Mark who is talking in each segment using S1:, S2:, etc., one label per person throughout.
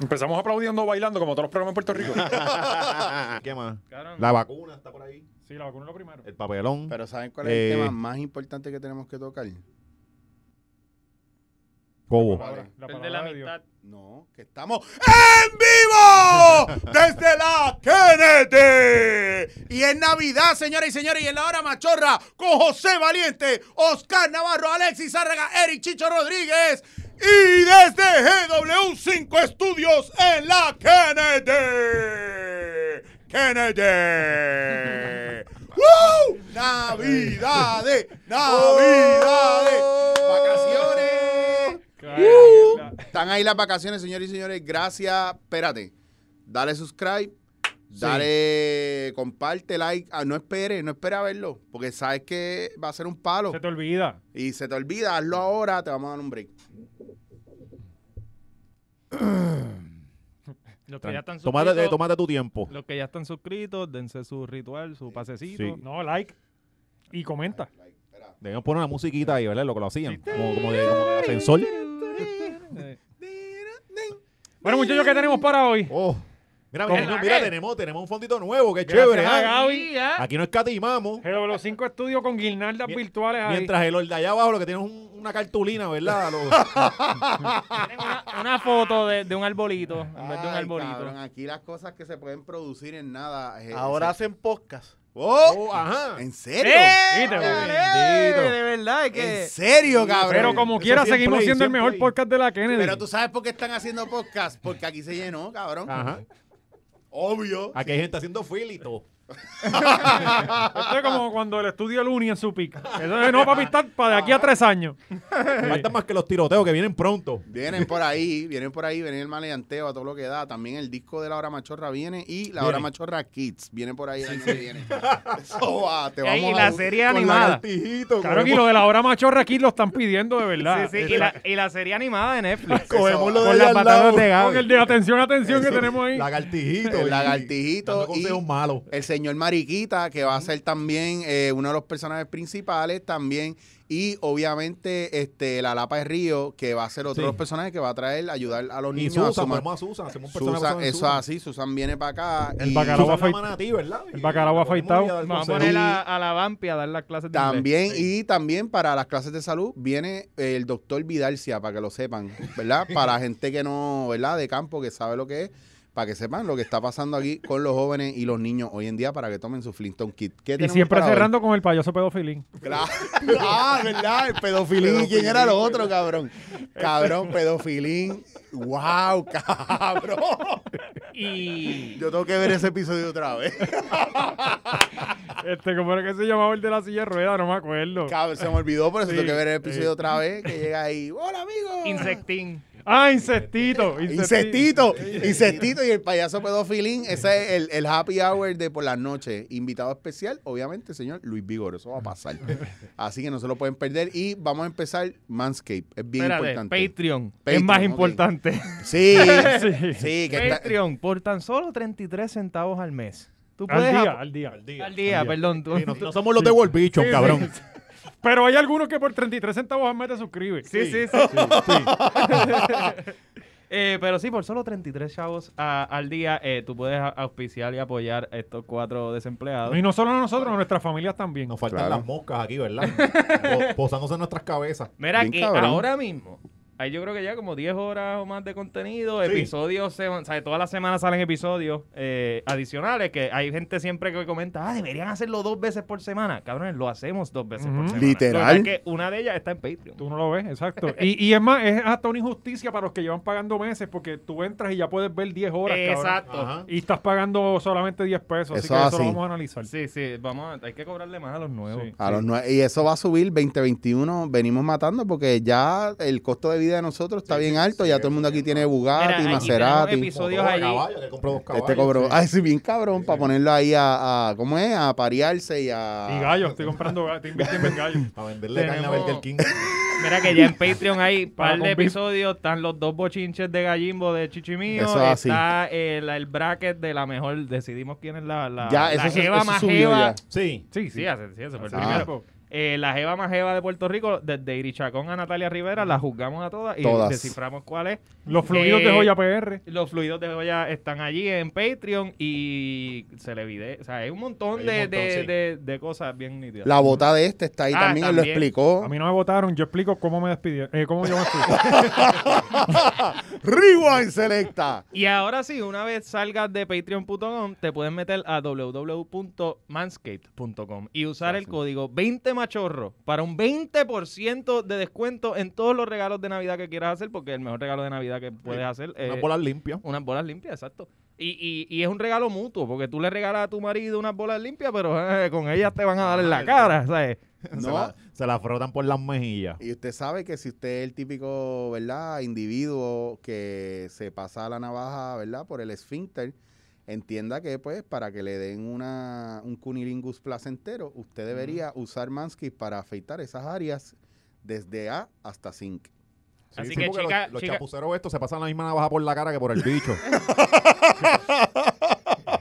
S1: Empezamos aplaudiendo, bailando, como todos los programas en Puerto Rico.
S2: ¿Qué más?
S1: Claro.
S2: La vacuna está por ahí.
S1: Sí, la vacuna es lo primero.
S2: El papelón.
S3: Pero ¿saben cuál es
S2: Eh.
S3: el tema más importante que tenemos que tocar?
S2: Cobo.
S1: Palabra- la
S4: El
S1: palabra
S4: de la
S1: Dios.
S4: amistad.
S3: No, que estamos en vivo desde la Kennedy. Y es Navidad, señoras y señores, y en la hora machorra con José Valiente, Oscar Navarro, Alexis Zárraga, Eric Chicho Rodríguez. Y desde GW5 Estudios en la Kennedy. Kennedy. ¡Woo! Navidades, Navidades, vacaciones.
S1: Claro, la-
S3: Están ahí las vacaciones, señores y señores. Gracias. Espérate. Dale subscribe. Dale, comparte, like. Ah, no espere, no espere a verlo. Porque sabes que va a ser un palo.
S1: Se te olvida.
S3: Y se te olvida, hazlo ahora, te vamos a dar un break.
S4: Los que ya están suscritos.
S2: Tómate, eh, tómate tu tiempo.
S4: Los que ya están suscritos, dense su ritual, su pasecito.
S2: Sí.
S1: No, like. Y comenta.
S2: Debemos poner una musiquita ahí, ¿verdad? Lo que lo hacían. Como, como de, como de ascensor.
S4: Eh. Bueno, muchachos, ¿qué tenemos para hoy?
S2: Oh. Mira,
S1: ¿Cómo?
S2: mira, mira, mira, tenemos, tenemos un fondito nuevo, qué
S1: Gracias
S2: chévere.
S1: a
S2: ¿ah?
S1: Gaby.
S4: ¿eh?
S2: Aquí no escatimamos.
S1: GW5 Estudio con guirnaldas
S2: Mien-
S1: virtuales ahí.
S2: Mientras el de allá abajo lo que tiene es un- una cartulina, ¿verdad? Lo-
S4: Tienen una, una foto de, de un arbolito, en vez de un
S3: Ay,
S4: arbolito.
S3: cabrón, aquí las cosas que se pueden producir en nada. eh,
S5: Ahora
S3: se-
S5: hacen podcast.
S3: ¡Oh!
S2: Oh, ajá.
S3: ¿En
S4: ¡Eh!
S3: serio?
S1: Viste,
S4: ¡Eh! De verdad, es
S3: ¿En
S4: que...
S3: serio, cabrón?
S1: Pero como
S2: Eso
S1: quiera,
S2: siempre
S1: seguimos
S2: ahí,
S1: siendo el
S2: siempre
S1: mejor
S2: ahí.
S1: podcast de la Kennedy.
S3: Pero tú sabes por qué están haciendo podcast. Porque aquí se llenó, cabrón.
S2: Ajá.
S3: Obvio.
S2: Aquí hay gente haciendo filito.
S1: Esto es como cuando el estudio Luni en su pick. Eso es, no, papi, está para de aquí a tres años.
S2: Faltan más que los tiroteos que vienen pronto.
S3: Vienen por ahí, vienen por ahí, viene el maleanteo a todo lo que da. También el disco de La Hora Machorra viene y La Hora
S2: Viene.
S3: Machorra Kids viene por ahí el año que viene. Eso va, te
S4: Ey,
S3: vamos
S4: y
S3: a
S4: la
S3: dar
S4: serie
S3: con
S4: animada.
S3: lagartijito,
S1: Claro, y
S3: cogemos-
S1: lo de la hora machorra aquí lo están pidiendo de verdad.
S4: Sí, sí, y la, y la serie animada de Netflix.
S3: Cogemos lo
S4: Con
S3: de
S4: las
S3: allá al
S4: patatas
S3: lado.
S4: de Gaby.
S1: Con el de atención, atención que tenemos ahí.
S2: Lagartijito.
S3: El
S2: y-
S3: lagartijito
S2: dando
S3: y-
S2: consejos malos.
S3: El señor Mariquita, que va a ser también eh, uno de los personajes principales también. Y obviamente este la Lapa de Río, que va a ser otro
S2: Sí.
S3: de los personajes que va a traer, ayudar a los
S2: Y
S3: niños
S2: Susan,
S3: a sumar.
S2: ponemos a Susan, hacemos un
S3: Susan,
S2: personaje basado en
S3: eso es
S2: Susan.
S3: así, Susan viene para acá.
S1: El
S3: y-
S1: bacalao
S2: Susan la
S1: afeit-
S2: manatí, ¿verdad? Y-
S1: el bacalao afeitado.
S2: y a dar
S4: Vamos a
S2: consejos.
S4: poner a, a la Vampi a dar las clases de inglés.
S3: También, y también para las clases de salud viene el doctor Vidalcia, para que lo sepan, ¿verdad? Para la gente que no, ¿verdad? De campo, que sabe lo que es, para que sepan lo que está pasando aquí con los jóvenes y los niños hoy en día para que tomen su Flintstone Kit. ¿Qué
S1: Y
S3: tenemos
S1: siempre
S3: para hoy?
S1: cerrando con el payaso pedofilín.
S3: Claro, ah, ¿verdad? El pedofilín. ¿Y quién era el otro, cabrón?
S1: Este.
S3: Cabrón, pedofilín. ¡Wow, cabrón!
S4: Y
S3: Yo tengo que ver ese episodio otra vez.
S1: Este, ¿cómo era que se llamaba el de la silla de ruedas? No me acuerdo.
S3: Cabrón, se me olvidó, por eso
S1: Sí, eh.
S3: tengo que ver el episodio
S1: sí.
S3: otra vez, que llega ahí. ¡Hola, amigo!
S4: Insectín.
S1: Ah, Incestito.
S3: Incestito, Incestito y el payaso pedofilín. Ese es el, el happy hour de por las noches. Invitado especial, obviamente, señor Luis Vigor. Eso va a pasar. Así que no se lo pueden perder. Y vamos a empezar Manscape. Es bien
S4: Espérate,
S3: importante.
S4: Patreon.
S3: Patreon,
S4: Es más
S3: ok.
S4: importante.
S3: Sí,
S1: Sí.
S3: sí, que está-
S4: Patreon, por tan solo 33 centavos al mes. Tú
S1: Al
S4: puedes...
S1: día,
S4: ap-
S1: al día.
S4: Al día, perdón. tú-
S2: Sí, no, no somos los de World Bichon,
S1: Sí, sí,
S2: cabrón.
S1: sí. Pero hay algunos que por 33 centavos al mes te suscriben.
S4: Sí, sí, sí. Eh, pero sí, por solo 33 chavos a- al día, eh, tú puedes a- auspiciar y apoyar a estos cuatro desempleados.
S1: Y no solo a nosotros, a nuestras familias también.
S2: Nos faltan
S3: Claro.
S2: las moscas aquí, ¿verdad? Po- Posándose en nuestras cabezas.
S4: Mira,
S3: Bien
S4: que
S3: cabrón.
S4: ahora mismo hay yo creo que ya como 10 horas o más de contenido,
S2: Sí.
S4: episodios, se, van- o sea, todas las semanas salen episodios eh, adicionales que hay gente siempre que comenta, ah, deberían hacerlo dos veces por semana. Cabrones, lo hacemos dos veces
S1: Ujú.
S4: por semana.
S3: Literal.
S4: Lo que pasa es que una de ellas está en Patreon.
S1: Tú no lo ves, exacto. Y, y es más, es hasta una injusticia para los que llevan pagando meses porque tú entras y ya puedes ver 10 horas, cabrón.
S4: Exacto.
S2: Ajá.
S1: Y estás pagando solamente 10 pesos, así
S3: Eso
S1: que eso
S3: así.
S1: lo vamos a analizar.
S4: Sí, sí, vamos, a- hay que cobrarle más a los nuevos.
S1: Sí.
S3: a los nue- y eso va a subir 2021. Venimos matando porque ya el costo de vida de nosotros está bien alto. ya todo el mundo aquí tiene
S4: Mira,
S3: Bugatti,
S4: aquí tenemos
S3: Maserati.
S4: episodios Episodios
S2: Motor,
S4: allí.
S2: caballo, que compró dos caballos.
S3: Este cobró.
S2: sí.
S3: Ay, sí, bien cabrón, para ponerlo ahí a, a- ¿Cómo es? A parearse y a.
S1: Y gallo, estoy comprando gallo, estoy invirtiendo en gallo.
S2: Para venderle
S4: Tenemos-
S2: carne a Burger King.
S4: Mira que ya en Patreon hay un
S1: Para
S4: par
S1: con
S4: de
S1: beef.
S4: episodios. Están los dos bochinches de Gallimbo de Chichimío.
S3: Eso es así.
S4: está el, el bracket de la mejor. Decidimos quién es la, la,
S3: Ya,
S4: la
S3: eso se-
S4: jeva
S3: eso
S4: más
S3: subió ya.
S4: jeva.
S2: Sí.
S1: Sí,
S4: Sí, hace- sí, ese fue el
S3: Ah.
S4: primero. eh, la jeva más jeva de Puerto Rico, desde Irichacón a Natalia Rivera, la juzgamos a todas y
S3: Todas.
S4: desciframos cuál es.
S1: Los fluidos
S4: Eh,
S1: de Joya PR.
S4: Los fluidos de joya están allí en Patreon y se le vide. O sea, hay un montón,
S6: Hay un
S4: de,
S6: montón,
S4: de-
S6: sí.
S4: de- de cosas bien nítidas.
S3: La bota de este está ahí
S4: Ah,
S3: también, él lo
S4: también.
S3: explicó.
S1: A mí no me votaron, yo explico cómo me despidieron. Eh, cómo yo me fui.
S3: Rewind Selecta.
S4: Y ahora sí, una vez salgas de patreon.com, te puedes meter a www.manscaped.com y usar el código 20machorro para un 20% de descuento en todos los regalos de Navidad que quieras hacer, porque el mejor regalo de Navidad que puedes hacer es
S2: Unas bolas limpias.
S4: unas bolas limpias, exacto. Y, y- y es un regalo mutuo, porque tú le regalas a tu marido unas bolas limpias, pero eh, con ellas te van a dar en la cara, ¿sabes?
S2: Se,
S3: No.
S2: la, se la frotan por las mejillas.
S3: Y usted sabe que si usted es el típico, ¿verdad? Individuo que se pasa la navaja, ¿verdad? Por el esfínter, entienda que, pues, para que le den una, un cunilingus placentero, usted debería usar Manscaped para afeitar esas áreas desde A hasta Zinc.
S4: Así que,
S2: porque
S4: chica-
S2: los, los
S4: chica-
S2: chapuceros estos se pasan la misma navaja por la cara que por el bicho.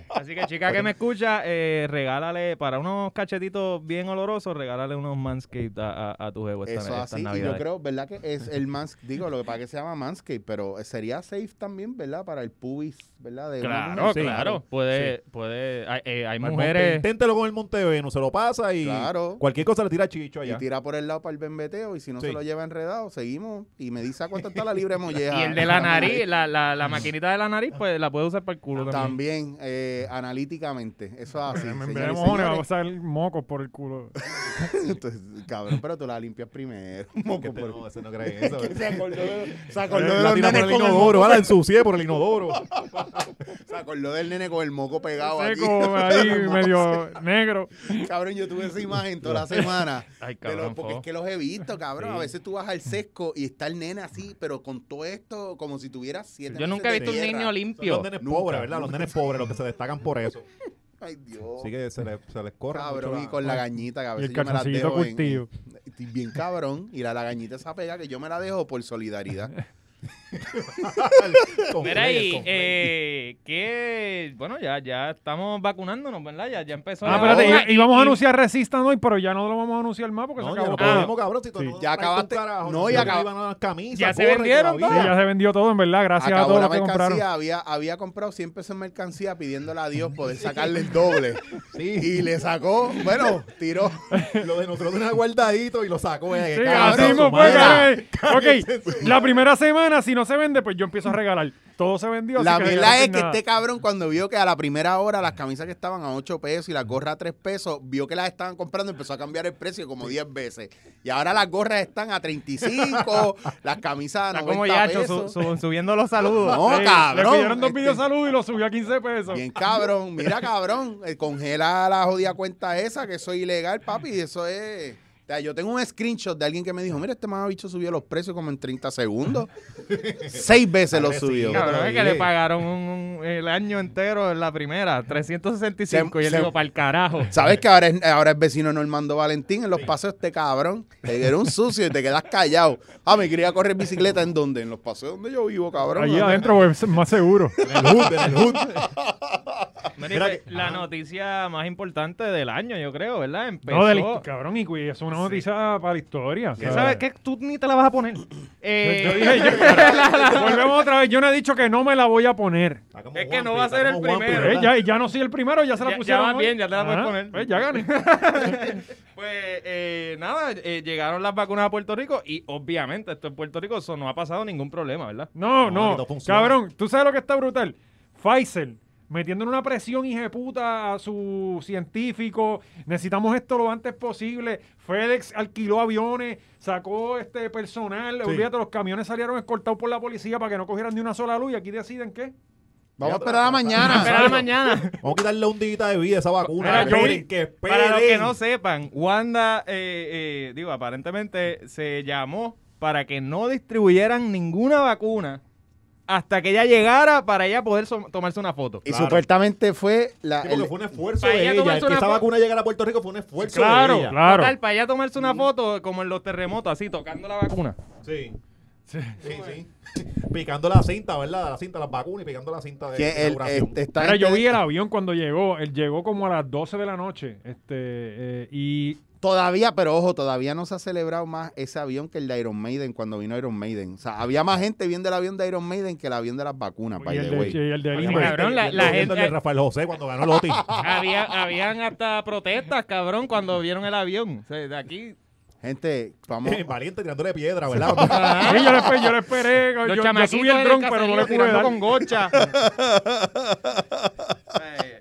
S4: Así que, chica que me escucha, eh, regálale para unos cachetitos bien olorosos, regálale unos manscaped a, a, a tu jevo esta,
S3: Eso
S4: esta
S3: así, y
S4: Navidad.
S3: yo creo, ¿verdad? Que es el Manscaped, digo, lo que para que se llama Manscaped, pero sería safe también, ¿verdad? Para el pubis, ¿verdad? De una
S4: Claro,
S3: mujer.
S2: Sí,
S4: claro.
S2: claro.
S4: Puede, puede, hay, eh, hay
S2: Al
S3: Pues
S2: monte-
S4: mujeres.
S2: Inténtelo con el Montevenus, se lo pasa y
S3: Claro.
S2: cualquier cosa le tira chicho
S3: Y
S2: allá.
S3: tira por el lado para el bembeteo y si no se
S2: Sí.
S3: lo lleva enredado, seguimos y me dice a cuánto está Ah, la libre molleja.
S4: Y el de la nariz, la, la, la maquinita de la nariz, pues la puede usar para el culo también.
S3: También, eh, analíticamente. Eso es así.
S1: me
S3: señores y
S1: envié mojones, va a
S3: señores.
S1: pasar mocos por el culo.
S3: Entonces, cabrón, pero tú la limpias primero.
S2: Que
S3: moco,
S2: te-
S3: por-
S2: no, ese no cree en eso.
S3: Se acordó de- se acordó de
S2: La
S3: los
S2: tira por
S3: nenes
S2: el
S3: con el
S2: inodoro, ah, la ensucié por el inodoro.
S3: moco- se acordó del nene con el moco pegado aquí.
S1: Seco, ahí, medio negro.
S3: Cabrón, yo tuve esa imagen toda la semana.
S4: Ay,
S3: de los-
S4: cabrón,
S3: porque
S4: fo.
S3: es que los he visto, cabrón.
S4: Sí.
S3: A veces tú vas al sesco y está el nene así, pero con todo esto, como si tuviera siete
S4: Yo
S3: meses
S4: nunca he
S3: de
S4: visto un
S3: tierra.
S4: niño
S2: Son los
S4: limpio.
S2: nenes
S3: Nunca,
S2: pobres, ¿verdad? Los nenes pobres, los que se destacan por eso.
S3: Ay, Dios.
S2: Así que se, le- se les corre. mucho
S3: Cabrón,
S2: la-
S3: y con la gañita que a
S1: Y
S3: veces
S1: el
S3: yo me la
S1: calzoncillito
S3: dejo en-
S1: curtido.
S3: Estoy bien cabrón y la lagañita esa pega que yo me la dejo por solidaridad.
S2: con
S4: Mira
S2: Reyes,
S4: ahí,
S2: con-
S4: eh, que, bueno, ya, ya estamos vacunándonos, ¿verdad? Ya, ya empezó
S1: Ah,
S4: la
S1: espérate,
S4: vacuna
S1: y, y vamos a
S4: y-
S1: anunciar Resistan hoy, pero ya no lo vamos a anunciar más porque
S2: No,
S1: se
S2: ya
S1: acabó.
S2: no
S1: todo.
S2: podemos, cabrón. Si tú
S1: Sí.
S2: no-
S3: Ya
S2: no hay un
S3: acabaste-
S2: carajo,
S3: no,
S2: si
S3: ya
S2: te
S3: acab-
S2: iban a las
S3: Ah,
S2: camisas,
S4: Ah. Ya se
S2: gorras,
S4: vendieron,
S2: todavía.
S1: Sí, ya se vendió todo, en verdad. Gracias a
S3: Acabó
S1: todos
S3: la
S1: los que compraron.
S3: mercancía, había, había comprado 100 pesos en mercancía pidiéndole a Dios poder sacarle el doble.
S2: Sí,
S3: Y le sacó, bueno, tiró.
S2: lo de nosotros tenía guardadito y lo sacó. eh,
S1: Sí,
S2: cabrón,
S1: así
S2: su
S1: mismo fue,
S2: madre.
S1: cabrón. Ok, la primera semana, si no se vende, pues yo empiezo a regalar. Todo se vendió. así
S3: La
S1: que
S3: verdad es
S1: regalaste
S3: que
S1: nada.
S3: este cabrón cuando vio que a la primera hora las camisas que estaban a 8 pesos y las gorras a 3 pesos, vio que las estaban comprando, empezó a cambiar el precio como 10 veces. Y ahora las gorras están a 35, las camisas a
S4: Está como
S3: 90
S1: pues,
S4: Yacho su-
S3: pesos.
S4: su- subiendo los saludos.
S3: No,
S1: Sí, Le
S3: cabrón.
S1: pidieron dos
S3: este-
S1: videos salud y lo subió a 15 pesos.
S3: Bien cabrón, mira cabrón, eh, congela la jodida cuenta esa, que eso es ilegal, papi, y eso es... O sea, yo tengo un screenshot de alguien que me dijo, mira, este mamabicho subió los precios como en 30 segundos. Seis veces los subió.
S4: Cabrón, es que le
S2: Sí.
S4: pagaron un- un- el año entero en la primera, 365.
S3: Se-
S4: y él
S3: se-
S4: digo, para el carajo.
S3: ¿Sabes que ahora es, ahora es vecino Normando Valentín en los paseos este cabrón? Te era un sucio y te quedas callado. Ah, me quería correr bicicleta en dónde? En los paseos donde yo vivo, cabrón.
S1: Allí adentro, pues, más seguro.
S2: En el hood, en el hood.
S4: Mira, y pues, la noticia más importante del año, yo creo, ¿verdad? Empezó.
S1: No, del, cabrón, y cuy- es una noticia para la historia.
S4: ¿Qué
S1: O sea,
S4: sabes? ¿Qué? Tú ni te la vas a poner. Eh,
S1: Yo dije, yo- volvemos otra vez. Yo no he dicho que no me la voy a poner.
S2: Está como
S4: Es que
S2: Juanpi,
S4: no va a
S2: está
S4: ser el
S2: como Juanpi,
S4: primero.
S1: Eh,
S2: ¿verdad?
S1: ya, ya no soy el primero, ya se la
S4: Ya- ya
S1: pusieron.
S4: van
S1: hoy.
S4: bien, ya te la puedes
S1: Ajá,
S4: poner.
S1: pues ya gané.
S4: Pues eh, nada, eh, llegaron las vacunas a Puerto Rico y obviamente esto en Puerto Rico eso no ha pasado ningún problema, ¿verdad?
S1: No,
S2: No,
S1: no.
S2: que no funciona.
S1: Cabrón, tú sabes lo que está brutal. Pfizer metiendo una presión puta a su científico. Necesitamos esto lo antes posible. FedEx alquiló aviones, sacó este personal. Olvídate, los camiones salieron escoltados por la policía para que no cogieran ni una sola luz. Y aquí deciden qué.
S3: Vamos a esperar a la
S4: Esperar
S3: mañana.
S4: a mañana.
S2: Vamos a quitarle un diguita de vida a esa vacuna.
S1: Mira, yo
S2: esperen,
S1: vi-
S2: que esperen.
S4: Para los que no sepan, Wanda, eh, eh, digo, aparentemente se llamó para que no distribuyeran ninguna vacuna hasta que ella llegara para ella poder so- tomarse una foto.
S3: Y
S2: Claro.
S3: supuestamente fue la...
S2: Sí, porque
S3: el-
S2: fue un esfuerzo
S4: Para
S2: de
S4: ella
S2: ella.
S4: tomarse
S2: El que
S4: una
S2: esa
S4: fo-
S2: vacuna llegara a Puerto Rico fue un esfuerzo de
S1: Claro,
S2: ella.
S1: claro.
S4: Total, para ella tomarse una foto como en los terremotos, así, tocando la vacuna.
S2: Sí. Sí, sí. Picando la cinta, ¿verdad? La cinta, las vacunas y picando la cinta de
S3: Que el,
S2: inauguración.
S3: este, está
S1: Mira, yo
S3: este-
S1: vi el avión cuando llegó. Él llegó como a las 12 de la noche. Este, eh, y
S3: Todavía, pero ojo, todavía no se ha celebrado más ese avión que el de Iron Maiden cuando vino Iron Maiden. O sea, había más gente viendo el avión de Iron Maiden que el avión de las vacunas,
S1: Y
S3: by
S1: el
S3: the
S1: de,
S3: way.
S1: y el de
S2: Había
S1: Lima.
S2: gente
S4: Cabrón, la-
S2: viendo-
S4: la
S2: viendo el
S4: gente-
S2: de Rafael José cuando ganó Loti.
S4: Había, habían hasta protestas, cabrón, cuando vieron el avión. O sea, de aquí,
S3: Gente, vamos.
S2: Eh, Valiente tirándole piedra, ¿verdad?
S1: Sí, yo le esperé, yo le esperé, yo-
S4: los
S1: yo, yo
S4: chamaquitos
S1: subí el
S4: del
S1: dron, pero no le
S4: caserío
S1: pude
S4: tirando
S1: dar.
S4: con gocha.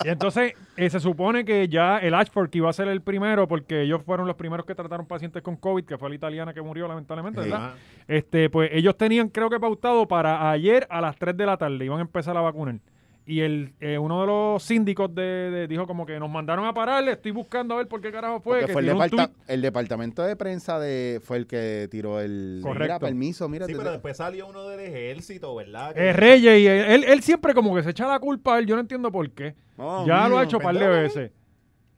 S1: Y entonces eh, se supone que ya el Ashford que iba a ser el primero, porque ellos fueron los primeros que trataron pacientes con COVID, que fue la italiana que murió lamentablemente, ¿verdad?
S2: Ajá.
S1: Este, pues ellos tenían, creo que pautado para ayer a las 3 de la tarde, iban a empezar a vacunar. Y el, eh, uno de los síndicos de, de- dijo como que nos mandaron a parar, le estoy buscando a ver por qué carajo fue.
S3: Porque
S1: que
S3: fue el,
S1: tiró un
S3: departa-
S1: tuit.
S3: el departamento de prensa de fue el que tiró el
S1: Correcto.
S3: mira, permiso, mira,
S2: Sí,
S3: te-
S2: pero después salió uno del ejército, ¿verdad?
S1: Eh, Reyes, y él, él siempre como que se echa la culpa a él, yo no entiendo por qué.
S3: Mamá
S1: ya lo
S3: mía.
S1: ha hecho un par de
S2: pendejo, ¿eh?
S1: veces.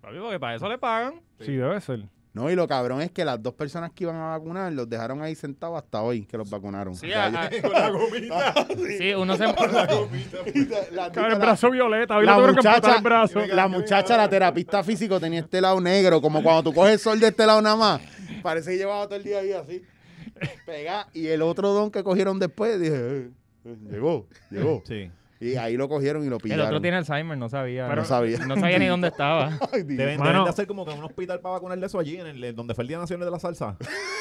S4: Porque para eso le pagan.
S1: Sí, debe ser.
S3: No, y lo cabrón es que las dos personas que iban a vacunar los dejaron ahí sentados hasta hoy que los vacunaron.
S4: Sí, ah,
S3: O sea,
S4: a- a-
S2: Con la gomita.
S4: sí, uno se...
S3: ya- las-
S1: Cabrón, el
S3: las-
S1: brazo violeta, hoy
S3: La
S1: le tuvieron que amputar
S3: muchacha,
S1: el brazo.
S3: la muchacha, la terapista físico, tenía este lado negro, como cuando tú coges sol de este lado nada más. Parece que llevaba todo el día ahí así. Pegá. Y el otro don que cogieron después, dije, eh, eh, llegó, llegó.
S2: Sí.
S3: Y ahí lo cogieron y lo
S4: El
S3: pillaron.
S4: otro tiene Alzheimer, no sabía.
S1: Pero-
S3: No sabía.
S4: No sabía ni dónde estaba.
S3: Ay, Dios.
S2: Deben,
S1: Mano.
S2: deben de hacer como que un hospital para vacunar de eso allí, en el, en donde fue el Día Nacional de la Salsa.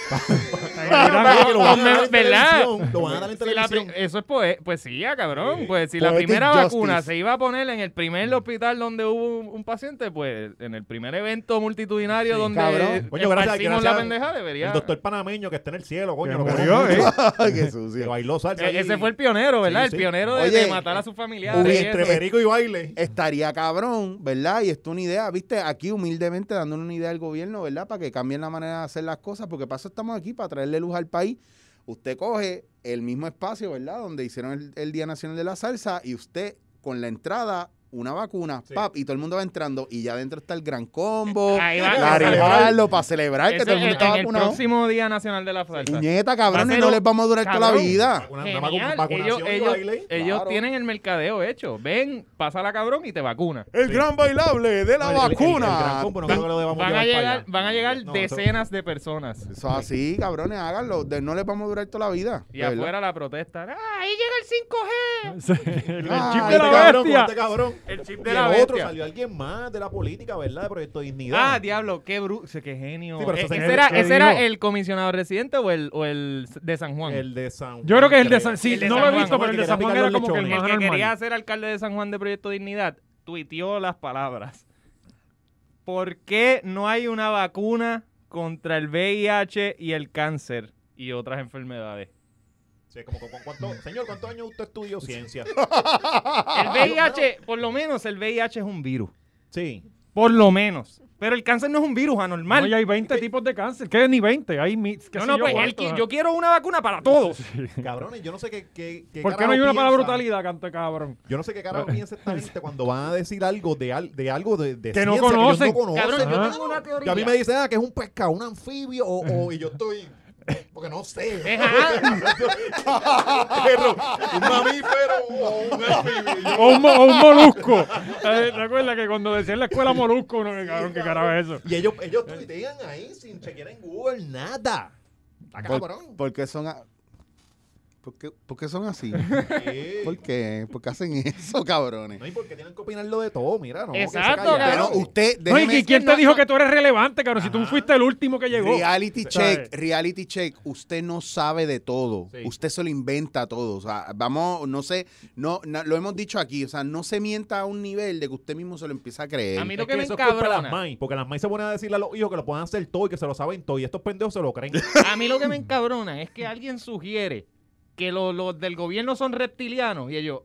S4: pero-
S2: Que lo van a dar en
S4: ¿verdad?
S2: televisión, Lo van a dar en
S4: Si la
S2: televisión.
S4: pri- eso es poe- poesía, cabrón. Pues si la
S3: Poetic
S4: primera
S3: justice.
S4: vacuna se iba a poner en el primer hospital donde hubo un, un paciente, pues en el primer evento multitudinario donde
S3: cabrón.
S2: Coño, gracias,
S4: esparcimos
S2: gracias
S4: la pendeja, debería.
S2: El doctor panameño que está en el cielo,
S1: Que
S2: coño. lo
S1: murió, ¿eh?
S2: queremos mucho.
S3: Ay, qué
S2: Que
S3: sucio.
S2: bailó salsa.
S4: E- ese
S2: allí.
S4: fue el pionero, ¿verdad?
S2: Sí,
S4: el
S2: sí.
S4: pionero de,
S3: Oye,
S4: de matar a sus familiares.
S2: Uy,
S4: y
S2: entre
S4: eso.
S2: perico y baile.
S3: Estaría cabrón, ¿verdad? Y esto es una idea, viste, aquí humildemente dándole una idea al gobierno, ¿verdad? Para que cambien la manera de hacer las cosas, porque para eso estamos aquí, para traerle luz al país. Usted coge el mismo espacio, ¿verdad? Donde hicieron el, el Día Nacional de la Salsa y usted con la entrada una vacuna,
S2: Sí.
S3: pap, y todo el mundo va entrando y ya adentro está el gran combo,
S4: Ahí va.
S3: la Garibaldo, para celebrar que
S4: Ese
S3: todo el
S4: en,
S3: mundo está
S4: en el
S3: vacunado.
S4: próximo Día Nacional de la Salsa.
S3: Puñeta, cabrón,
S4: Va a
S3: y
S4: ser
S3: no
S4: un-
S3: les vamos a durar toda la
S4: cabrón.
S3: vida.
S2: Una, una vacu-
S4: Genial. Ellos,
S2: vacunación y
S4: ellos-
S2: baile.
S4: ellos
S3: Claro.
S4: tienen el mercadeo hecho. Ven, pasa la cabrón y te vacuna.
S3: El gran bailable de la
S2: No, el- el- el- el
S3: vacuna.
S2: gran combo no
S4: Van-
S2: creo que lo debamos
S4: Van
S2: llevar
S4: a
S2: para
S4: llegar,
S2: allá.
S4: van a llegar
S2: No, eso-
S4: decenas de personas.
S3: Eso es así, cabrones, háganlo. De- no les vamos a durar toda la vida.
S4: Y
S3: de verdad.
S4: afuera la protesta. "Ah, ahí llega el 5G!
S1: Sí, el
S3: Ay,
S1: chip
S2: Con
S1: de
S2: este
S1: la
S2: cabrón, con
S1: bestia.
S2: este cabrón.
S4: El chip
S2: Y
S4: de
S2: el
S4: la
S2: otro
S4: bestia.
S2: salió alguien más de la política, ¿verdad? De Proyecto Dignidad.
S4: Ah, diablo, qué bruto, qué genio.
S2: Sí, pero eso
S4: Eh,
S2: se-
S4: ese era,
S1: ¿qué
S4: ese era
S1: dijo?
S4: el comisionado residente o el, o el de San Juan. El,
S2: El de San
S1: Yo creo que es el de
S2: creo.
S1: San Sí,
S4: El de
S1: no
S4: San
S1: lo he
S4: Juan,
S1: visto,
S4: como
S1: pero
S2: el
S1: el
S2: que
S1: de
S2: quería
S1: San Juan
S2: picar
S1: era
S2: los
S1: como que el
S2: lechones.
S1: más
S4: que quería
S1: normal.
S4: ser alcalde de San Juan de Proyecto Dignidad tuiteó las palabras. ¿Por qué no hay una vacuna contra el VIH y el cáncer y otras enfermedades?
S2: Sí, como, con- con cuánto- señor, ¿cuántos años usted estudió ciencia?
S4: El VIH, por lo menos el VIH es un virus.
S2: Sí.
S4: Por lo menos. Pero el cáncer no es un virus anormal.
S1: No, y hay 20 tipos de cáncer. ¿Qué? Ni 20. Hay mi- qué
S4: Eh. No,
S1: sé
S4: no, pues él
S1: cuántos,
S4: qui-
S1: ah.
S4: yo quiero una vacuna para todos.
S2: Cabrones, yo no sé qué. qué, qué
S1: ¿Por qué
S2: carajo
S1: no hay una para la
S2: piensa-
S1: brutalidad, canto cabrón?
S2: Yo no sé qué carajo piensa esta gente cuando van a decir algo de, al- de algo de, de
S1: Que no
S2: ciencia
S1: conocen.
S2: Que ellos no conocen.
S4: Cabrón,
S1: yo
S4: tengo una teoría.
S2: Y a mí me dicen, ah, que es un pescado, un anfibio, o, o- y yo estoy. Porque no sé.
S4: Ajá.
S2: Perro, un mamífero o un anfibio.
S1: O un, mo- o un molusco. Eh, ¿Te acuerdas que cuando decía en la escuela molusco, uno que cabrón, qué carajo es eso?
S2: Y ellos, ellos tuitean ahí sin chequear en Google nada. Está
S3: ¿Por,
S2: cabrón.
S3: por qué son a- por qué- por qué son así?
S2: Sí.
S3: ¿Por qué? ¿Por qué hacen eso, cabrones?
S2: No, y porque tienen que opinarlo de todo, mira, no. que se
S4: Exacto,
S2: callan.
S3: Pero
S4: cabrón.
S3: usted,
S1: No, ¿y
S3: déjeme-
S1: qui- quién
S4: no,
S1: te dijo
S4: no.
S1: que tú eres relevante, cabrón? Si tú fuiste el último que llegó.
S3: Reality
S1: ¿Sabes?
S3: check, reality check. Usted no sabe de todo.
S2: Sí.
S3: Usted se lo inventa todo. O sea, vamos, no sé, no, no- lo hemos dicho aquí. O sea, no se mienta a un nivel de que usted mismo se lo empieza a creer.
S4: A mí
S2: Es
S4: lo que me
S2: eso es culpa de las
S4: encabrona.
S2: mães, porque las mães se ponen a decirle a los hijos que lo puedan hacer todo y que se lo saben todo, y estos pendejos se lo creen.
S4: A mí lo que me encabrona es que alguien sugiere que lo- los del gobierno son reptilianos y ellos.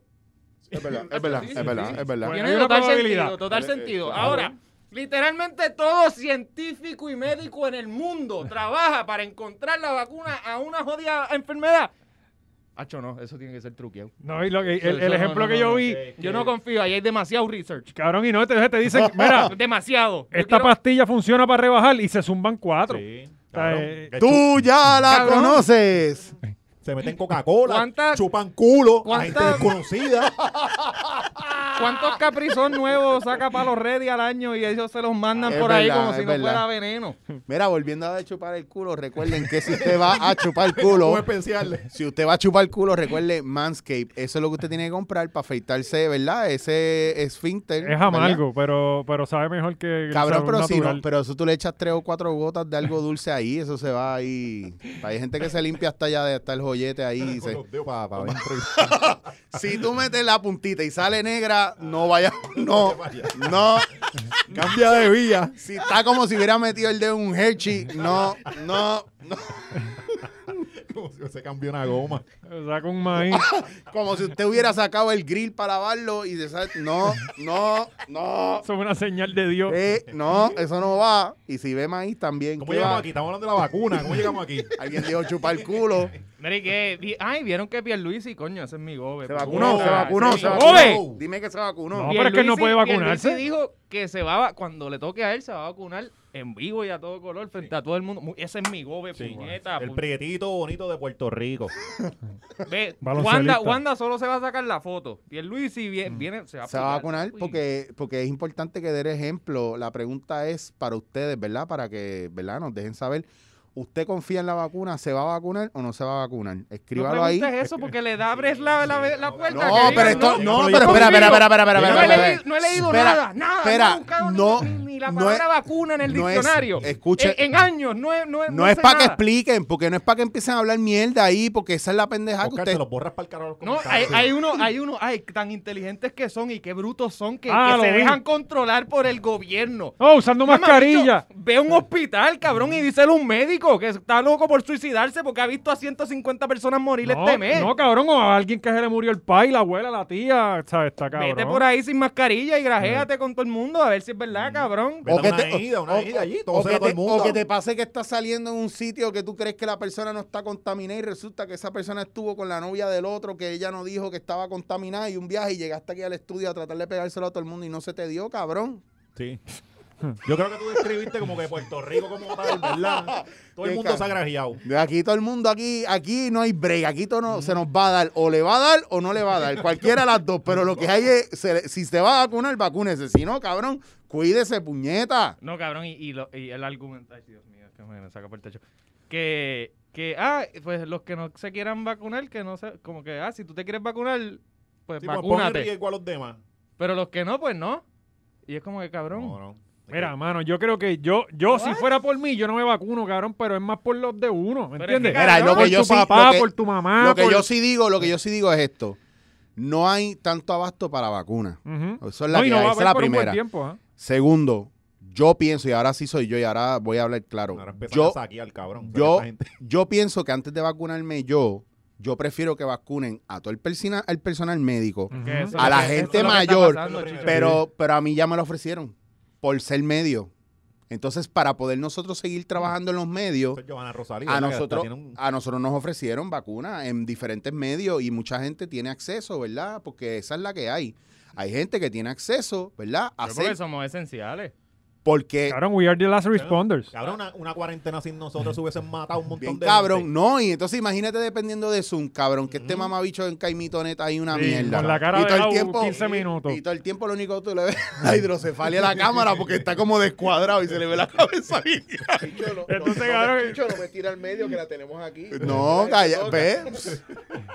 S3: Es verdad, es verdad, es verdad, es verdad.
S1: Bueno,
S4: Tiene
S1: hay una
S4: total
S1: probabilidad.
S4: sentido, total
S3: Vale, eh,
S4: sentido.
S3: claro.
S4: Ahora, literalmente todo científico y médico en el mundo trabaja para encontrar la vacuna a una jodida enfermedad. Hacho, no, eso tiene que ser truqueado.
S1: No, y lo que- el,
S4: Eso
S1: el
S4: no,
S1: ejemplo
S4: no,
S1: que
S4: no,
S1: yo
S4: no.
S1: vi,
S4: Yo no confío, ahí hay demasiado research.
S1: cabrón, y no, entonces te dicen, mira,
S4: Demasiado. Yo
S1: esta
S4: quiero-
S1: pastilla funciona para rebajar y se zumban cuatro.
S2: Sí,
S1: O sea,
S2: cabrón.
S1: eh,
S2: Que chu-
S3: Tú ya la
S4: Cabrón.
S3: conoces.
S2: se meten Coca-Cola,
S4: ¿Cuántas-
S2: chupan culo a gente
S4: cuántas-
S2: desconocida.
S4: ¿Cuántos caprizón nuevos saca para los ready al año y ellos se los mandan
S3: Es
S4: por ahí
S3: verdad,
S4: como
S3: es
S4: si no
S3: verdad.
S4: fuera veneno?
S3: Mira, volviendo a chupar el culo, recuerden que si usted va a chupar el culo,
S2: Vamos a pensarle.
S3: si usted va a chupar el culo, recuerde Manscape. Eso es lo que usted tiene que comprar para afeitarse, ¿verdad? Ese esfínter.
S1: Es
S3: ¿verdad?
S1: amargo, pero, pero sabe mejor que el
S3: Cabrón,
S1: sabor
S3: pero si
S1: natural.
S3: no, pero eso tú le echas tres o cuatro gotas de algo dulce ahí, eso se va ahí. Hay gente que se limpia hasta allá de hasta el joyete ahí. y
S2: Con
S3: se-
S2: los dedos pa- pa- adentro
S3: Si tú metes la puntita y sale negra, no vaya, no, no,
S2: y- Cambia de vía.
S3: Si está como si hubiera metido el dedo en un Hershey, no, no, no.
S2: Como si se cambió una goma.
S1: Saca un maíz.
S3: Como si usted hubiera sacado el grill para lavarlo y se sale, no, no, no.
S1: Eso es una señal de Dios.
S3: Eh, no, eso no va. Y si ve maíz también,
S2: ¿Cómo
S3: ¿qué va?
S2: llegamos aquí? Estamos hablando de la vacuna. ¿Cómo llegamos aquí?
S3: Alguien dijo chupar el culo.
S4: Mira, ¿y qué? Vi- Ay, vieron que Pierluisi, coño, ese es mi gobe. pues.
S3: Se
S4: puñeta.
S3: vacunó, se vacunó,
S4: Sí.
S3: se vacunó.
S1: ¡Oye!
S3: Dime que se vacunó.
S1: No, pero es que él no puede
S4: Pierluisi-
S1: vacunarse.
S4: Pierluisi dijo que se va a- cuando le toque a él, se va a vacunar en vivo y a todo color frente a todo el mundo. Mu- Ese es mi gobe, puñeta.
S2: El
S4: pu-
S2: prietito bonito de Puerto Rico.
S4: Ve,
S1: Baloncelista. Mm.
S4: Wanda, Wanda solo se va a sacar la foto. Pierluisi vie- viene, se va a
S3: Se va a
S4: aplicar.
S3: vacunar
S4: Uy.
S3: porque, porque es importante que dé ejemplo. La pregunta es para ustedes, ¿verdad? Para que ¿verdad? nos dejen saber. ¿Usted confía en la vacuna? ¿Se va a vacunar o no se va a vacunar?
S4: No
S3: Escríbalo ahí.
S4: preguntes eso porque le da abres la, la, la puerta.
S3: No,
S4: que digan,
S3: pero esto.
S2: no, pero yo
S3: No, pero espera,
S4: conmigo.
S3: espera, espera, espera, espera, espera,
S4: No he
S3: espera,
S4: leído, no he leído
S3: Espera,
S4: nada, nada.
S3: espera,
S4: no he buscado ni-
S3: no,
S4: ni, ni la
S3: no
S4: palabra
S3: es-
S4: vacuna en el
S3: no es-
S4: diccionario.
S3: escuche-
S4: en, en años, no es No, es-
S3: No
S4: no
S3: es
S4: sé
S3: para que
S4: nada.
S3: expliquen, porque no es para que empiecen a hablar mierda ahí, porque esa es la pendeja
S2: Oscar,
S3: que
S2: te
S3: Ah, usted.
S2: los borras para el carajo. los
S4: No, hay,
S2: comentarios.
S4: hay uno, hay uno, ay, tan inteligentes que son y qué brutos son que,
S1: Ah,
S4: que se
S1: lo vi.
S4: dejan controlar por el gobierno.
S1: Oh, usando mascarilla.
S4: Mamabicho, Ve a un hospital, cabrón, y díselo a un médico que está loco por suicidarse porque ha visto a 150 personas morir
S1: No,
S4: este mes.
S1: no, cabrón, o a alguien que se le murió el pai, la abuela, la tía, ¿sabes? Está cabrón.
S4: Vete por ahí sin mascarilla y grajéate con todo el mundo a ver si es verdad, cabrón.
S2: Vete a
S3: o que
S2: una
S3: te-
S2: ida, una ida allí, todo
S3: O
S2: será
S3: que,
S2: todo
S3: te,
S2: el mundo.
S3: o que te pase que estás saliendo en un sitio que tú crees que la persona no está contaminada y resulta que esa persona estuvo con la novia del otro, que ella no dijo que estaba contaminada y un viaje y llegaste aquí al estudio a tratar de pegárselo a todo el mundo y no se te dio, cabrón.
S2: Sí. Yo creo que tú describiste como que Puerto Rico como tal, ¿verdad? Todo el
S3: Qué
S2: mundo se ha
S3: ca-
S2: grajeado.
S3: De aquí todo el mundo, aquí aquí no hay break, aquí todo no, se nos va a dar, o le va a dar o no le va a dar, cualquiera de las dos, pero lo que hay es, se- si se va a vacunar, vacúnese, si no, cabrón, cuídese, puñeta.
S4: No, cabrón, y, y lo- y el argumento. Ay, Dios mío, es que me saca por el techo. Que, que, ah, pues los que no se quieran vacunar, que no se. Como que, ah, si tú te quieres vacunar, pues
S2: Sí, pues, pon en
S4: vacúnate.
S2: riesgo a los demás.
S4: Pero los que no, pues no. Y es como que, cabrón.
S2: No, no.
S1: Mira, mano, yo creo que yo, yo si fuera por mí, yo no me vacuno, cabrón, pero es más por los de uno, ¿me
S4: Pero es
S1: entiendes?
S4: que, Mira, lo
S1: por
S3: que yo
S1: tu
S3: sí-
S1: papá,
S3: lo que-
S1: por tu mamá,
S3: lo que
S1: por-
S3: yo sí digo, lo que yo sí digo es esto. No hay tanto abasto para vacuna.
S1: Ujú.
S3: Eso es la,
S1: No, y
S3: que
S1: no
S3: hay,
S1: va a
S3: esa
S1: haber
S3: es la
S1: por un buen
S3: primera.
S1: tiempo, ¿ah?
S3: Segundo, yo pienso, y ahora sí soy yo, y ahora voy a hablar claro.
S2: Ahora empiezan
S3: Yo,
S2: a saquear, cabrón.
S3: yo,
S2: Esta gente-
S3: yo pienso que antes de vacunarme yo, yo prefiero que vacunen a todo el, persina- al personal médico.
S1: Ujú.
S4: Que Mm, eso
S3: A la
S4: es lo que- eso
S3: gente
S4: es lo que está
S3: mayor,
S4: pasando, Chicho.
S3: Pero, pero a mí ya me lo ofrecieron por ser medio. Entonces, para poder nosotros seguir trabajando en los medios,
S2: Esa es Giovanna Rosalía,
S3: a
S2: la que hasta
S3: nosotros,
S2: tiene un-
S3: a nosotros nos ofrecieron vacunas en diferentes medios y mucha gente tiene acceso, ¿verdad? Porque esa es la que hay. Hay gente que tiene acceso, ¿verdad? A
S4: Yo creo que
S3: hacer-
S4: somos esenciales.
S3: porque
S1: Cabrón, we are the last responders.
S2: Cabrón, una, una cuarentena sin nosotros se hubiesen matado un montón
S3: Bien
S2: de
S3: cabrón,
S2: gente.
S3: no, y entonces imagínate dependiendo de Zoom, cabrón, que este mamabicho en Caimito neta hay una
S1: Sí,
S3: mierda.
S1: con la cara
S3: y
S1: de
S3: todo el
S1: lado,
S3: tiempo,
S1: 15 minutos.
S3: Y todo el tiempo lo único que tú le ves la hidrocefalia a la cámara porque está como descuadrado y se le ve la cabeza bien.
S1: Entonces, cabrón,
S5: me tira al medio que la tenemos aquí.
S3: No, calla, ve.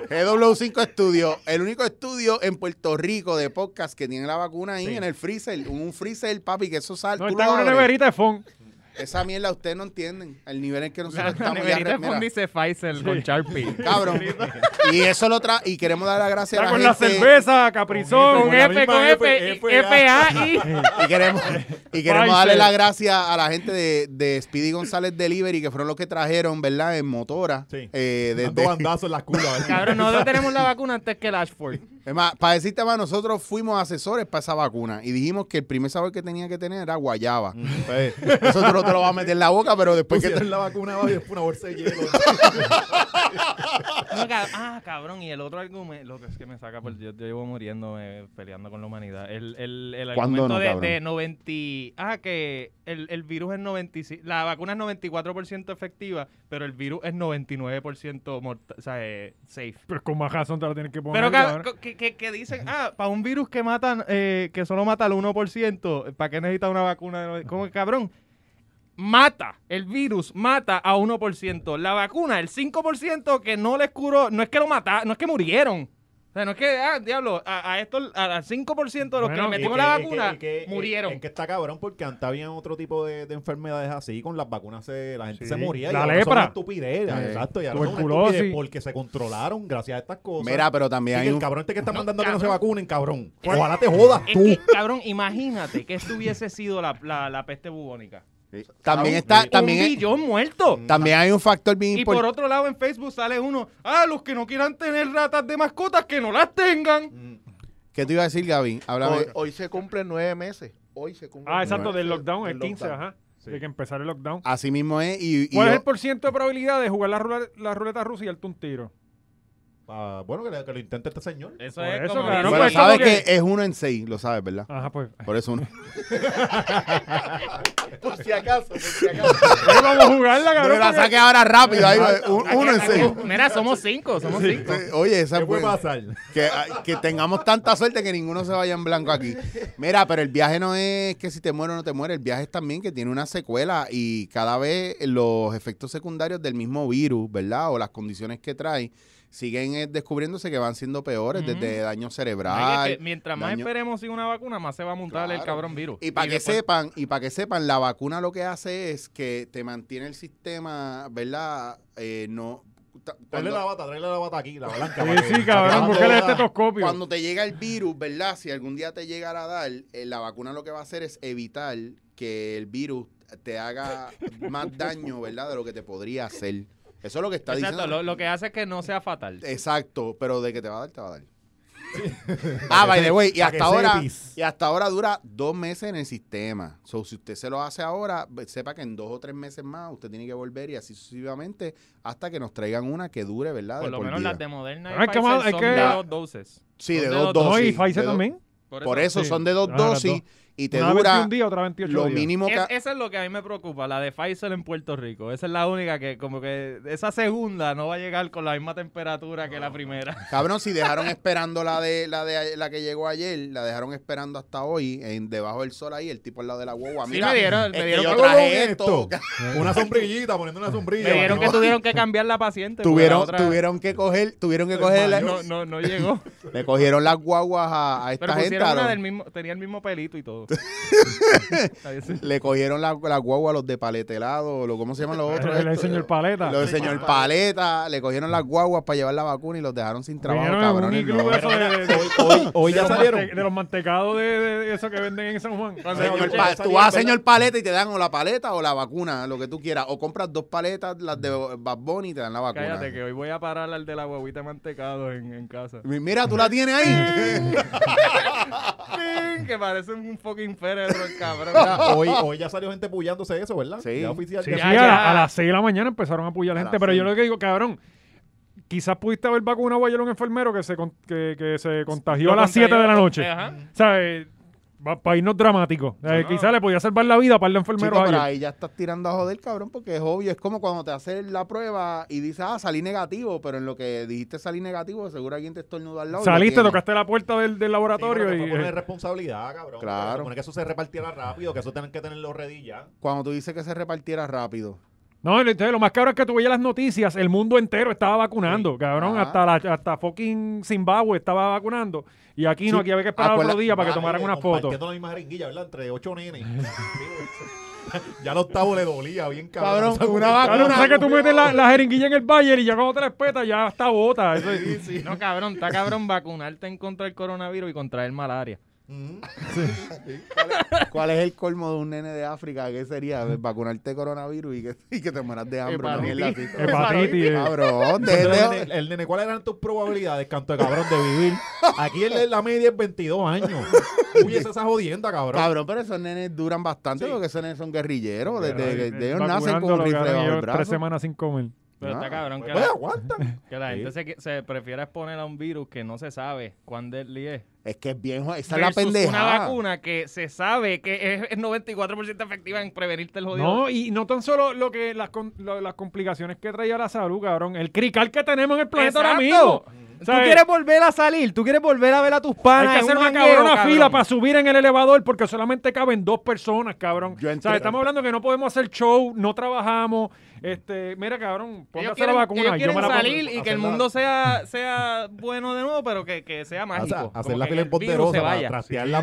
S3: GW5 Studio, el único estudio en Puerto Rico de podcast que tiene la vacuna ahí en el freezer, un freezer, papi, que eso sale.
S1: no,
S3: tú
S1: está en
S3: lo
S1: una
S3: abres.
S1: neverita de fond.
S3: Esa mierda ustedes no entienden, el nivel en que nosotros
S4: La, la
S3: estamos ya
S4: neverita
S3: re- mira.
S4: Fondi dice Pfizer con Sharpie.
S3: Cabrón. Y eso lo tra y queremos dar las gracias a
S1: Está con
S3: la
S1: la
S3: gente-
S1: cerveza, caprizón.
S4: Con F, con
S1: eh,
S4: F, F-A y...
S3: Y queremos, y queremos
S1: Pfizer.
S3: darle las gracias a la gente de, de Speedy González Delivery, que fueron los que trajeron, ¿verdad? En motora.
S2: Sí.
S3: Eh, de-
S2: Dando
S3: de-
S2: bandazos en las culas.
S4: Cabrón, nosotros tenemos la vacuna antes que el Ashford.
S3: es más, para decirte más, nosotros
S1: Mm,
S3: fuimos asesores para esa vacuna y dijimos que el primer sabor que tenía que tener era guayaba.
S2: Sí.
S3: Eso tú lo no te lo vas a meter en la boca, pero después que
S2: Pusieron
S3: te...
S2: la vacuna abajo y después una bolsa de hielo.
S4: No, cab- ah, cabrón, y el otro argumento, lo que es que me saca, por yo, yo llevo muriéndome peleando con la humanidad. El, el, el
S3: ¿Cuándo
S4: argumento
S3: no,
S4: de,
S3: cabrón?
S4: de 90, ah, que el, el virus es 95, la vacuna es 94% efectiva, pero el virus es 99% mortal, o sea, eh, safe.
S1: Pues con más razón te la tienes que poner.
S4: Pero
S1: cabrón.
S4: cab- que, que, que dicen, ah, para un virus que matan, eh, que solo mata al 1%, ¿para eh, qué necesita una vacuna? de nove- ¿Cómo que, cabrón? Mata, el virus mata a 1%. La vacuna, el 5% que no les curó, no es que lo mataron, no es que murieron. O sea, no es que, ah, diablo, a, a estos, a- al 5% de
S1: Bueno,
S4: los que le
S1: y
S4: metimos
S2: que-
S4: la
S2: y que-
S4: vacuna,
S2: y que- y-
S4: murieron.
S2: Es que está cabrón porque antes había otro tipo de, de enfermedades así. Con las vacunas se- la gente
S1: Sí.
S2: se moría. y
S1: La
S2: ahora son
S1: lepra.
S2: una estupidez.
S3: Sí.
S2: Exacto. Y ahora son una
S1: Tuberculosis.
S2: estupidez porque se controlaron gracias a estas cosas.
S3: Mira, pero
S2: Así
S3: también
S2: que
S3: hay
S2: el
S3: un...
S2: cabrón este que está mandando que no se
S4: cabrón.
S2: vacunen, cabrón. Ojalá te jodas
S4: Es
S2: tú.
S4: que, cabrón, imagínate que esto hubiese sido la, la, la peste bubónica.
S3: También está...
S4: un
S3: También,
S4: millón muerto.
S3: también hay un factor bien
S4: Y por
S3: importante.
S4: otro lado, en Facebook sale uno, ah, los que no quieran tener ratas de mascotas, que no las tengan.
S3: ¿Qué te iba a decir, Gaby? Háblame...
S5: Hoy, hoy se cumplen nueve meses. Hoy se cumplen.
S1: Ah,
S5: nueve
S1: exacto, del
S5: meses
S1: lockdown,
S5: del
S1: el 15,
S5: lockdown.
S1: ajá. De que empezar el lockdown.
S3: Así mismo es. Y, Ah, y
S1: ¿Cuál es
S3: yo-
S1: el por ciento de probabilidad de jugar la, rula- la ruleta rusa y darte un tiro?
S2: Ah, bueno, que, le- que lo intente este señor.
S3: Eh,
S4: Eso
S1: Por
S4: es
S1: eso,
S4: como...
S1: cabrón,
S3: Bueno,
S1: pues,
S3: sabes
S1: como que-
S3: que... es uno en seis, lo sabes, ¿verdad?
S1: Ajá, pues.
S3: Por eso uno.
S5: Por si acaso, por si acaso.
S1: Ahí vamos a jugarla,
S3: No me
S1: cabrón.
S3: la
S1: porque-
S3: saque ahora rápido. ahí,
S2: Ah,
S3: eh, un- uno en seis.
S4: Mira, somos cinco, somos cinco.
S3: Sí, Oye, esa
S2: ¿Qué
S3: es
S2: puede
S3: buena.
S2: pasar?
S3: Que, ah, que tengamos tanta suerte que ninguno se vaya en blanco aquí. Mira, pero el viaje no es que si te muere o no te muere, el viaje es también que tiene una secuela y cada vez los efectos secundarios del mismo virus, ¿verdad? O las condiciones que trae, siguen eh, descubriéndose que van siendo peores,
S4: Ujú.
S3: desde daño
S4: Ay,
S3: cerebral.
S4: es que mientras más
S3: daño-
S4: esperemos sin una vacuna, más se va a montar el
S3: Claro.
S4: cabrón virus.
S3: Y para que
S4: después-
S3: sepan, y para que sepan, la vacuna lo que hace es que te mantiene el sistema, ¿verdad? Eh, no ta-
S2: Tráele la
S3: cuando,
S2: bata, tráele la bata aquí, la blanca. para
S1: Sí,
S2: que-
S1: sí, cabrón,
S2: para que-
S1: búscale el estetoscopio.
S3: cuando te llega el virus, ¿verdad? Si algún día te llegara a dar, eh, la vacuna lo que va a hacer es evitar que el virus te haga más daño, ¿verdad? De lo que te podría hacer. Eso es lo que está
S4: Exacto,
S3: diciendo.
S4: lo, lo que hace es que no sea fatal.
S3: Exacto, pero de que te va a dar, te va a dar. ah, by the way, y
S2: Para que
S3: hasta ahora
S2: sepis.
S3: y hasta ahora dura dos meses en el sistema. So, si usted se lo hace ahora, ve- sepa que en dos o tres meses más usted tiene que volver y así sucesivamente hasta que nos traigan una que dure, ¿verdad?
S4: Por
S3: De
S4: lo
S3: por
S4: menos
S3: vida.
S4: las de Moderna y
S1: Ay, qué
S4: Pfizer
S1: mal, hay
S4: son
S1: que-
S4: de dos dosis.
S3: Sí, de
S4: son
S3: dos
S1: No,
S3: dosis.
S1: y
S3: de
S1: Pfizer
S3: dos-
S1: también.
S3: Por eso
S1: sí.
S3: son de dos
S1: Ah, las
S3: dosis
S1: dos.
S3: y te
S1: una
S3: dura
S1: 21 días, otra 28
S3: lo
S1: días.
S3: mínimo que...
S4: Es- esa es lo que a mí me preocupa, la de Pfizer en Puerto Rico. Esa es la única que, como que, esa segunda no va a llegar con la misma temperatura que la primera.
S3: Cabrón, si dejaron esperando la de la de la que llegó ayer, la dejaron esperando hasta hoy, en debajo del sol ahí, el tipo al lado de la guagua.
S4: Sí,
S3: Mira,
S4: me dieron-
S3: es
S4: me
S3: que
S4: dieron
S3: yo
S4: que-
S3: traje esto.
S2: Una sombrillita, poniendo una sombrilla.
S4: Me dieron
S2: ¿no?
S4: que tuvieron que cambiar la paciente. porque
S3: Tuvieron,
S4: la otra-
S3: tuvieron que coger, tuvieron que coger, la-
S4: No, no, no llegó.
S3: le cogieron las guaguas a, a
S4: Pero
S3: esta gente,
S4: pusieron
S3: a
S4: una
S3: los-
S4: del mismo, tenía el mismo pelito y todo.
S3: le cogieron las la guaguas a los de paletelado, lo, ¿cómo se llaman los otros?
S1: El, el
S3: estos?
S1: señor Paleta.
S3: Los del señor Paleta, le cogieron las guaguas para llevar la vacuna y los dejaron sin trabajo,
S1: Vinieron en
S3: cabrones,
S1: un iglú
S3: no.
S1: eso de- de-
S2: Hoy, hoy
S1: de
S2: ya
S1: los
S2: salieron.
S1: mante- De los mantecados de, de eso que venden en San Juan.
S4: Cuando-
S3: Señor
S2: Oye,
S3: Pa-
S2: está
S3: tú
S2: bien,
S3: vas a
S2: ¿verdad?
S3: señor paleta y te dan o la paleta o la vacuna, lo que tú quieras. O compras dos paletas, las de Bad Bunny y te dan la vacuna.
S4: Cállate que hoy voy a parar al de la guaguita de mantecado en, en casa.
S3: Mi- Mira, tú la tienes ahí.
S4: ¡Ting! que parece un fucking féretro el cabrón.
S2: Mira, hoy, hoy ya salió gente pullándose eso, ¿verdad?
S3: Sí.
S2: Ya oficial.
S1: Sí,
S2: ya-
S1: sí,
S4: Ya,
S1: a,
S4: ya.
S1: la- a las 6 de la mañana empezaron a apoyar
S3: A
S1: gente,
S3: las
S1: pero yo
S3: seis.
S1: lo que digo, cabrón, quizás pudiste haber vacunado ayer a un enfermero que se, con- que, que se contagió
S4: Lo
S1: a las 7 de la
S4: contrario,
S1: noche.
S4: ajá.
S1: ¿Sabes? Para irnos dramáticos. O sea,
S4: No.
S1: Quizás le podía salvar la vida a un par de enfermeros
S3: Chico, pero
S1: ayer.
S3: ahí ya estás tirando a joder, cabrón, porque es obvio. Es como cuando te hacen la prueba y dices, ah, salí negativo, pero en lo que dijiste salí negativo, seguro alguien te estornudó al lado. y lo
S1: Saliste,
S3: tienes.
S1: tocaste la puerta del, del
S2: Sí, pero
S1: laboratorio
S2: que
S1: y...
S2: fue por una
S1: eh,
S2: responsabilidad, cabrón.
S3: Claro.
S2: Se supone que eso se repartiera rápido, que eso tienen que tenerlo ready ya.
S3: Cuando tú dices que se repartiera rápido.
S1: No, entonces lo más cabrón es que tú veías las noticias, el mundo entero estaba vacunando, cabrón,
S3: Ajá.
S1: hasta, la- hasta fucking Zimbabue estaba vacunando. Y aquí no,
S3: Sí.
S1: aquí había que esperar
S3: Acuerda-
S1: otro día para que
S2: Vale,
S1: tomaran una foto.
S2: Compartiendo la misma jeringuilla, ¿verdad? Entre ocho nenes. ya los octavo le dolía bien, cabrón.
S3: Cabrón, una
S4: Ah,
S3: vacuna.
S1: Claro, tú sabes que tú metes la, la jeringuilla en el Bayer y ya cuando te la espetas ya está bota. Eso es-
S4: No, cabrón, está cabrón vacunarte en contra del coronavirus y contraer malaria.
S3: ¿Cuál es el colmo de un nene de África? ¿Qué sería? Pues, Vacunarte coronavirus y que, y que te mueras de hambre. una mierda así.
S1: Hepatitis. eh.
S3: Cabrón, de-
S2: Entonces, el,
S3: de-
S2: nene, el nene, ¿cuáles eran tus probabilidades, canto de cabrón, de vivir? Aquí el, la media es 22 años. Uy, esa, esa jodienda, cabrón.
S3: Cabrón, pero esos nenes duran bastante porque esos nenes son guerrilleros. Desde
S1: Pero,
S3: que
S1: eh,
S3: de ellos nacen con un
S1: vacunándolo,
S3: rifle
S1: cabrón,
S3: bajo el
S1: yo Tres
S3: brazo.
S1: semanas sin comer.
S4: Pero está
S3: Ah,
S4: cabrón que
S2: Pues,
S4: la,
S2: aguantan.
S4: que la gente se, que- se prefiera exponer a un virus que no se sabe cuán deadly es.
S3: Es que es bien, jo- esa es la
S4: versus Una
S3: pendejada.
S4: vacuna que se sabe que es, es 94% efectiva en prevenirte el jodido.
S1: No, y no tan solo lo que las, con- lo- las complicaciones que traía la salud, cabrón. El crical que tenemos en el planeta ahora mismo.
S4: Exacto. Tú
S1: ¿Sabes?
S4: quieres volver a salir, tú quieres volver a ver a tus panas.
S1: Hay que
S4: en
S1: hacer
S4: un
S1: una
S4: jangueo,
S1: cabrona
S4: cabrón.
S1: fila para subir en el elevador porque solamente caben dos personas, cabrón.
S3: Yo
S1: O sea,
S3: entré-
S1: estamos hablando que no podemos hacer show, no trabajamos. Este, mira, cabrón,
S4: Ellos
S1: póngase la
S4: quieren,
S1: vacuna.
S4: ellos
S1: yo
S4: quieren
S1: me la pongo.
S4: salir y que el
S2: Hacerla-
S4: mundo sea, sea bueno de nuevo, pero que, que sea mágico.
S2: O sea, hacer
S4: Como
S2: la
S4: que
S2: fila en
S4: el virus se
S2: ponderosa para
S4: vaya.
S2: trastear la...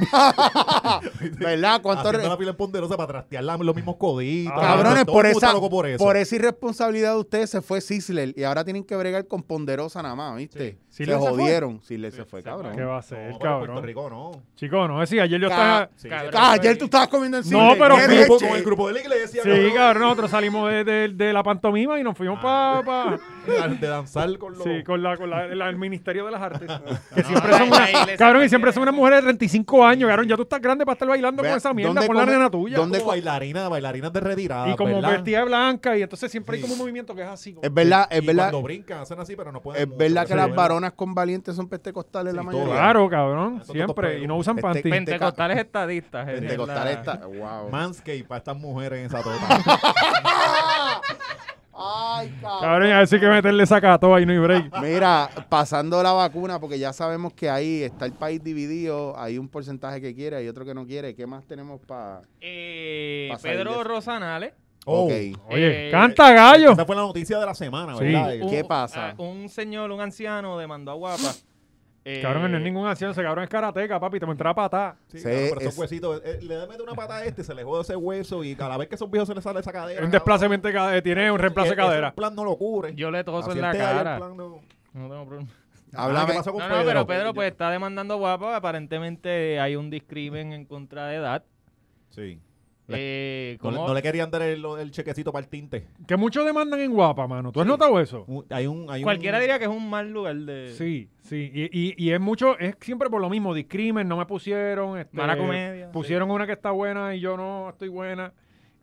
S3: ¿Verdad? ¿Cuánto
S2: Haciendo
S3: re-
S2: la fila en ponderosa para trastear la- los mismos coditos.
S1: Ah,
S3: Cabrones,
S2: Todo
S3: por
S2: el mundo
S3: esa,
S2: está loco por eso.
S3: esa irresponsabilidad de ustedes se fue Sisler y ahora tienen que bregar con Ponderosa nada más, ¿viste?
S1: Sisler
S3: Se
S1: se fue.
S3: jodieron. Sisler se fue,
S1: ¿Qué
S3: cabrón. Ah,
S1: va a
S2: No,
S1: ser,
S2: pero Puerto
S1: cabrón?
S2: Rico no.
S1: Chico, no, sí, ayer yo
S3: Ca-
S1: estaba.
S2: Sí,
S4: Cabrón.
S3: Ah, ayer tú estabas comiendo en
S1: No,
S3: Sisler.
S1: pero
S2: Con
S3: ¡Qué
S2: el
S1: fui-
S3: leche!
S2: grupo- con el grupo de la iglesia.
S1: Sí, cabrón, nosotros salimos de, de- de la pantomima y nos fuimos
S2: Ah.
S1: para. Pa,
S2: cabrón. De danzar con los...
S1: Sí, con, la, con la- la- el Ministerio de las Artes. Que
S4: No,
S3: Ah,
S1: siempre son
S4: la
S1: una-
S4: iglesia
S1: cabrón, y
S4: que
S1: siempre
S4: tiene.
S1: son unas mujeres de 35 años, cabrón. Ya tú estás grande para estar bailando
S3: Vea,
S1: con esa mierda,
S3: ¿dónde
S1: con la
S3: come-
S1: nena tuya.
S3: dónde Ah,
S2: Como bailarina, bailarinas de retirada,
S1: y como
S2: ¿verdad?
S1: vestida de blanca, y entonces siempre hay
S2: Sí.
S1: como un movimiento que es así. como-
S3: Es verdad,
S2: Y
S3: es verdad.
S2: cuando brincan, hacen así, pero no pueden...
S3: Es
S2: mucho,
S3: verdad
S2: se
S3: que las
S2: ven-
S3: varonas con valientes son pentecostales
S2: Sí,
S3: la
S2: todo.
S3: mayoría.
S1: Claro, cabrón,
S2: Eso
S1: siempre.
S2: totopedo.
S1: Y no usan
S3: Este-
S1: panty.
S3: Ven-
S4: Pentecostales estadistas. es
S3: Pentecostales
S4: la-
S3: está. Wow.
S2: Manscape para estas mujeres en esa tota.
S3: Ay,
S1: Cabrón, y a ver si hay que meterle sacato ahí, no hay break.
S3: Mira, pasando la vacuna, porque ya sabemos que ahí está el país dividido, hay un porcentaje que quiere, hay otro que no quiere. ¿Qué más tenemos para...?
S4: Eh,
S3: Pasa ahí
S4: Pedro
S3: de-
S4: Rosanales.
S2: Oh,
S3: Ok.
S1: Oye,
S4: Eh,
S1: canta gallo.
S2: Esa fue la noticia de la semana,
S1: Sí.
S2: ¿verdad?
S3: Uh,
S2: Eh,
S3: ¿Qué pasa?
S4: ah, un señor, un anciano, demandó a Guapa. eh,
S1: Cabrón, no es ningún acción, ese cabrón es karateca, papi, te voy a entrar a patar.
S2: Sí,
S3: Sí,
S2: claro, pero esos
S3: es-
S2: huesitos, eh, le mete una pata a este, se le jode ese hueso y cada vez que esos viejos se les sale esa cadera.
S1: Un desplazamiento de cadera, eh, tiene un reemplazo de
S2: cabrón, eh, ese-
S1: cadera.
S2: ese plan no lo cubre.
S4: Yo le toso
S2: Así
S4: en la
S2: él te da el
S4: cara.
S2: plan no-
S4: No tengo problema.
S2: Ah, ¿qué
S3: Háblame,
S2: pasó con
S4: No, no, pero Pedro pues está demandando a Guapa. Aparentemente hay un discrimen en contra de edad.
S2: Sí.
S4: Eh,
S2: No, le-
S4: ¿cómo?
S2: no le querían dar el, el chequecito para el tinte.
S1: Que muchos demandan en guapa, mano. ¿Tú has notado eso?
S2: Un- Hay un, hay un-
S4: Cualquiera diría que es un mal lugar de
S1: Sí, sí. Y, y- y es mucho, es siempre por lo mismo, discrimen, no me pusieron. Este,
S4: mala comedia.
S1: Pusieron una que está buena y yo no estoy buena.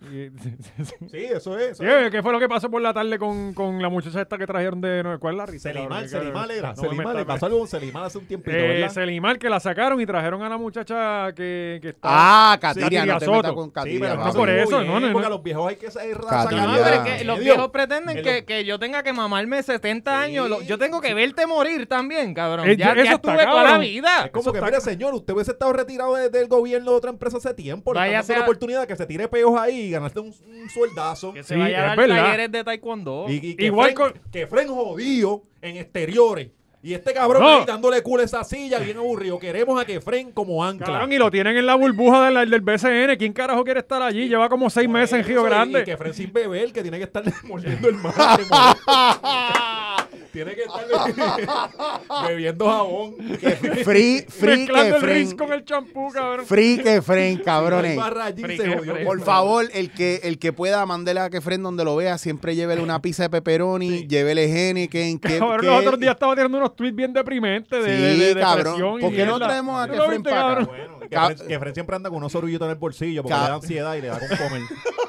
S1: Y-
S2: Sí, eso es. Eso
S1: Sí,
S2: es.
S1: ¿Qué fue lo que pasó por la tarde con, con la muchacha esta que trajeron de... no, ¿Cuál es la risa?
S2: Selimal,
S1: cabrón? ¿Qué-
S2: Selimal era.
S1: No, me
S2: Selimal, le
S1: está-
S2: pasó algo con Selimal hace un tiempito,
S1: Eh,
S2: ¿verdad?
S1: Selimal, que la sacaron y trajeron a la muchacha que, que está...
S3: Ah, Katiria,
S1: Katiria
S3: no te metas
S1: Soto.
S3: con
S2: Sí,
S3: Katiria.
S2: pero
S1: no
S3: papi.
S1: por eso,
S2: bien,
S1: no, no,
S2: Porque
S1: no.
S2: a los viejos hay que ser raza
S3: Katiria.
S4: No,
S3: Ya.
S4: pero es que los
S2: Medio.
S4: viejos pretenden
S2: Es
S4: que,
S2: lo-
S4: que yo tenga que mamarme 70
S2: Sí.
S4: años. Lo- yo tengo que verte morir también, cabrón.
S1: Eh,
S4: ya
S1: yo- eso
S4: ya
S1: está
S4: estuve toda la
S1: cabrón.
S4: vida.
S2: Es como que, mire, señor, usted hubiese estado retirado de- del gobierno de otra empresa hace tiempo. Le
S4: Vaya
S2: están dando la
S4: sea-
S2: oportunidad que se tire peos ahí y ganaste un, un sueldazo.
S4: Que se
S1: Sí,
S4: vaya a
S1: es
S4: dar
S1: verdad.
S4: talleres de taekwondo.
S2: Y, y que
S1: Igual
S2: Fren,
S1: con-
S2: que Fren jodido en exteriores. Y este cabrón
S1: No.
S2: ahí dándole culo a esa silla bien aburrido. Queremos a que Fren como ancla.
S1: Cabrón, y lo tienen en la burbuja de la- del BCN. ¿Quién carajo quiere estar allí? Lleva como seis meses en Río
S2: Pues, Eso, y-
S1: Grande.
S2: Y que Fren sin beber, que tiene que estarle mordiendo el mar. moliendo- tiene que estarle bebiendo jabón. Que
S3: Free, free
S1: Mezclando
S3: que
S1: el rinse
S3: Fren.
S1: con el champú, cabrón.
S3: Free que Fren, cabrones.
S2: Barra allí
S4: Fren,
S2: se
S4: que
S2: jodió.
S4: Fren.
S3: Por favor, el que, el que pueda, mándele a Kefren donde lo vea. Siempre llévele una pizza de pepperoni, llévele Henneken. que-
S1: Cabrón,
S3: que-
S1: los otros días estaba tirando unos tweets bien deprimentes de, de,
S3: Sí,
S1: de
S3: cabrón.
S1: depresión y
S3: ¿Por qué no
S1: mierda?
S3: traemos a
S1: ¿Tú
S3: que
S1: lo
S3: Fren
S1: viste,
S3: pa' acá?
S1: cabrón?
S2: Bueno, y que,
S3: Cap-
S2: Fren, que Fren siempre anda con unos orullitos en el bolsillo porque
S3: Cap-
S2: le da ansiedad y le da con comer.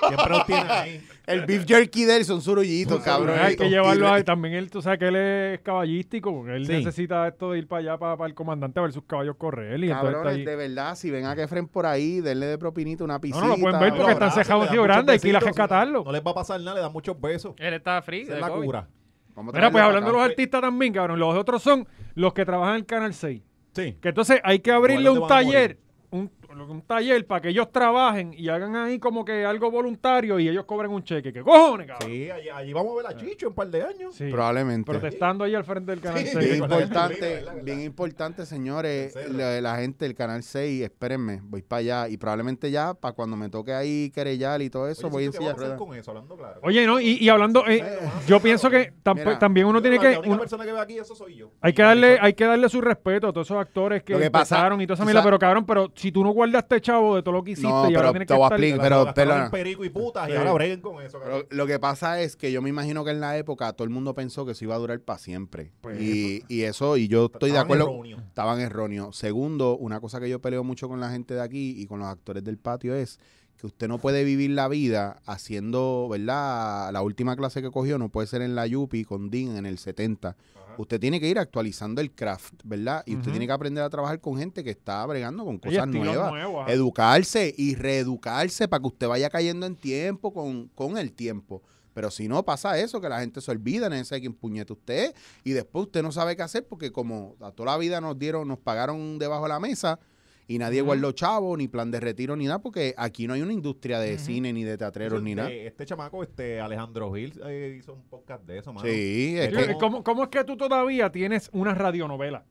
S2: Siempre los tiene ahí.
S3: El beef jerky de él son surullitos, cabrón.
S1: Hay que llevarlo a también él, tú sabes que él es caballístico, porque él
S2: Sí.
S1: necesita esto de ir para allá, para, para el comandante a ver sus caballos correr. Y entonces está
S3: Cabrones,
S1: ahí.
S3: de verdad, si ven a Kefren por ahí, denle de propinita una
S1: No,
S3: piscina.
S1: no lo pueden ver
S2: Lo
S1: porque están
S2: abrazan,
S1: cejados en
S2: le dan
S1: Río
S2: muchos
S1: Grande, hay que ir a
S2: besitos,
S1: rescatarlo.
S2: No les va a pasar nada, le dan muchos besos.
S4: Él está free.
S2: Esa
S4: de
S2: es la
S4: COVID.
S2: cura.
S3: Vamos
S1: Mira,
S3: a
S1: pues
S3: traerlo
S1: hablando de
S3: para
S1: los
S3: acá.
S1: artistas también, cabrón, los otros son los que trabajan en el Canal 6.
S2: Sí.
S1: Que entonces hay que abrirle
S2: Igual no te
S1: un
S2: van a morir.
S1: taller. Un, un taller para que ellos trabajen y hagan ahí como que algo voluntario y ellos cobren un cheque. ¿Qué cojones, cabrón?
S2: Sí, allí, allí vamos a ver a Chicho en un par de años.
S1: Sí,
S3: Probablemente.
S1: protestando ahí al frente del canal
S2: Sí.
S1: seis.
S3: Bien
S2: con la gente
S3: importante,
S2: arriba, ¿verdad?
S3: bien importante, señores,
S2: Tercero.
S3: la, la gente del Canal 6, espérenme, voy para allá y probablemente ya, para cuando me toque ahí querellar y todo eso,
S2: Oye,
S3: voy en
S2: Chicho, ¿qué vamos a
S3: silla de
S2: hacer
S3: ruedas.
S2: con eso, hablando claro.
S1: Oye, ¿no? Y, y hablando, eh, yo pienso que tamp-
S3: Mira,
S1: también uno tiene
S2: La
S1: que...
S2: única
S1: uno-
S2: persona que ve aquí, eso soy yo.
S1: hay que darle hay que darle su respeto a todos esos actores que,
S3: Lo que pasa-
S1: pasaron y toda esa
S3: tú
S1: mierda,
S3: sabes-
S1: pero cabrón, pero si tú no guardaste chavo de todo lo que hiciste
S3: No,
S1: y ahora
S3: pero
S1: tienes
S3: te
S1: que
S3: voy a
S1: estar-
S3: explicar.
S2: La-
S3: pero
S2: la
S3: te lo-
S2: gastaron en perico y putas, y
S1: Sí.
S2: ahora breguen con eso. cabrón.
S3: Pero lo que pasa es que yo me imagino que en la época todo el mundo pensó que eso iba a durar para siempre.
S1: Pues-
S3: y, y eso, y yo estoy de
S2: Estaban
S3: acuerdo.
S2: erróneos.
S3: Estaban erróneos. Segundo, una cosa que yo peleo mucho con la gente de aquí y con los actores del patio es que usted no puede vivir la vida haciendo, ¿verdad? La última clase que cogió no puede ser en la Yupi con Dean en el 70.
S2: Ajá.
S3: Usted tiene que ir actualizando el craft, ¿verdad? Y usted
S1: Ujú.
S3: tiene que aprender a trabajar con gente que está bregando con
S1: Hay
S3: cosas
S1: estilos
S3: nuevas
S1: nuevos, ajá.
S3: educarse y reeducarse para que usted vaya cayendo en tiempo con, con el tiempo. Pero si no, pasa eso, que la gente se olvida, no sé quién puñete usted es, y después usted no sabe qué hacer porque como a toda la vida nos dieron, nos pagaron debajo de la mesa y nadie guardó chavo, ni plan de retiro, ni nada, porque aquí no hay una industria de cine, ni de teatreros,
S2: Entonces,
S3: ni
S2: eh,
S3: nada.
S2: Este chamaco, este Alejandro Gil, eh, hizo un podcast de eso, mano.
S3: Sí, es
S2: Sí,
S3: que-
S1: Yo- ¿Cómo, cómo es que tú todavía tienes una radionovela?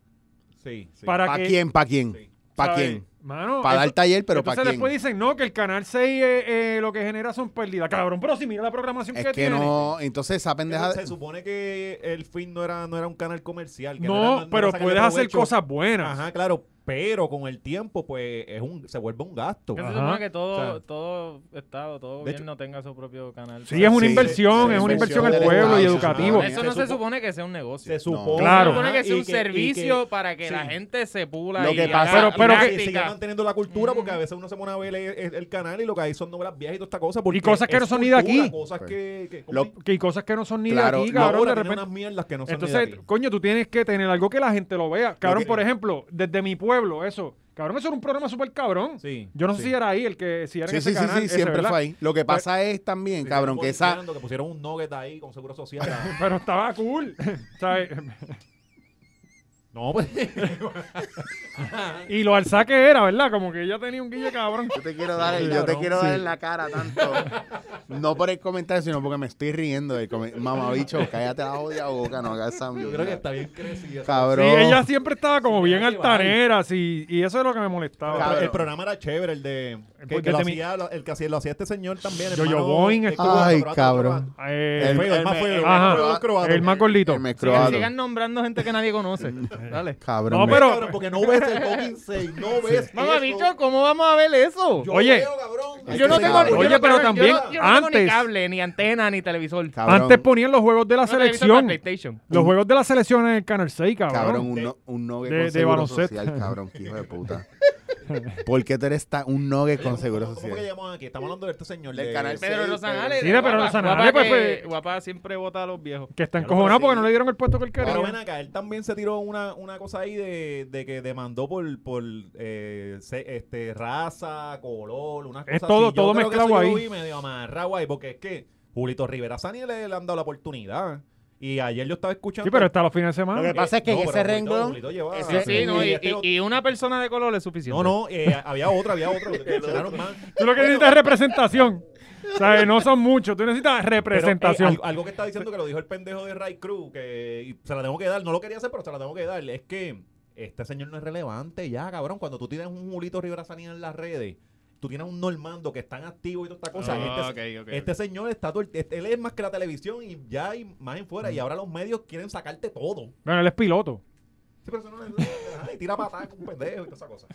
S2: Sí, sí.
S1: Para
S3: ¿pa'
S1: que-
S3: quién? ¿Para quién?
S2: Sí.
S3: ¿Para
S1: ¿sabes?
S3: quién?
S1: Mano,
S3: Para dar
S1: eso-
S3: taller, pero
S1: entonces
S3: ¿para quién?
S1: después dicen, no, que el Canal 6 eh, eh, lo que genera son pérdidas. Cabrón, pero si mira la programación
S3: Es
S1: que,
S3: que
S1: tiene.
S3: no, entonces esa pendeja...
S2: Se supone que el fin no era, no era un canal comercial. que
S1: No,
S2: era- era
S1: pero
S2: sacarle
S1: puedes hacer
S2: provecho.
S1: cosas buenas.
S2: Ajá, claro. Pero con el tiempo, pues, es un, se vuelve un gasto.
S1: Ajá.
S7: Se supone que todo,
S2: O sea,
S7: todo Estado, todo
S2: de
S7: gobierno tenga su propio canal.
S1: Sí, es una
S3: Sí,
S1: inversión,
S3: sí,
S1: es una
S3: inversión
S1: inversión al
S3: del
S1: pueblo y
S3: Estado,
S1: educativo.
S3: sí,
S7: Eso
S2: Se
S7: no se
S2: supo-
S7: supone que sea un negocio.
S2: Se supone.
S1: Claro.
S7: Se supone que
S2: ajá,
S7: sea un
S2: y que- y que-
S7: servicio para que la
S2: sí.
S7: gente se pula
S3: Lo
S7: y
S3: que
S7: haga
S3: pasa-
S1: Pero- pero que-
S2: y sigue
S7: práctica.
S2: manteniendo la cultura porque a veces uno se pone a ver el, el- el canal y lo que hay son novelas viejas y toda esta cosa. porque
S1: Y cosas que
S2: es
S1: no son ni de
S2: cultura,
S1: aquí.
S2: Cosas
S3: Sí.
S2: que. que
S3: Pues, Lo-
S1: Que hay cosas que no son ni
S3: Claro,
S1: de aquí,
S3: lo-
S1: cabrón,
S2: ahora
S1: de
S2: tiene
S1: repente.
S2: unas mierdas que no son ni
S1: Entonces,
S2: de aquí.
S1: coño, tú tienes que tener algo que la gente lo vea. Cabrón,
S2: que-
S1: por ejemplo, desde mi pueblo, eso. Cabrón, eso era un programa súper cabrón.
S2: Sí,
S1: Yo no sé
S2: sí.
S1: si era ahí el que, si era
S3: Sí,
S1: en ese
S3: sí, sí,
S1: canal,
S3: sí,
S1: ese,
S3: siempre
S1: ¿verdad? Pues
S3: fue ahí. Lo que pasa es también, cabrón, que esa...
S2: Que pusieron un nugget ahí con seguro social.
S1: Pero estaba cool. ¿sabes?
S2: no, pues.
S1: Y lo alza que era, ¿verdad? Como que ella tenía un guille cabrón.
S3: Yo te quiero dar, yo te
S1: Cabrón,
S3: quiero
S1: sí.
S3: dar en la cara tanto. No por el comentario, sino porque me estoy riendo del comentario. Mamabicho, cállate la jodida boca, no hagas esa
S2: Yo creo que
S3: mierda.
S2: está bien crecida.
S1: Sí,
S3: Cabrón.
S1: ella siempre estaba como bien
S2: tenía que
S1: altanera, sí, y eso es lo que me molestaba.
S3: Cabrón.
S2: El programa era chévere, el de. Que, que
S1: Porque
S2: lo
S1: te mi-
S2: hacía, lo- el que hacía, lo hacía este señor también.
S1: Yo-Yo
S2: hermano,
S1: Boing
S2: eh,
S1: estuvo-
S2: croata,
S3: Ay,
S2: croata,
S3: cabrón.
S2: croata.
S1: Eh,
S2: El
S1: el,
S2: feo, el más feo.
S1: Ajá.
S2: el croata.
S1: más gordito.
S3: El mes
S7: Sigan,
S3: croato.
S7: sigan nombrando gente que nadie conoce. Dale.
S3: Cabrón.
S1: No,
S3: me-
S1: pero-
S2: Cabrón, porque no ves el fucking 6, no ves.
S7: Mamá,
S2: eso.
S7: bicho, ¿cómo vamos a ver eso?
S2: Yo
S1: Oye,
S2: veo, cabrón. Este
S3: Es
S7: Yo no
S3: que
S7: tengo
S3: cabrón.
S7: yo
S1: Oye,
S7: no
S1: pero
S7: tengo-
S1: también
S7: yo no-
S4: Ah,
S7: yo no tengo
S1: antes-
S7: ni cable, ni antena, ni televisor.
S3: Cabrón,
S1: Antes ponían los juegos de la
S7: No, televisor
S1: selección.
S7: para PlayStation.
S1: Los juegos de la selección en el Canal 6, cabrón.
S3: cabrón, un, no- un nogue
S1: de-
S3: con
S1: de
S3: seguro
S1: baloncesto.
S3: social, cabrón, qué hijo de puta. ¿Por qué tú eres tan- un nogue con seguro
S2: ¿Cómo que
S3: social?
S2: llamamos aquí? Estamos hablando de este señor.
S3: Del
S2: de-
S3: canal.
S7: Pedro
S3: Sí,
S7: Rosanales.
S1: sí, de Pedro
S7: guapa,
S1: Rosanales,
S7: guapa
S1: pues,
S7: que-
S1: pues.
S7: Guapa siempre vota a los viejos.
S1: Que está
S2: Claro,
S1: encojonado
S2: pero
S1: porque
S2: sí.
S1: no le dieron el puesto que él quería.
S2: Pero ven acá, él también se tiró una, una cosa ahí de, de que demandó por, por eh, se- este, raza, color, unas cosas
S1: Es todo-
S2: así. Yo
S1: todo
S2: creo que eso
S1: mezclado
S2: yo
S1: ahí.
S2: lo vi medio amarrado ahí, porque es que Julito Rivera Sani le, le han dado la oportunidad. Y ayer yo estaba escuchando...
S1: Sí, pero está los fines de
S3: Lo
S1: semana.
S3: que pasa es que
S2: No,
S3: en
S2: pero
S3: ese
S2: Julito-
S3: renglón.
S2: Julito lleva-
S3: ese-
S7: Sí, sí, no, y,
S2: este-
S7: y- y una persona de color es suficiente.
S2: No, no, eh, había otro, había otro. que mencionaron más.
S1: Tú lo que necesitas es representación. O sea, no son muchos. Tú necesitas
S2: Pero, eh,
S1: representación.
S2: algo, algo que está diciendo que lo dijo el pendejo de Ray Cruz, que y se la tengo que dar, no lo quería hacer, pero se la tengo que dar. Es que este señor no es relevante ya, cabrón. Cuando tú tienes un Julito Rivera Sanina en las redes, tú tienes un Normando que están activos y toda esta cosa. este, este señor está todo el- este- él es más que la televisión y ya y más en fuera. Y ahora los medios quieren sacarte todo.
S1: Bueno, él es piloto.
S2: Sí, pero eso no es- ajá, y tira patadas con un pendejo y toda esa cosa.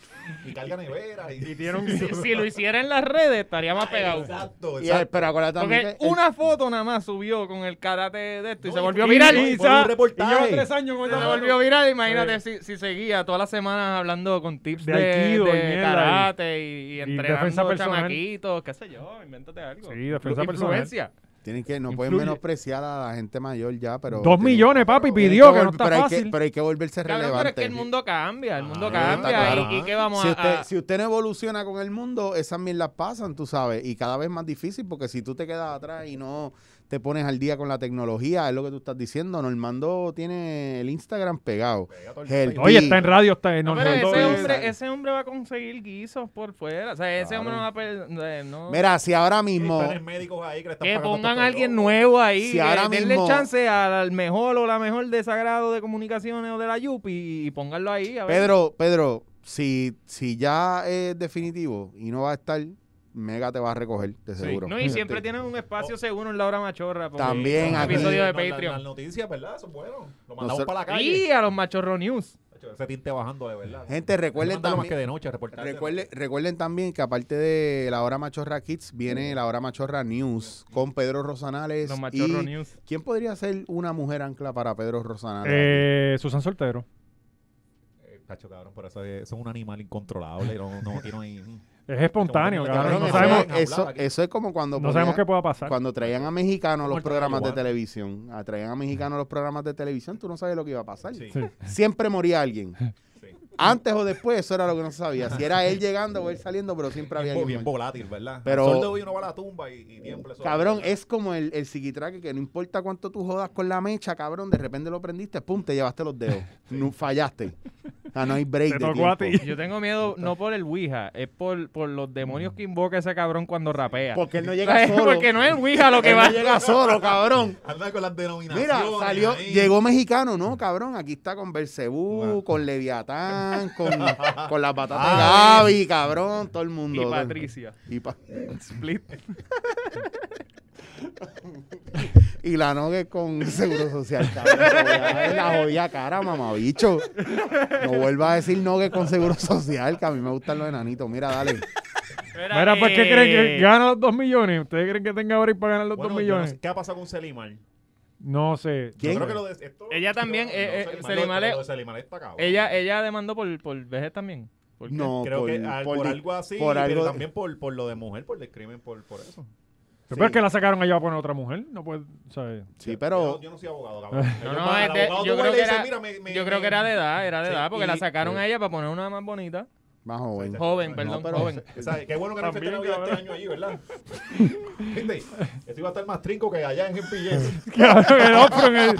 S2: Y carga nevera. Y,
S7: Si, si lo hiciera en las redes, estaría más pegado.
S2: Exacto,
S3: y el-
S2: exacto.
S3: pero acuérdate también
S7: Porque
S3: que el-
S7: una foto nada más subió con el karate de esto y
S2: No,
S7: se
S2: y-
S7: volvió
S2: y-
S7: viral.
S2: y-
S7: Se
S2: y- por un reportaje.
S1: Y lleva tres años
S4: Pues
S1: con esta
S7: volvió viral, imagínate si, si seguía todas las semanas hablando con tips
S1: De
S7: de,
S1: aikido y
S7: de
S1: mierda, y-
S7: karate y, y
S1: y defensa
S7: entrenando
S1: personal.
S7: chamaquitos, qué sé yo, invéntate algo.
S1: Sí, defensa personal.
S7: Influencia.
S3: Tienen que, no pueden
S1: Influye.
S3: menospreciar a la gente mayor ya, pero...
S1: Dos
S3: tienen-
S1: millones, papi,
S3: tienen
S1: pidió
S3: que
S1: que no
S3: vol-
S1: está
S3: pero hay que-
S1: fácil.
S3: pero hay que volverse
S4: Cabrón, pero es
S3: relevante.
S4: que el mundo cambia, el mundo
S2: Ah,
S4: cambia.
S2: está
S4: y-
S2: claro.
S4: y, qué vamos
S3: si
S4: a-
S3: usted,
S4: a,
S3: si usted no evoluciona con el mundo, esas las pasan, tú sabes, y cada vez más difícil, porque si tú te quedas atrás y no te pones al día con la tecnología, es lo que tú estás diciendo, Normando tiene el Instagram pegado. Help
S1: Oye,
S3: me.
S1: está en radio, está en
S4: No, pero
S1: Orlando,
S4: ese
S1: eh,
S4: hombre, ese hombre va a conseguir guisos por fuera. O sea, ese hombre no va a perder. no.
S3: Mira, si ahora
S2: Hay
S3: mismo...
S2: planes médicos ahí que le están
S4: Que
S2: pagando
S4: pongan
S2: estos
S4: a alguien
S2: locos.
S4: nuevo ahí.
S3: Si
S4: que
S3: ahora
S4: denle
S3: mismo-
S4: chance al, al mejor o la mejor de Sagrado de Comunicaciones o de la Yupi y, y pónganlo ahí. A ver.
S3: Pedro, Pedro, si, si ya es definitivo y no va a estar, Mega te va a recoger, de seguro.
S4: No, y siempre
S3: Este,
S4: tienen un
S2: Oh.
S4: espacio seguro en la hora machorra. porque-
S3: También
S4: un
S3: aquí-
S4: episodio de
S2: Las- las-
S4: Patreon.
S2: Las noticias, ¿verdad? Eso es bueno. Lo mandamos
S3: Nosotros-
S2: para la calle.
S4: Y a los machorro news.
S2: Chacho, Ese tinte bajando de verdad.
S3: Gente, recuerden
S2: Mándalo más
S3: también-
S2: que de noche, reportar.
S3: Recuerden, recuerden también que aparte de la hora machorra Kids, viene la hora machorra News con Pedro Rosanales.
S4: Los machorro
S3: Y,
S4: news.
S3: ¿Quién podría ser una mujer ancla para Pedro Rosanales?
S1: eh, Susan Soltero.
S2: Cacho, Eh, cabrón, por eso es, eso es un animal incontrolable. No, no, aquí no hay.
S1: Es espontáneo,
S2: Cabrón,
S1: cabrón. No
S3: eso,
S2: cabrón,
S1: sabemos,
S2: cabrón.
S3: eso- eso es como cuando,
S1: no sabemos qué
S3: ponían-
S1: pueda pasar.
S3: cuando traían a mexicanos los
S2: Como el
S3: programas de
S2: caballo,
S3: televisión. Ah, Traían a mexicanos los programas de televisión, tú no sabes lo que iba a pasar.
S2: Sí.
S1: Sí.
S3: Siempre moría alguien.
S2: Sí.
S3: Antes o después, eso era lo que no se sabía. Si era él llegando o él saliendo, pero siempre había
S2: Bien,
S3: alguien.
S2: bien
S3: muerto.
S2: volátil, ¿verdad?
S3: Pero-
S2: Al sol de hoy uno va a la tumba y, y tiembla. eso.
S3: Cabrón, es como el, el psiquitraque que no importa cuánto tú jodas con la mecha, cabrón, de repente lo prendiste, pum, te llevaste los dedos. No fallaste. O sea, no hay
S1: Te
S3: break de
S1: tocó
S3: tiempo.
S1: a ti.
S4: Yo tengo miedo no por el Ouija, es por, por los demonios que invoca ese cabrón cuando rapea.
S3: Porque él no llega solo.
S4: Porque no es el Ouija lo que
S3: Él
S4: va.
S3: no llega solo, cabrón.
S2: Anda con las denominaciones.
S3: Mira, salió,
S2: ahí.
S3: llegó mexicano, ¿no, cabrón? Aquí está con Belcebú,
S2: Bueno.
S3: con Leviatán, con, con las patatas de
S2: Ah.
S3: Gaby, cabrón, todo el mundo.
S4: Y Patricia.
S3: Y, pa-
S4: Split.
S3: y la nogue con Seguro Social, cabrón. Te voy a ver La jodida cara, mamabicho. No vuelvas a decir nogue con Seguro Social, que a mí me gustan los enanitos. Mira, dale.
S1: Mira, pues, ¿qué
S4: eh,
S1: creen? ¿Que gana los dos millones? ¿Ustedes creen que tenga break para ganar los
S2: Bueno,
S1: dos
S2: yo no
S1: millones?
S2: sé, ¿Qué ha pasado con Selimar?
S1: No sé.
S3: ¿Quién?
S2: Yo creo que lo de, esto-
S4: Ella también,
S2: no,
S4: eh,
S2: no,
S4: eh,
S2: Selimar,
S4: Selimar
S2: lo-
S4: es-
S2: lo de Selimar está cabrón.
S4: Ella, ella demandó por, por vejez también. ¿Por qué?
S3: No,
S2: Creo
S3: por,
S2: que ah, por,
S3: por di-
S2: algo así,
S3: por
S2: pero
S3: algo-
S2: también por, por lo de mujer, por el crimen, por, por eso.
S1: Pero es que la sacaron allá a poner otra mujer. No puede, ¿sabes?
S3: Sí,
S2: Yo,
S3: pero
S2: yo no soy abogado, cabrón. Yo
S4: No, no,
S2: para-
S4: es
S2: el
S4: de-
S2: abogado
S4: yo,
S2: tú vas y
S4: creo que
S2: le dices,
S4: era,
S2: "Mira, me- me-
S4: yo creo que era de edad, era de
S2: Sí,
S4: edad, porque
S2: y- pues
S4: la sacaron
S2: sí.
S4: a ella para poner una más bonita.
S3: más joven.
S4: Joven, perdón,
S3: pero-
S4: joven.
S2: O sea, qué bueno que no
S1: También,
S2: festejaron
S1: cabrón.
S2: Navidad este año allí, ¿verdad? Gente, esto iba a estar más trinco que allá en MPJ.
S1: Claro, el otro en el-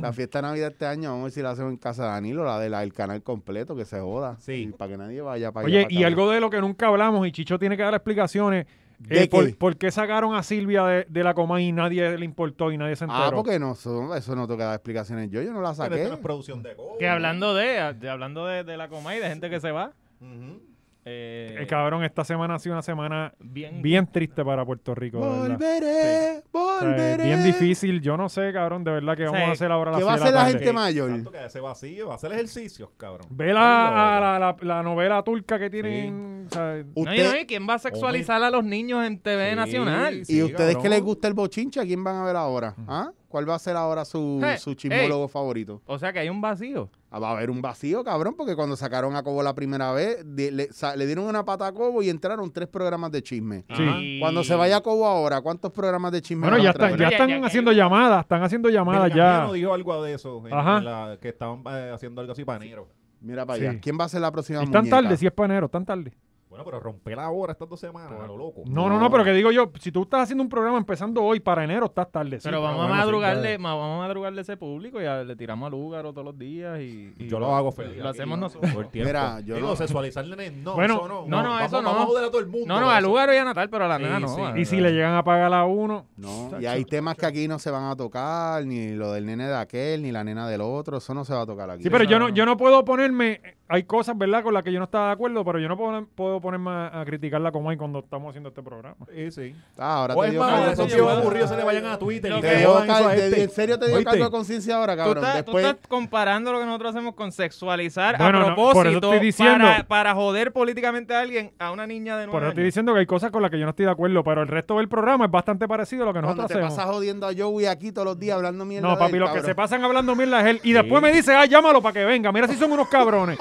S3: La fiesta de Navidad este año, vamos a ver si la hacemos en casa de Danilo, la del canal completo, que se joda.
S2: Sí.
S3: Y Para que nadie vaya para
S1: Oye,
S3: allá. para
S1: y
S3: acá.
S1: algo de lo que nunca hablamos, y Chicho tiene que dar explicaciones.
S3: ¿De
S1: eh, por,
S3: qué?
S1: por qué sacaron a Silvia de, de la coma y nadie le importó y nadie se enteró?
S3: Ah, porque no, eso, eso no tengo que dar explicaciones yo, yo no la
S2: Pero
S3: saqué.
S2: esto no es producción de gol.
S4: Que hablando de, de- hablando de, de la coma y de gente que se va.
S2: Ujú.
S4: eh,
S1: Eh, cabrón, esta semana ha sido una semana
S4: bien,
S1: bien triste para Puerto Rico. de verdad.
S3: Volveré,
S1: O sea, es
S3: volveré.
S1: bien difícil. Yo no sé, cabrón, de verdad que vamos
S4: Sí.
S1: a hacer ahora a las
S3: ¿Qué va a
S1: seis de
S3: hacer la
S1: tarde.
S3: gente mayor?
S2: Tanto que hace vacío, va a hacer ejercicios, cabrón.
S1: Ve
S2: Ay,
S1: la, a
S2: loco.
S1: la, la- la novela turca que tienen. o sea,
S4: No, y
S3: Usted-
S4: no, y ¿quién va a sexualizar a los niños en TV
S2: Sí,
S4: Nacional?
S3: y
S2: sí,
S3: ustedes que
S2: cabrón.
S3: les gusta el bochinche, ¿a quién van a ver ahora? ¿Ah? ¿Cuál va a ser ahora su,
S4: Eh,
S3: su chismólogo favorito?
S4: O sea que hay un vacío.
S3: Ah, Va a haber un vacío, cabrón, porque cuando sacaron a Cobo la primera vez, de- le, sa- le dieron una pata a Cobo y entraron tres programas de chisme.
S4: Y-
S3: Cuando se vaya a Cobo ahora, ¿cuántos programas de chisme
S1: Bueno,
S3: van a
S1: ya
S3: traer?
S1: están,
S4: Bueno,
S1: ya
S4: ya-
S1: están
S4: ya- ya-
S1: haciendo llamadas, están haciendo
S2: Mira,
S1: llamadas ya.
S2: Camiano dijo algo de eso, en-
S1: Ajá.
S2: en la- que estaban eh, haciendo algo así para enero.
S3: Mira para
S1: Sí.
S3: allá. ¿Quién va a ser la próxima
S1: Y tan
S3: muñeca?
S1: tarde, si es panero, tan tarde.
S2: Bueno, pero rompe la hora estas dos semanas, a lo loco.
S1: No, no,
S3: No.
S1: no, pero que digo yo, si tú estás haciendo un programa empezando hoy para enero, estás tarde. sí.
S4: pero vamos
S1: bueno,
S4: a
S1: sí,
S4: madrugarle,
S1: ya-
S4: ma- vamos a madrugarle a ese público y a- le tiramos a lugar todos los días y, y-
S2: Yo lo hago feliz.
S4: Lo hacemos
S2: Aquí,
S4: nosotros.
S2: todo el tiempo.
S3: Mira, yo
S2: Digo,
S3: no-
S2: sexualizar nenes, no,
S1: Bueno,
S2: eso no.
S4: no, no,
S2: vamos,
S4: eso no.
S2: Vamos a joder a todo el mundo.
S4: No, no,
S2: con
S4: a
S2: eso.
S4: lugar y a Natal, pero a la
S2: Sí,
S4: nena no.
S2: sí.
S4: a-
S1: Y si le llegan a pagar a uno,
S3: No, y hay temas que aquí no se van a tocar, ni lo del nene de aquel, ni la nena del otro, eso no se va a tocar aquí.
S1: Sí, pero yo no, yo no puedo ponerme. Hay cosas, ¿verdad?, con las que yo no estaba de acuerdo, pero yo no puedo, puedo ponerme a, a criticarla como hay cuando estamos haciendo este programa.
S2: Sí, sí.
S3: Ah, ahora
S2: O
S3: te
S2: es
S3: dio
S2: más,
S3: cargo de
S2: a esos viejos
S4: eso yo-
S3: conciencia.
S2: aburridos se le vayan a Twitter
S4: Lo
S2: y
S4: que
S2: te
S3: Te dio
S2: jodan eso
S3: cargo-
S2: a
S3: te-
S2: este.
S3: en serio te dio
S2: ¿Oíste?
S3: cargo de conciencia ahora,
S4: Tú
S3: cabrón.
S4: estás, tú
S3: Después,
S4: estás comparando lo que nosotros hacemos con sexualizar
S1: Bueno,
S4: a
S1: no, por eso
S4: propósito
S1: estoy diciendo.
S4: para, para joder políticamente a alguien, a una niña de nueve
S1: Por eso estoy
S4: años.
S1: diciendo que hay cosas con las que yo no estoy de acuerdo, pero el resto del programa es bastante parecido a lo que
S3: cuando
S1: nosotros
S3: te
S1: hacemos.
S3: pasas jodiendo a Joey aquí todos los días hablando mierda
S1: No,
S3: de
S1: papi,
S3: él,
S1: los que
S3: cabrón.
S1: se pasan hablando mierda es él. Y después me dice, ah, llámalo para que venga. Mira si son unos cabrones.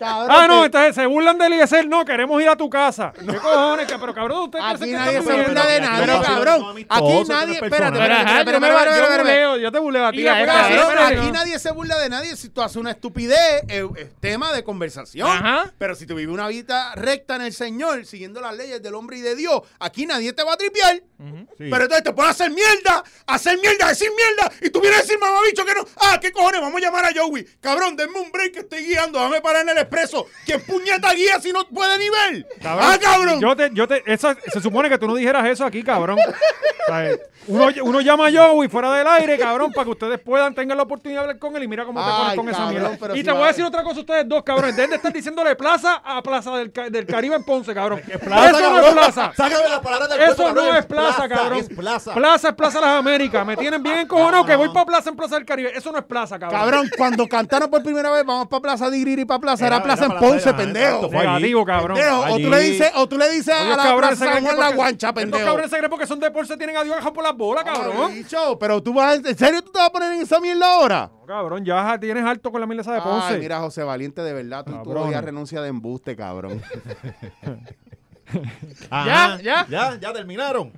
S1: Ah, no, entonces se burlan del ISL. No, queremos ir a tu casa. ¿Qué cojones? que- Pero cabrón, usted
S3: Aquí
S1: creen
S3: nadie
S1: que
S3: se
S1: están
S3: burla de
S1: viviendo?
S3: nadie,
S2: Pero-
S3: cabrón. Aquí
S2: Pero-
S3: nadie,
S2: Pero-
S3: espérate,
S4: Pero, ajá,
S3: espérate,
S4: yo,
S3: espérate,
S4: me, va- yo
S3: espérate, espérate.
S4: buleo, yo te buleo a ti.
S1: Y la
S4: a
S1: plaza,
S4: esta,
S3: Cabrón,
S1: espérate,
S3: aquí
S1: espérate.
S3: nadie se burla de nadie. Si tú haces una estupidez, es, es tema de conversación.
S4: Ajá.
S3: Pero si tú vives una vida recta en el Señor, siguiendo las leyes del hombre y de Dios, aquí nadie te va a tripear.
S2: Sí.
S3: Pero entonces te puedes hacer mierda, hacer mierda, decir mierda, y tú vienes a decir mamabicho que no. Ah, ¿qué cojones? Vamos a llamar a Joey. Cabrón, denme un break que estoy guiando, dame parar en el expreso. ¿Quién puñeta guía si no puede ni ver? ah, cabrón.
S1: Yo te, yo te, esa- se supone que tú no dijeras eso aquí, cabrón. O sea, eh, uno, uno llama a Joey fuera del aire, cabrón, para que ustedes puedan, tengan la oportunidad de hablar con él y mira cómo te
S3: Ay,
S1: pones con esa
S3: cabrón,
S1: mierda.
S3: pero
S1: Y
S3: si
S1: te voy
S3: va-
S1: a decir otra cosa a ustedes dos, cabrón. Deben de estar diciéndole plaza a plaza del, Ca- del Caribe en Ponce, cabrón.
S2: Plaza,
S1: eso no es
S2: cabrón.
S1: plaza.
S2: Sácame las palabras del
S1: Eso
S2: cuento,
S1: no
S2: cabrón.
S1: es plaza, cabrón.
S2: Es plaza.
S1: plaza es Plaza de las Américas. Me tienen bien encojonado que voy para plaza en Plaza del Caribe. Eso no es plaza, cabrón.
S3: Cabrón, cuando cantaron por primera vez, vamos para Plaza de Igrir y para Plaza, era,
S2: Era-
S3: Plaza
S2: era
S3: en
S2: Plaza de
S3: Ponce,
S2: la-
S3: pendejo.
S2: exacto, fue
S1: Negativo, cabrón.
S3: Pendejo, O tú le
S2: Allí-
S3: dices, o tú le dices a
S1: Los
S3: la
S1: cabrones
S3: Plaza
S1: se creen
S3: San
S1: que
S3: Juan la
S1: porque-
S3: guancha,
S1: Estos
S3: pendejo.
S1: cabrones se creen porque son de Ponce, se tienen a Dios por las bolas,
S3: Cabrón.
S1: cabrón.
S3: Bicho, pero tú vas, en serio, tú te vas a poner en esa mierda ahora.
S1: No, Cabrón, ya tienes harto con la mierda esa de Ponce.
S3: Ay, mira, José Valiente, de verdad, tú tú
S1: Cabrón.
S3: odias renuncia de embuste, cabrón.
S2: Ajá,
S4: Ya, ya.
S2: Ya, ya terminaron.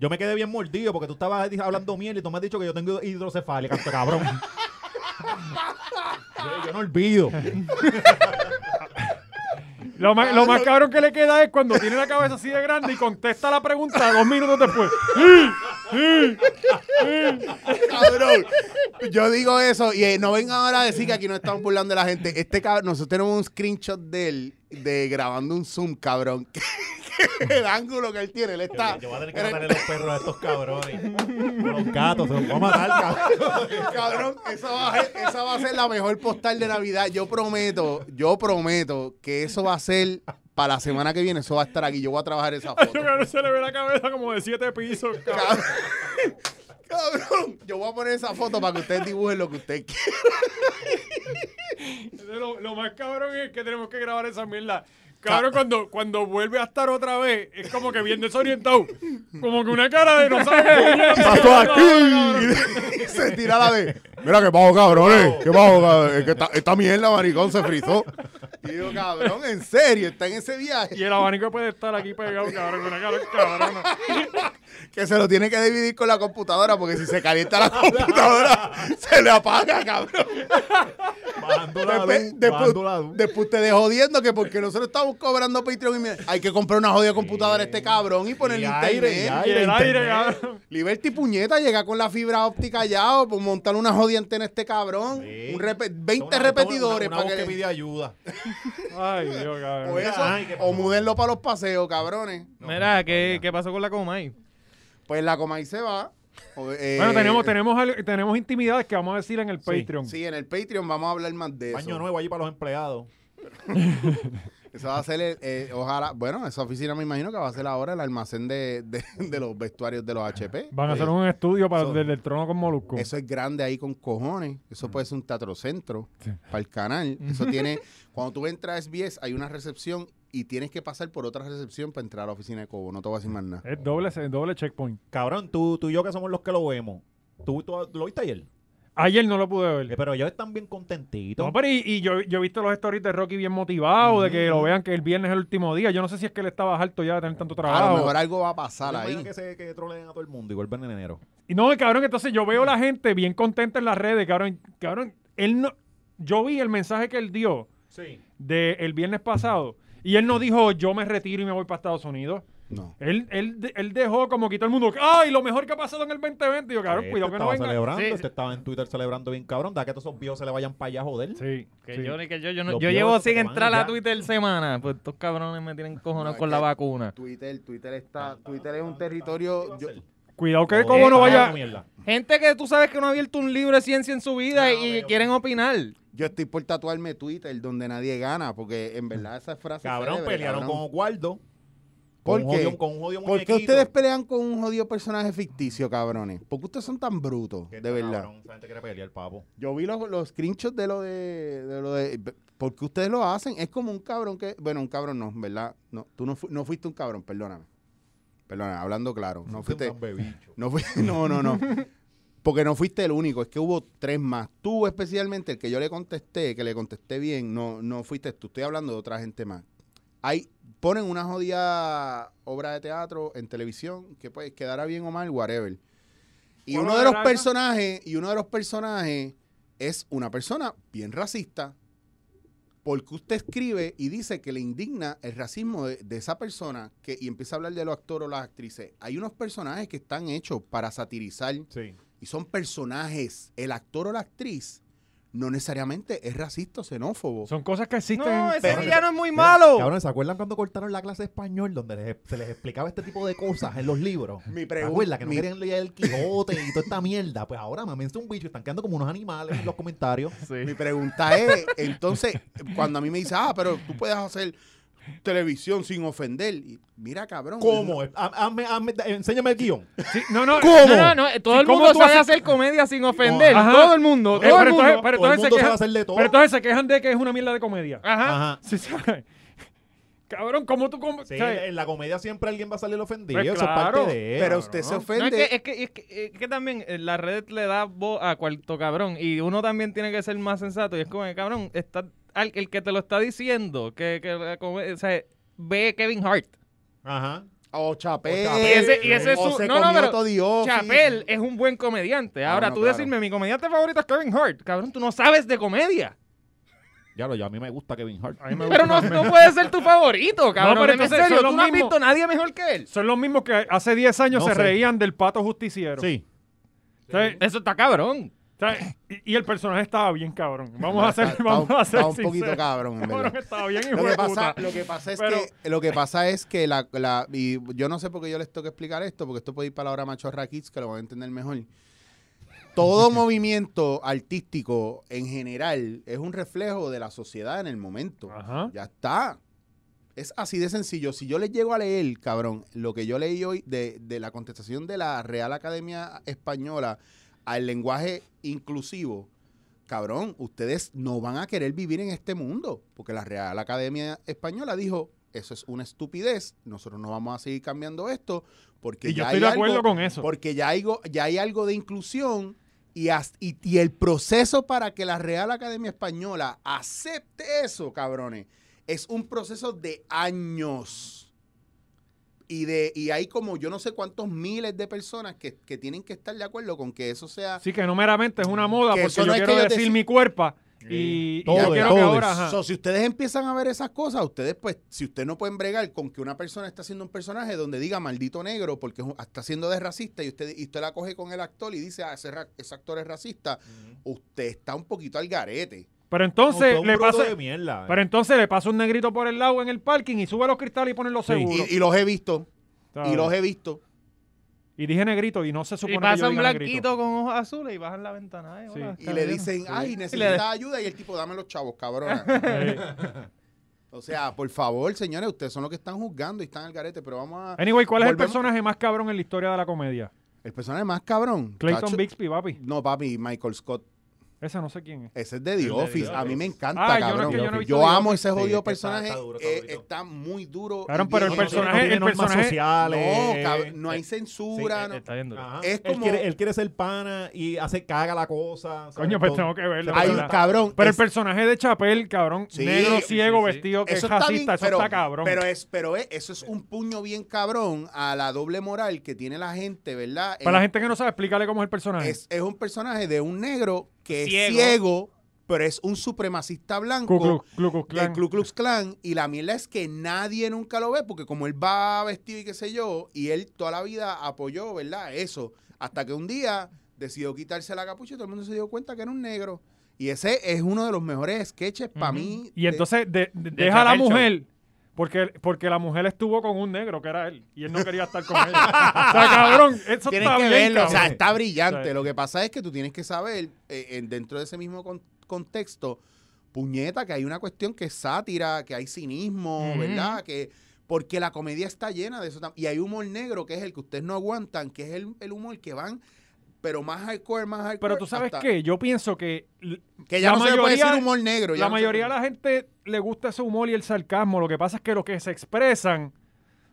S2: Yo me quedé bien mordido porque tú estabas di- hablando miel y tú me has dicho que yo tengo hidrocefalia, canto cabrón. yo, yo no olvido.
S1: Lo más, lo más cabrón que le queda es cuando tiene la cabeza así de grande y contesta la pregunta dos minutos después.
S3: cabrón. Yo digo eso y eh, no vengan ahora a decir que aquí no estamos burlando de la gente. Este cabrón, nosotros tenemos un screenshot de él de grabando un Zoom, cabrón. Que, que el ángulo que él tiene, él está.
S2: Yo voy a tener que matarle los perros a estos cabrones. A los gatos, se los voy a matar, cabrón.
S3: Cabrón, esa va, a ser, esa va a ser la mejor postal de Navidad. Yo prometo, yo prometo que eso va a ser para la semana que viene. Eso va a estar aquí. Yo voy a trabajar esa
S1: Ay,
S3: foto.
S1: cabrón, se le ve la cabeza como de siete pisos. cabrón.
S3: Cabrón, cabrón, yo voy a poner esa foto para que ustedes dibujen lo que ustedes quieran.
S1: Lo, lo más cabrón es que tenemos que grabar esa mierda. Cabrón, cuando, cuando vuelve a estar otra vez, es como que bien desorientado. Como que una cara de no sabe qué mierda
S3: Pasó
S1: está pasando,
S3: aquí. Y se tira la de. Mira que bajo, cabrones. Que bajo, cabrones. Que esta, esta mierda, maricón, se frizó. Y yo, cabrón, en serio, está en ese
S1: Y
S3: viaje.
S1: el abanico puede estar aquí pegado, cabrón, con una cara cabrona.
S3: Que se lo tiene que dividir con la computadora. Porque si se calienta la computadora, se le apaga, cabrón.
S2: Bajando la
S3: Después-
S2: luz,
S3: después,
S2: bajando la luz.
S3: después ustedes jodiendo que porque nosotros estamos cobrando Patreon y mira, hay que comprar una jodida computadora a este cabrón y
S2: Y
S3: ponerle
S2: aire,
S3: internet.
S2: y
S1: Y el aire,
S2: internet.
S1: cabrón.
S3: Liberty puñeta, llega con la fibra óptica ya o por montar una jodida antena a este cabrón.
S2: Sí.
S3: Un repe- 20
S2: Una- una-
S3: repetidores
S2: una
S3: para
S2: voz
S3: que,
S2: que pide ayuda.
S1: Ay, Dios, cabrón.
S3: o, eso,
S2: Ay, qué
S3: o múdenlo para los paseos, cabrones.
S4: Mira, ¿qué, ¿qué pasó con la Comay?
S3: Pues la Comay se va. O, eh,
S1: Bueno, tenemos, tenemos, al- tenemos intimidades que vamos a decir en el Patreon.
S3: Sí, en el Patreon vamos a hablar más de eso.
S2: Baño nuevo allí para los empleados.
S3: Eso va a ser, el, eh, ojalá, bueno, esa oficina me imagino que va a ser ahora el almacén de, de- de los vestuarios de los HP.
S1: Van a
S3: Sí.
S1: hacer un estudio para
S3: Eso-
S1: desde el trono con Molusco.
S3: Eso es grande ahí con cojones.
S2: Mm.
S3: Eso puede ser un teatrocentro para el canal. Eso tiene. Cuando tú entras a SBS, hay una recepción y tienes que pasar por otra recepción para entrar a la oficina de Cobo. No te voy a decir más nada.
S1: Es doble, es doble checkpoint.
S2: Cabrón, tú, tú y yo que somos los que lo vemos. ¿Tú, tú- tú lo viste ayer?
S1: Ayer no lo pude
S2: Eh,
S1: ver.
S2: Pero ellos están bien contentitos.
S1: No, pues, pero y, y yo, yo he visto los stories de Rocky bien motivado, de que lo vean que el viernes es el último día. Yo no sé si es que él estaba harto ya de tener tanto
S3: A lo
S1: trabajo.
S3: mejor algo va a
S2: Yo
S3: pasar
S2: me
S3: ahí.
S2: imagino que se que troleen a todo el mundo y vuelven en enero.
S1: Y no, cabrón, entonces yo veo la gente bien contenta en las redes, cabrón. Cabrón, él no. Yo vi el mensaje que él dio
S2: Sí.
S1: de el viernes pasado. Y él no dijo, yo me retiro y me voy para Estados Unidos.
S3: No.
S1: Él, él, de- él dejó como quitó el mundo. ¡Ay, lo mejor que ha pasado en el 2020! Y Yo, cabrón,
S2: Este
S1: cuidado que no
S2: estaba
S1: venga.
S2: celebrando,
S4: Sí,
S2: este estaba en Twitter celebrando bien cabrón, da que todos esos viejos se le vayan para allá joder.
S1: Sí,
S7: Que
S1: sí.
S7: yo, ni que yo, yo, no-
S2: Los
S7: yo
S2: viejos
S7: llevo
S2: se
S7: sin
S2: te van
S7: entrar
S2: ya.
S7: a Twitter semana. Pues estos cabrones me tienen cojones
S3: No,
S7: con
S3: es
S7: la
S3: que-
S7: vacuna.
S3: Twitter, Twitter está. Twitter es un territorio. yo-
S1: Cuidado que como no vaya.
S7: Gente que tú sabes que no ha abierto un libro de ciencia en su vida
S3: Ah,
S7: y quieren opinar.
S3: Yo estoy por tatuarme Twitter donde nadie gana, porque en verdad esa frase.
S2: Cabrón, pelearon con Oswaldo.
S3: ¿Por
S2: Con
S3: qué?
S2: un jodido- Con un jodido
S3: ¿Por qué
S2: muñequito.
S3: ustedes pelean con un jodido personaje ficticio, cabrones? ¿Por qué ustedes son tan brutos?
S2: Que
S3: De verdad.
S2: Cabrón, esa gente quiere pelear, papo.
S3: Yo vi los, los screenshots de lo de, de lo de. ¿Por qué ustedes lo hacen? Es como un cabrón que. Bueno, un cabrón no, ¿verdad? No, tú no, fu- no fuiste un cabrón, perdóname. Perdóname, hablando claro. No fuiste.
S2: Un bebicho.
S3: No, fui- no, no, no. Porque no fuiste el único, es que hubo tres más. Tú especialmente, el que yo le contesté, que le contesté bien, no, no fuiste tú. Estoy hablando de otra gente más. Hay, ponen una jodida obra de teatro en televisión que pues quedará bien o mal, whatever. Y
S1: Bueno,
S3: uno de los
S1: verá acá.
S3: personajes, y uno de los personajes es una persona bien racista. Porque usted escribe y dice que le indigna el racismo de, de esa persona que, y empieza a hablar de los actores o las actrices. Hay unos personajes que están hechos para satirizar
S2: Sí.
S3: y son personajes. El actor o la actriz no necesariamente es racista o xenófovo.
S1: Son cosas que existen.
S7: No,
S1: en-
S7: ese
S2: Pero-
S7: villano es muy
S2: Mira,
S7: malo.
S2: Cabrón, ¿se acuerdan cuando cortaron la clase de español donde les- se les explicaba este tipo de cosas en los libros?
S3: Mi
S2: ¿Se
S3: pregunta-
S2: acuerdan que no
S3: mi-
S2: querían leer el Quijote y toda esta mierda? Pues ahora mamense un bicho, están quedando como unos animales en los comentarios.
S3: Mi pregunta es, entonces, cuando a mí me dice, ah, pero tú puedes hacer televisión sin ofender. Y mira, cabrón.
S2: ¿Cómo? Ha- hazme- hazme- enséñame el guión.
S1: Sí, no, no, eh,
S2: ¿Cómo?
S7: No, no, no, todo
S1: Sí,
S7: el
S1: ¿cómo
S7: mundo
S1: tú
S7: sabe
S1: haces-
S7: hacer comedia sin ofender.
S1: Ajá.
S7: Todo el mundo,
S1: Eh,
S7: todo el
S1: pero entonces-
S7: mundo.
S1: pero
S2: Todo el
S1: entonces se
S2: mundo sabe
S1: queja-
S2: hacer de todo.
S1: Pero entonces se quejan de que es una mierda de comedia.
S4: Ah.
S7: Ajá.
S2: Ajá.
S1: Sí, ¿sabes? Cabrón, ¿cómo tú... com-
S2: Sí,
S1: sabes?
S3: eh.
S2: en la comedia siempre alguien va a salir ofendido.
S1: Pues
S2: eso es
S1: claro,
S2: parte de
S3: Pero usted se
S7: No,
S3: ofende.
S7: es que, es, que, es, que, es que también eh, la red le da voz a cuarto cabrón y uno también tiene que ser más sensato y es como que cabrón, está, al- el que te lo está diciendo, que, que la come- o sea, ve Kevin Hart.
S2: Ajá.
S3: O Chapel.
S2: O Chapel. Y ese-
S7: y ese es
S3: o
S7: su-
S3: se
S7: no, no,
S3: comió
S7: pero
S3: todo The Office.
S7: Chapel es un buen comediante.
S3: Ah,
S7: Ahora
S3: bueno,
S7: tú
S3: claro.
S7: decirme, mi comediante favorito es Kevin Hart. Cabrón, tú no sabes de comedia.
S2: Ya lo, yo a mí me gusta Kevin Hart.
S1: A mí me
S7: Pero no,
S1: gusta-
S7: no puede ser tu favorito, cabrón.
S1: pero
S7: en
S1: entonces
S7: serio,
S1: son los
S7: tú no has
S1: mismos-
S7: visto nadie mejor que él.
S1: Son los mismos que hace 10 años
S2: No
S1: se
S2: sé.
S1: reían del pato justiciero.
S2: Sí.
S1: ¿Sabes?
S7: Eso está cabrón.
S1: ¿Sabes? Y, y el personaje estaba bien cabrón. Vamos a ser,
S3: Está- está
S1: vamos a
S3: un-
S1: ser
S3: está un poquito
S1: sinceros.
S3: cabrón, en
S1: Cabrón,
S3: verdad.
S1: estaba bien hijo
S3: Lo que,
S1: de
S3: pasa,
S1: puta.
S3: lo que pasa es
S1: Pero-
S3: que lo que pasa es que la, la- y yo no sé por qué yo les tengo que explicar esto porque esto puede ir para la hora machorra kids que lo van a entender mejor todo movimiento artístico en general es un reflejo de la sociedad en el momento
S1: Ajá.
S3: ya está es así de sencillo si yo les llego a leer cabrón lo que yo leí hoy de, de la contestación de la Real Academia Española al lenguaje inclusivo cabrón, ustedes no van a querer vivir en este mundo, porque la Real Academia Española dijo, eso es una estupidez, nosotros no vamos a seguir cambiando esto, porque
S1: Y yo
S3: ya
S1: estoy
S3: hay
S1: de acuerdo
S3: algo,
S1: con eso.
S3: porque ya hay, go- ya hay algo de inclusión y, as- y, y el proceso para que la Real Academia Española acepte eso, cabrones, es un proceso de años. Y, de, y hay como yo no sé cuántos miles de personas que, que tienen que estar de acuerdo con que eso sea
S1: Así que no meramente es una moda,
S3: Que
S1: porque
S3: eso
S1: yo
S3: no es que
S1: quiero
S3: yo te
S1: decir
S3: si-
S1: mi cuerpo y, y
S2: Todo,
S1: yo quiero que
S2: todo.
S1: ahora... ajá.
S3: So, si ustedes empiezan a ver esas cosas, ustedes pues, si ustedes no pueden bregar con que una persona está haciendo un personaje donde diga maldito negro porque es un- está siendo de racista y usted, y usted la coge con el actor y dice, ah, ese, ra- ese actor es racista, usted está un poquito al garete.
S1: Pero entonces
S2: Como todo
S1: le
S2: un bruto
S1: pasa...
S2: de mierda.
S1: Pero entonces le pasa un negrito por el lado en el parking y sube los cristales y pone los
S2: Sí.
S1: seguros.
S3: Y, y los he visto,
S1: ¿sabes?
S3: y los he visto.
S1: Y dije negrito y no se supone
S7: Y
S1: que yo
S7: pasa un
S1: diga negrito.
S7: blanquito con ojos azules y bajan la ventana. "Ay,
S1: Sí.
S7: hola,
S3: Y
S7: está
S3: le
S7: bien".
S3: dicen, ay,
S7: Y le-
S3: necesita ayuda, y el tipo, dame los chavos, cabrón.
S1: Eh,
S3: o sea, por favor, señores, ustedes son los que están juzgando y están al garete, pero vamos a...
S1: Anyway, ¿cuál es el
S3: Volvemos.
S1: personaje más cabrón en la historia de la comedia?
S3: El personaje más cabrón.
S1: Clayton
S3: tacho-
S1: Bixby, papi.
S3: No, papi, Michael Scott.
S1: Ese no sé quién es.
S3: Ese es de The Office. A mí me encanta,
S1: Ah, yo no-
S3: cabrón.
S1: que
S3: Yo,
S1: yo no he visto The
S3: amo ese
S2: Sí, es que
S3: jodido
S2: está-
S3: personaje. Eh,
S2: está
S3: Está,
S2: duro, está durito.
S3: muy duro.
S1: Claro,
S3: y
S1: pero el
S3: bien hecho.
S1: personaje-
S2: tiene
S1: el
S2: normas
S1: personaje-
S2: sociales. eh,
S3: No, cabrón, no hay
S7: Sí,
S3: censura.
S7: eh,
S3: no.
S7: está bien duro.
S1: Ah,
S2: Ajá.
S3: Es
S2: él,
S3: como-
S2: quiere, él quiere ser pana y hace caga la cosa. ¿sabes?
S1: Coño, pues
S2: Todo.
S1: tengo que verlo.
S3: Hay
S1: ¿verdad?
S3: un cabrón.
S1: Pero el
S3: es-
S1: personaje de Chapel, cabrón,
S3: Sí.
S1: negro,
S3: Sí,
S1: ciego,
S7: sí.
S1: vestido, que
S3: eso
S1: es
S3: está
S1: racista,
S3: bien,
S1: eso
S3: pero,
S1: está cabrón.
S3: Pero, es, pero es- eso es un puño bien cabrón a la doble moral que tiene la gente, ¿verdad?
S1: Para la
S3: Es-
S1: gente que no sabe, explícale cómo es el personaje.
S3: es, es un personaje de un negro que es
S7: Ciego.
S3: ciego, pero es un supremacista
S1: Ku
S3: blanco.
S1: Klux- Ku Klux
S3: del
S1: Klan.
S3: Ku Klux Klan y la mierda es que nadie nunca lo ve porque como él va vestido y qué sé yo y él toda la vida apoyó, ¿verdad? Eso hasta que un día decidió quitarse la capucha y todo el mundo se dio cuenta que era un negro y ese es uno de los mejores sketches para mí.
S1: Y
S3: de-
S1: entonces de- de- deja a la
S7: Chapel Show.
S1: mujer. Porque, porque la mujer estuvo con un negro que era él y él no quería estar con ella. O sea, cabrón, eso
S3: tienes
S1: está
S3: que
S1: bien,
S3: verlo, o
S1: cabrón.
S3: sea, está brillante.
S1: Sí.
S3: Lo que pasa es que tú tienes que saber eh, en- dentro de ese mismo con- contexto, puñeta, que hay una cuestión que es sátira, que hay cinismo,
S7: Ujú.
S3: ¿verdad? Que porque la comedia está llena de eso tam- y hay humor negro que es el que ustedes no aguantan, que es el, el humor que van pero más hardcore, más hardcore.
S1: Pero tú sabes
S3: hasta-
S1: qué, yo pienso que l-
S3: que ya
S1: la
S3: no se le puede
S1: mayoría-
S3: decir humor negro. ya
S1: la
S3: no se
S1: mayoría de
S3: puede-
S1: la gente le gusta ese humor y el sarcasmo. Lo que pasa es que los que se expresan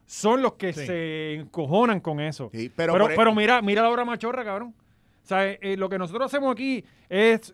S1: son los que se encojonan con eso.
S3: Sí,
S1: pero
S3: pero, por- e
S1: pero mira, mira la obra machorra, cabrón. O sea, eh, eh, lo que nosotros hacemos aquí es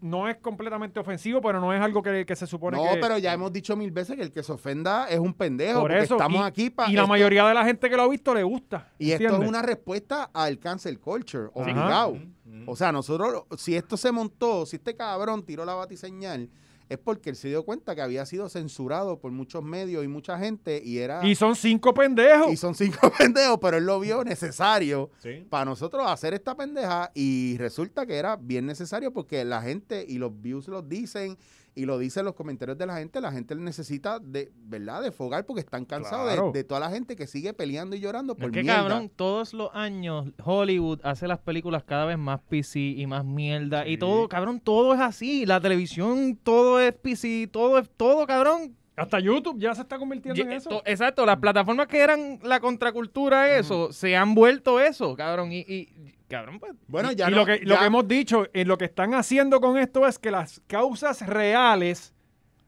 S1: no es completamente ofensivo, pero no es algo que, que se supone
S3: No,
S1: que...
S3: pero ya hemos dicho mil veces que el que se ofenda es un pendejo.
S1: por
S3: porque
S1: eso,
S3: estamos
S1: y,
S3: aquí para.
S1: y la mayoría de la gente que lo ha visto le gusta.
S3: Y esto es
S1: ¿entiendes?
S3: una respuesta al cancel culture,
S1: Ajá.
S3: obligado.
S2: Ujú, ujú.
S3: O sea, nosotros, si esto se montó, si este cabrón tiró la batiseñal, es porque él se dio cuenta que había sido censurado por muchos medios y mucha gente y era...
S1: Y son cinco pendejos.
S3: y son cinco pendejos, pero él lo vio necesario
S2: Sí.
S3: para nosotros hacer esta pendeja y resulta que era bien necesario porque la gente y los views los dicen y lo dicen los comentarios de la gente, la gente necesita de, ¿verdad? De fogar porque están cansados de-
S1: Claro.
S3: de, toda la gente que sigue peleando y llorando por
S4: Es que
S3: mierda.
S4: cabrón, todos los años Hollywood hace las películas cada vez más PC y más mierda y todo, cabrón, todo es así, la televisión todo es PC, todo es todo, cabrón.
S1: Hasta YouTube ya se está convirtiendo en
S4: Ye-
S1: eso.
S4: to- Exacto, las plataformas que eran la contracultura de eso se han vuelto eso, cabrón, y, y- cabrón, pues
S3: Bueno, ya
S1: y
S3: no-
S1: lo, que, lo
S3: ya-
S1: que hemos dicho, eh, lo que están haciendo con esto es que las causas reales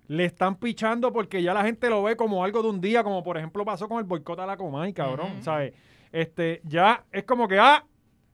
S1: le están pichando porque ya la gente lo ve como algo de un día, como por ejemplo pasó con el boicot a la Comay, cabrón,
S4: Ujú.
S1: ¿sabes? Este, ya es como que, ah,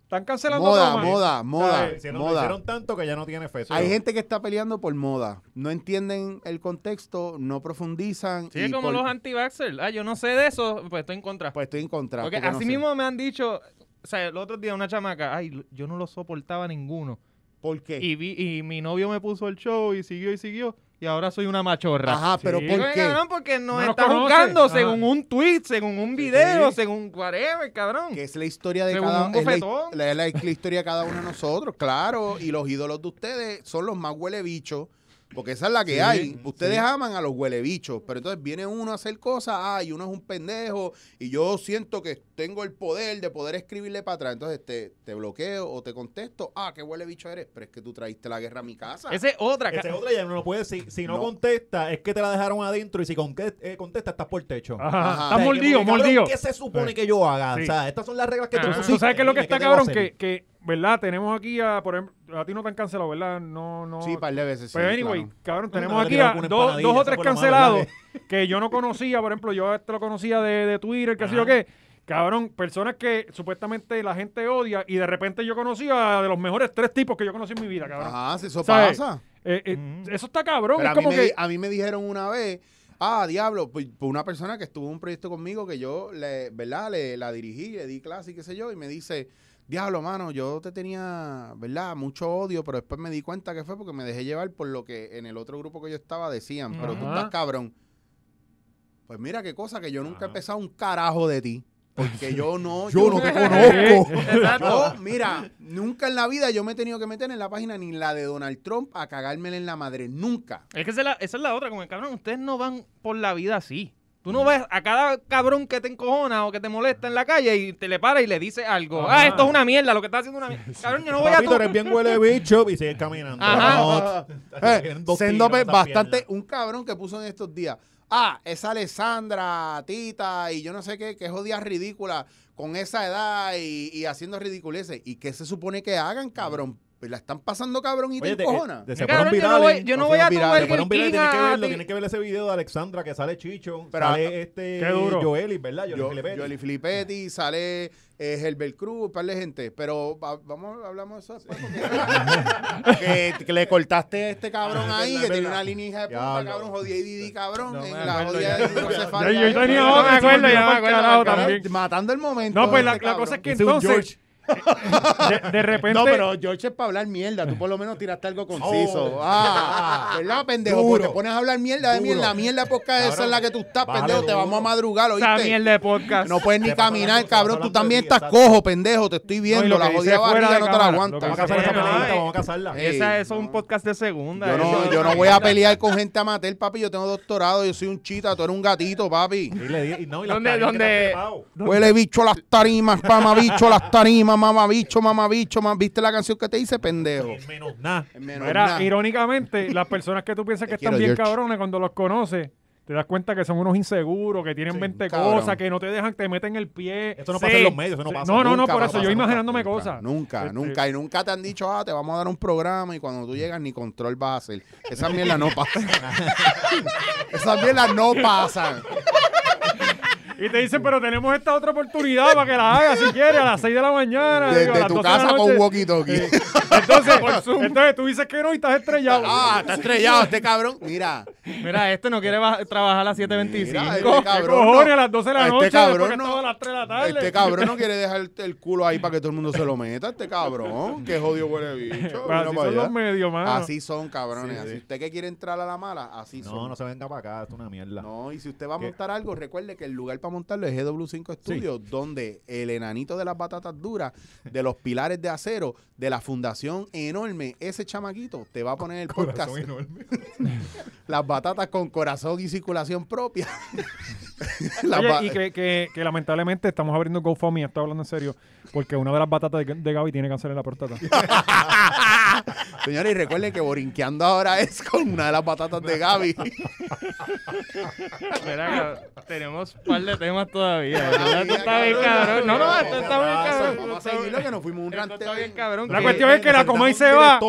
S1: están cancelando
S3: moda,
S1: Comay.
S3: moda, moda,
S2: Lo hicieron, lo
S3: moda.
S2: hicieron tanto que ya no tiene fe.
S3: Hay gente que está peleando por moda. No entienden el contexto, no profundizan.
S4: sí es
S3: y
S4: como
S3: por-
S4: los anti-vaxxers. Ah, yo no sé de eso, pues estoy en contra.
S3: Pues estoy en contra.
S4: Porque
S3: porque no
S4: así
S3: sé.
S4: mismo me han dicho, o sea, el otro día una chamaca, ay, lo- yo no lo soportaba ninguno.
S3: ¿Por qué?
S4: Y, vi, y mi novio me puso el show y siguió y siguió. Y ahora soy una machorra.
S3: Ajá, pero
S1: Sí.
S4: Y yo,
S3: ¿por qué?
S4: cabrón, porque nos
S1: No nos
S4: está
S1: conoce.
S4: juzgando
S1: Ajá.
S4: según un tweet, según un video,
S3: sí.
S4: según whatever, cabrón.
S3: Que es la historia de
S4: Según
S3: cada
S4: un
S3: es la,
S4: bofetón.
S3: la- la- la historia de cada uno de nosotros, claro. Y los ídolos de ustedes son los más huele bichos. Porque esa es la que hay. Ustedes aman a los huele bichos. Pero entonces viene uno a hacer cosas. Ay, uno es un pendejo. Y yo siento que tengo el poder de poder escribirle para atrás. Entonces te, te bloqueo o te contesto. Ah, qué huele bicho eres. Pero es que tú traíste la guerra a mi casa.
S4: Esa es otra. ca-
S2: Ese otra ya no lo puede decir. Si no,
S3: No.
S2: contesta, es que te la dejaron adentro y si con- eh, contesta, estás por el techo.
S1: Ajá,
S3: Ajá.
S1: estás
S2: O sea, que,
S1: mordido,
S2: porque, cabrón,
S1: mordido.
S2: ¿Qué se supone que yo haga?
S1: Sí. Ah,
S2: O sea, estas son las reglas que tú
S4: Ajá.
S1: ¿Tú
S2: pusiste.
S1: sabes qué es lo que
S2: Dime,
S1: está,
S2: ¿qué te voy a
S1: cabrón?
S2: hacer?
S1: Que, que, ¿verdad? Tenemos aquí a, por ejemplo, a ti no te han cancelado, ¿verdad? No, no.
S3: Sí, par de veces.
S1: Pero
S3: sí,
S1: Pues, anyway,
S3: claro.
S1: cabrón,
S2: No,
S1: tenemos
S2: no,
S1: aquí
S2: le
S1: a
S2: pongo una
S1: dos,
S2: empanadilla,
S1: dos o
S2: esa
S1: tres
S2: fue lo malo, ¿verdad?
S1: cancelados que yo no conocía, por ejemplo, yo a este lo conocía de, de Twitter, qué sé yo qué. Cabrón, personas que supuestamente la gente odia y de repente yo conocía de los mejores tres tipos que yo conocí en mi vida, cabrón.
S3: Ajá, si eso
S1: ¿Sabes?
S3: pasa.
S1: Eh, eh,
S2: Mm.
S1: Eso está cabrón,
S3: Pero
S1: es
S3: a mí,
S1: como
S3: me,
S1: que...
S3: di- a mí me dijeron una vez, ah, diablo, pues, pues una persona que estuvo en un proyecto conmigo que yo, le, ¿verdad? Le, la dirigí, le di clase y qué sé yo, y me dice, diablo, mano, yo te tenía, ¿verdad? Mucho odio, pero después me di cuenta que fue porque me dejé llevar por lo que en el otro grupo que yo estaba decían, pero tú
S1: Ajá.
S3: estás cabrón. Pues mira qué cosa, que yo
S2: Ajá.
S3: nunca he pesado un carajo de ti. Porque yo no.
S2: Yo no te
S3: Yo, mira, nunca en la vida yo me he tenido que meter en la página ni la de Donald Trump a cagármela en la madre. Nunca.
S4: Es que esa es, la, esa es la otra, como que, cabrón, ustedes no van por la vida así. Tú no ves a cada cabrón que te encojona o que te molesta en la calle y te le para y le dice algo.
S1: Ajá.
S4: Ah, esto es una mierda, lo que está haciendo es una mierda. Cabrón, yo no voy a
S2: Papito,
S4: tu...
S2: eres bien huele de bicho y sigues caminando. No,
S4: Ajá.
S3: Eh,
S2: tienen dos
S3: siendo
S2: tiros en
S3: pe-
S2: esa
S3: bastante
S2: pierna.
S3: un cabrón que puso en estos días. Ah, esa Alessandra, Tita y yo no sé qué, que jodida ridícula con esa edad y, y haciendo ridiculeces. ¿Y qué se supone que hagan, cabrón? Pues la están pasando cabrón y
S2: Oye,
S3: te
S2: te-
S3: encojona.
S2: eh, te- se
S4: Cabrón,
S2: fueron
S4: yo no
S2: virales,
S4: voy- yo no
S2: se
S4: voy a
S2: fueron
S4: tu
S2: virales. Se
S4: Burger
S2: fueron virales, tienes
S4: King
S2: que
S4: a
S2: verlo,
S4: ti.
S2: tienes que ver ese video de Alexandra que sale Chicho,
S3: Pero, ah,
S2: sale este
S1: qué duro.
S2: Joel, ¿verdad? Joel
S3: Yo,
S2: Gilberti.
S3: Joely Filippetti, sale eh, Herbert Cruz, un par de gente. Pero va- vamos, hablamos de eso después. porque- que, que le cortaste a este cabrón
S2: Ah, es
S3: ahí,
S2: verdad,
S3: que
S2: es
S3: tenía
S2: verdad.
S3: una línea hija de puta,
S2: Diablo.
S3: cabrón, jodida y Didi, cabrón,
S4: No me
S3: en la
S4: acuerdo
S3: jodida
S4: ya.
S1: Ya,
S3: hidrocefalia.
S1: yo tenía
S4: no me
S1: otra,
S4: acuerdo,
S1: sueldo,
S4: ya
S1: ya
S4: me
S1: para el
S4: acuerdo,
S1: carajo
S4: cabrón.
S1: Ah, también.
S3: Matando el momento.
S1: No, pues
S3: de
S1: la,
S3: este
S1: la
S3: cabrón.
S1: cosa es que
S2: Ese es un
S1: entonces,
S2: George.
S1: de, de repente...
S3: No, pero George es para hablar mierda. Tú por lo menos tiraste algo conciso.
S2: Oh.
S3: Ah, ¿verdad, pendejo?
S2: Duro.
S3: Porque te pones a hablar mierda de
S2: Duro.
S3: mierda. La mierda podcast esa
S2: Cabrón.
S3: es la que tú estás,
S2: Bájale
S3: pendejo. Te
S2: duro.
S3: vamos a madrugar,
S4: Esa
S3: ¿oíste?
S4: mierda de podcast.
S3: No puedes ni
S2: Te pasó la
S3: caminar,
S2: cosa,
S3: cabrón.
S2: hablando de
S3: Tú también
S2: ti,
S3: estás
S2: exacto.
S3: cojo, pendejo. Te estoy
S1: No, y
S3: viendo.
S1: lo
S3: La
S1: que dice
S3: jodida
S1: fuera de
S3: barriga no te la
S1: cámara, lo que
S3: aguanta.
S2: Vamos
S1: dice Sí, no,
S2: a casar esa peleita,
S4: eh.
S2: vamos a casarla.
S3: Eh,
S4: Esa es un
S3: no.
S4: podcast de segunda.
S3: Yo no,
S4: Eso-
S3: yo no voy a pelear con gente amateur, papi. Yo tengo doctorado, yo soy un chita, tú eres un gatito, papi.
S2: Dile, dile, y no, y las
S4: ¿Dónde-
S2: tarimas que te
S4: dónde-
S2: has trepado.
S3: Huele bicho a las tarimas, mamabicho a las tarimas, mamabicho, mamabicho, mam- ¿Viste la canción que te hice, pendejo?
S2: Y Menos nada.
S3: Menos
S1: Mira,
S3: nada.
S1: irónicamente, las personas que tú piensas que
S3: Te
S1: están
S3: quiero,
S1: bien
S3: George.
S1: cabrones cuando los conoces, te das cuenta que son unos inseguros, que tienen
S2: Sí,
S1: 20
S3: cabrón.
S1: cosas, que no te dejan, te meten el pie.
S2: Esto no pasa en los medios, eso no
S1: Sí.
S2: pasa.
S1: No, no, no,
S3: Nunca
S1: por
S3: va a
S1: eso yo
S3: pasar,
S1: imaginándome
S3: nunca,
S1: cosas.
S3: Nunca,
S1: Este,
S3: nunca. Y nunca te han dicho, ah, te vamos a dar un programa y cuando tú llegas ni control vas a hacer. Esas mierdas no pasan. Esas mierdas no pasan.
S1: Y te dicen, pero tenemos esta otra oportunidad para que la hagas si quieres, a las 6 de la mañana. digo, a
S3: Desde
S1: las
S3: tu
S1: 12 de la
S3: casa con
S1: noche.
S3: walkie talkie.
S1: Entonces, entonces tú dices que no y estás estrellado.
S8: Ah, está estrellado este cabrón.
S3: Mira,
S7: Mira, este no quiere ba- trabajar a las 7.25.
S3: mira,
S1: ¿Qué
S3: este cabrón.
S1: cojones?
S3: no-
S1: a las 12 de la
S3: a este
S1: noche,
S3: cabrón
S1: después que
S3: no-
S1: estaba a las 3 de la tarde.
S3: Este cabrón no quiere dejar el culo ahí para que todo el mundo se lo meta. Este cabrón, que jodido huele bicho.
S1: Pues
S3: mira
S1: así
S3: para
S1: son
S3: allá.
S1: los medios, mano.
S3: Así son, cabrones.
S2: Sí, sí.
S3: Así usted que quiere entrar a la mala, así
S2: No,
S3: son.
S2: no se venga para acá, esto es una mierda.
S3: No, y si usted va a
S2: ¿Qué?
S3: montar algo, recuerde que el lugar para montarlo es GW5 Studios, donde el enanito de las batatas duras, de los pilares de acero, de la fundación enorme, ese chamaquito te va a poner el podcast
S2: enorme.
S3: Las batatas con corazón y circulación propia. Las
S1: Oye,
S3: ba-
S1: y que, que- que lamentablemente estamos abriendo GoFundMe, estoy hablando en serio, porque una de las batatas de, de Gaby tiene cáncer en la próstata.
S3: Señores, y recuerden que borinqueando ahora es con una de las batatas de Gaby.
S7: Mira, cabrón, tenemos un par de temas todavía.
S3: Ay,
S7: Esto está bien
S3: cabrón.
S7: cabrón. No, no, esto
S3: Vamos,
S7: está bien cabrón.
S3: Vamos a seguirlo que nos fuimos un
S7: Esto
S3: rante.
S7: está bien cabrón.
S1: La
S7: que-
S1: cuestión es que la coma y se va.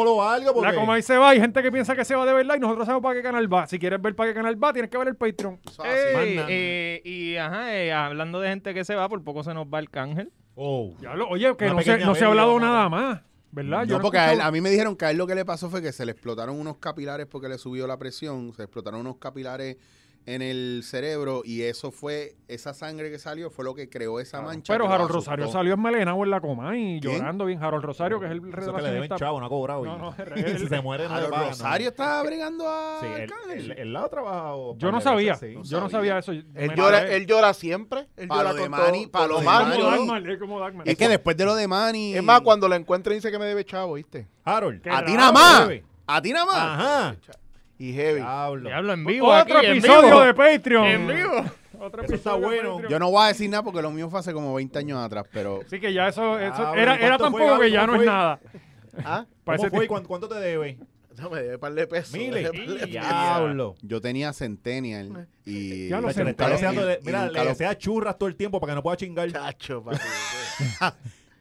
S1: La coma y se va, hay gente que piensa que se va de verdad y nosotros sabemos para qué canal va. Si quieres ver para qué canal va, tienes que ver el Patreon.
S7: Ey,
S2: Manda.
S7: eh, y ajá, eh, hablando de gente que se va, por poco se nos va Arcángel.
S2: Oh.
S1: Ya lo- oye, que
S2: Una
S1: no se,
S2: pequeña
S1: no se ha
S2: vela,
S1: hablado
S2: vamos a
S1: nada más, ¿verdad?
S3: No,
S1: he
S3: porque a, él-
S1: escuchado-
S3: a mí me dijeron que a él lo que le pasó fue que se le explotaron unos capilares porque le subió la presión, se explotaron unos capilares en el cerebro y eso fue, esa sangre que salió fue lo que creó esa mancha.
S1: Pero
S3: que lo
S1: Harold
S3: asustó.
S1: Rosario salió enmelenado en la coma y
S3: ¿Quién?
S1: llorando bien. Harold Rosario, que es el
S2: Eso que le deben
S1: relacionista-
S2: chavo, no ha cobrado. y-
S1: No, no,
S2: si se muere, no le
S3: Harold
S2: pagan, ¿no?
S3: Rosario estaba bregando a
S2: Sí, él,
S3: Arcángel.
S2: él- él la ha trabajado.
S1: Yo no
S2: par de
S1: sabía,
S2: veces, sí.
S1: yo no sabía
S3: sabía.
S1: eso.
S5: Él
S1: Me
S5: llora,
S7: eh.
S1: mareé.
S5: él llora siempre. Él
S3: Pa' lo
S5: llora
S3: de
S5: con
S3: Manny,
S5: todo-
S3: pa'
S5: con
S3: lo
S5: los
S3: de
S1: Como
S3: Manny.
S5: malos.
S1: Dagmar, es como Dagmar.
S3: es que después de lo de Manny...
S5: Es más, cuando lo encuentra dice que me debe chavo, ¿viste?
S2: Harold.
S3: A ti
S1: Qué
S3: nada
S1: raro,
S3: más.
S2: bebé.
S3: A ti nada más.
S2: Ajá.
S5: Y heavy.
S3: Ah.
S2: Diablo.
S7: Diablo, en vivo.
S1: Otro
S7: aquí, en
S1: episodio
S7: vivo.
S1: de Patreon.
S7: En vivo.
S1: Otro
S2: Eso está
S1: episodio de
S2: bueno.
S1: Patreon.
S3: Yo no voy a decir nada porque lo mío fue hace como 20 años atrás, pero
S1: Así que ya eso, eso
S2: Cabrón,
S1: era, era
S2: ¿cuánto
S1: tan
S2: fue,
S1: poco que
S2: Gaby?
S1: ya no
S2: ¿Cómo
S1: es
S2: fue?
S1: nada.
S5: ¿Ah?
S1: Para
S2: ¿Cómo
S1: ese
S2: fue?
S1: tipo-
S2: ¿Cuánto, cuánto te debe?
S5: No, me debe par de pesos.
S2: Miles.
S5: Me debe par de
S2: Diablo.
S3: yo tenía Centennial y...
S1: Ya lo sé,
S2: Le
S1: nunca
S2: está
S1: lo-
S2: deseando-
S3: y-
S2: le-
S3: y
S2: Mira,
S3: nunca
S2: le
S3: lo-
S2: desea churras todo el tiempo para que no pueda chingar.
S5: Chacho, papi.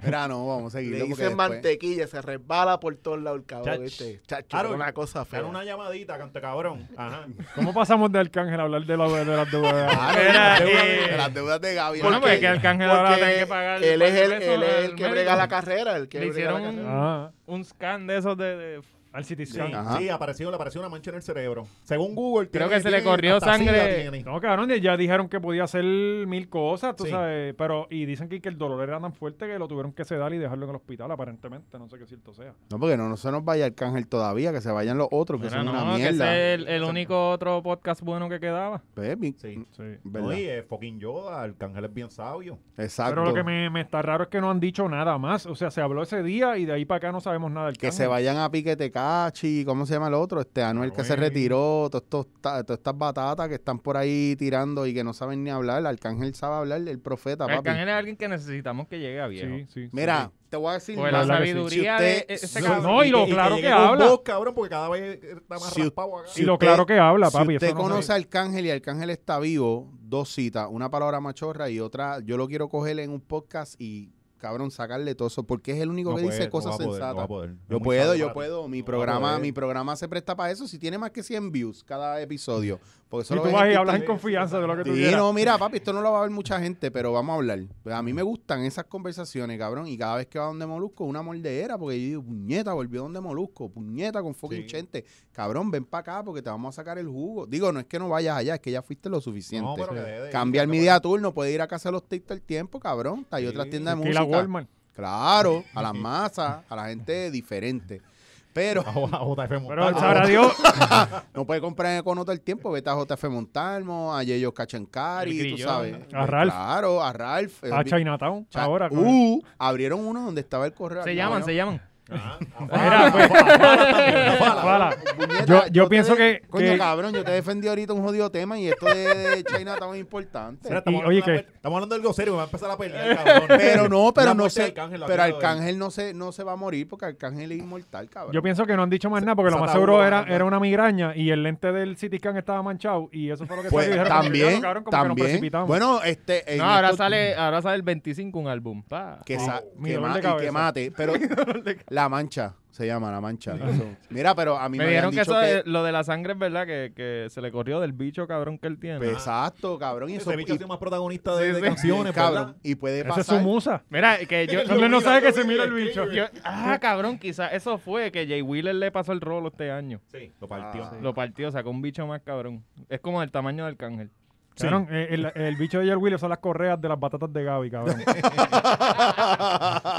S3: Mira, no, vamos a
S5: Le
S3: seguirlo.
S5: dicen
S3: porque después-
S5: mantequilla, se resbala por todos lados el cabrón,
S2: Chach.
S5: ¿viste? Chacho,
S2: Harold,
S5: era una cosa fea.
S2: Dale una llamadita, canto cabrón. Ajá.
S1: ¿Cómo pasamos de Arcángel a hablar de, la, de las deudas?
S3: Claro, de
S7: Era,
S3: Ah, las deudas-
S7: eh,
S3: de las deudas de Gaby.
S7: Bueno,
S3: ¿no?
S7: pues
S3: Que-
S7: que Arcángel ahora va a tener que pagar.
S5: él es el,
S7: eso
S5: él es
S7: al
S5: el que
S7: médico.
S5: brega la carrera, el que
S7: Le
S5: brega la
S7: hicieron
S5: carrera.
S1: Ah,
S7: Un scan de esos de. de-
S1: al City
S2: Sí,
S1: Scan.
S3: Ajá.
S2: sí, apareció, le apareció una mancha en el cerebro. Según Google,
S7: Creo
S2: tiene-
S7: que se le
S2: tiene-
S7: corrió
S2: hasta sida
S7: sangre.
S2: tiene.
S1: No, cabrón, ya dijeron que podía hacer mil cosas, tú
S2: Sí.
S1: sabes, pero y dicen que, que el dolor era tan fuerte que lo tuvieron que sedar y dejarlo en el hospital, aparentemente, no sé qué cierto sea.
S3: No, porque no, no se nos vaya Arcángel todavía, que se vayan los otros, que
S7: Mira,
S3: son
S7: no,
S3: una
S7: que
S3: mierda.
S7: ese es el, el único otro podcast bueno que quedaba.
S3: Baby,
S2: Sí.
S1: Sí.
S3: ¿verdad?
S2: Oye, fucking Yoda, Arcángel es bien sabio.
S3: Exacto.
S1: Pero lo que me, me está raro es que no han dicho nada más, o sea, se habló ese día y de ahí para acá no sabemos nada del
S3: Que se vayan a Piquete Cachi, ¿cómo se llama el otro? Este Anuel que se
S1: Anuel.
S3: retiró, todos estos ta- todas estas batatas que están por ahí tirando y que no saben ni hablar. Arcángel sabe hablar, el profeta, Ah, papi.
S7: Arcángel es alguien que necesitamos que llegue a viejo.
S1: Sí, sí.
S3: Mira, te voy a decir
S7: Pues
S3: más.
S7: la
S1: Verdad que sí.
S7: sabiduría
S3: Si usted-
S7: de ese
S1: No,
S7: cabrón.
S1: y lo claro
S2: llegue
S1: que
S2: con
S1: habla.
S2: Vos, cabrón, porque cada vez está más
S3: Si-
S2: raspado acá.
S1: Y lo claro que habla, papi,
S3: Si
S1: eso
S3: usted
S1: no
S3: conoce
S1: sé.
S3: a Arcángel y Arcángel está vivo, dos citas, una palabra machorra y otra, yo lo quiero coger en un podcast y, cabrón, sacarle todo eso, porque es el único
S2: No
S3: que
S2: puede,
S3: dice
S2: no
S3: cosas
S2: va a poder, no va
S3: sensatas.
S2: a poder. Es
S3: Yo
S2: muy
S3: puedo,
S2: sabio,
S3: yo
S2: papi.
S3: puedo. Mi
S2: No va a
S3: programa,
S2: poder.
S3: mi programa se presta para eso. Si tiene más que 100 views cada episodio. Porque
S1: Y
S3: solo
S1: tú vas y hablas en confianza de lo que tú
S3: Sí,
S1: quieras.
S3: no, mira, papi, esto no lo va a ver mucha gente, pero vamos a hablar. Pues a mí me gustan esas conversaciones, cabrón. Y cada vez que va donde Molusco, una mordedera, porque yo digo, puñeta, volvió donde Molusco, puñeta con fucking
S2: Sí.
S3: chente. Cabrón, ven para acá porque te vamos a sacar el jugo. Digo, no es que no vayas allá, es que ya fuiste lo suficiente.
S2: No, pero que debe de ir,
S3: Cambiar
S2: que
S3: mi
S2: te
S3: día
S2: puede-
S3: a turno, puede ir a casa de los TikTok el tiempo, cabrón. Hay
S2: Sí.
S3: otras tiendas de
S1: Y la
S3: música.
S1: Walmart.
S3: Claro, a las masas, a la gente diferente. Pero
S2: A- a JF
S1: Pero
S2: Montalvo.
S1: sabrá Dios,
S3: no puede comprar en Econo todo el tiempo. Vete a JF Montalmo, a Yeyo
S7: El
S3: Cachancari, tú
S7: Grillón.
S3: sabes. Pues
S1: A Ralph.
S3: Claro, a Ralph.
S1: a Chinatown,
S3: Cha-
S1: ahora. con-
S3: Uh, abrieron uno donde estaba el correo.
S7: Se llaman, se llaman.
S2: Ajá.
S1: Mira, pues, Fala. Yo- yo pienso que-
S3: Coño,
S1: que-
S3: cabrón, yo te defendí ahorita un jodido tema y esto de, de China tan importante.
S2: Mira, estamos
S1: Y,
S2: hablando
S1: oye,
S2: de la
S1: que-
S2: muerte- Estamos hablando de algo serio, me va a empezar a pelear, cabrón.
S3: Pero no, pero
S2: La
S3: no
S2: muerte de
S3: sé.
S2: Arcángel, lo
S3: pero
S2: acabo de ver.
S3: Arcángel no se, no se va a morir porque Arcángel es inmortal, cabrón.
S1: Yo pienso que no han dicho más nada porque lo
S2: Esa
S1: más
S2: tabú
S1: seguro
S2: la
S1: era,
S2: van a-
S1: era una migraña y el lente del City Scan estaba manchado y eso fue lo que
S3: Pues,
S1: salió y dijeron, como que,
S3: también,
S1: "Diablo, cabrón, como que nos
S3: también.
S1: precipitamos".
S3: bueno, este. en
S7: No, ahora
S3: estos-
S7: sale, ahora sale el 25 un álbum. pa.
S3: que, sa-
S1: mi
S3: que
S1: dolor
S3: ma-
S1: de
S3: y que
S1: cabeza.
S3: mate. Pero La Mancha, se llama La Mancha. Eso. Mira, pero a mí me,
S4: Me
S3: habían
S4: dijeron que,
S3: dicho
S4: eso
S3: que...
S4: es- lo de la sangre es verdad, que, que se le corrió del bicho cabrón que él tiene.
S3: Pues, Exacto, cabrón. Y eso
S2: Ese bicho
S3: y-
S2: ha sido más protagonista de, de
S3: sí,
S2: canciones,
S3: cabrón.
S2: ¿verdad?
S3: Y puede
S1: Esa
S3: pasar.
S1: es su musa.
S4: Mira, que yo...
S1: Donde no sabe que se mira el bicho.
S4: yo- ah, cabrón, quizás eso fue que Jay Wheeler le pasó el rolo este año.
S2: Sí, lo partió.
S3: Ah.
S4: Lo partió, sacó un bicho más cabrón. Es como del tamaño del cángel.
S1: Cabrón, eh, el, el bicho de Joel Williams son las correas de las batatas de Gaby, cabrón.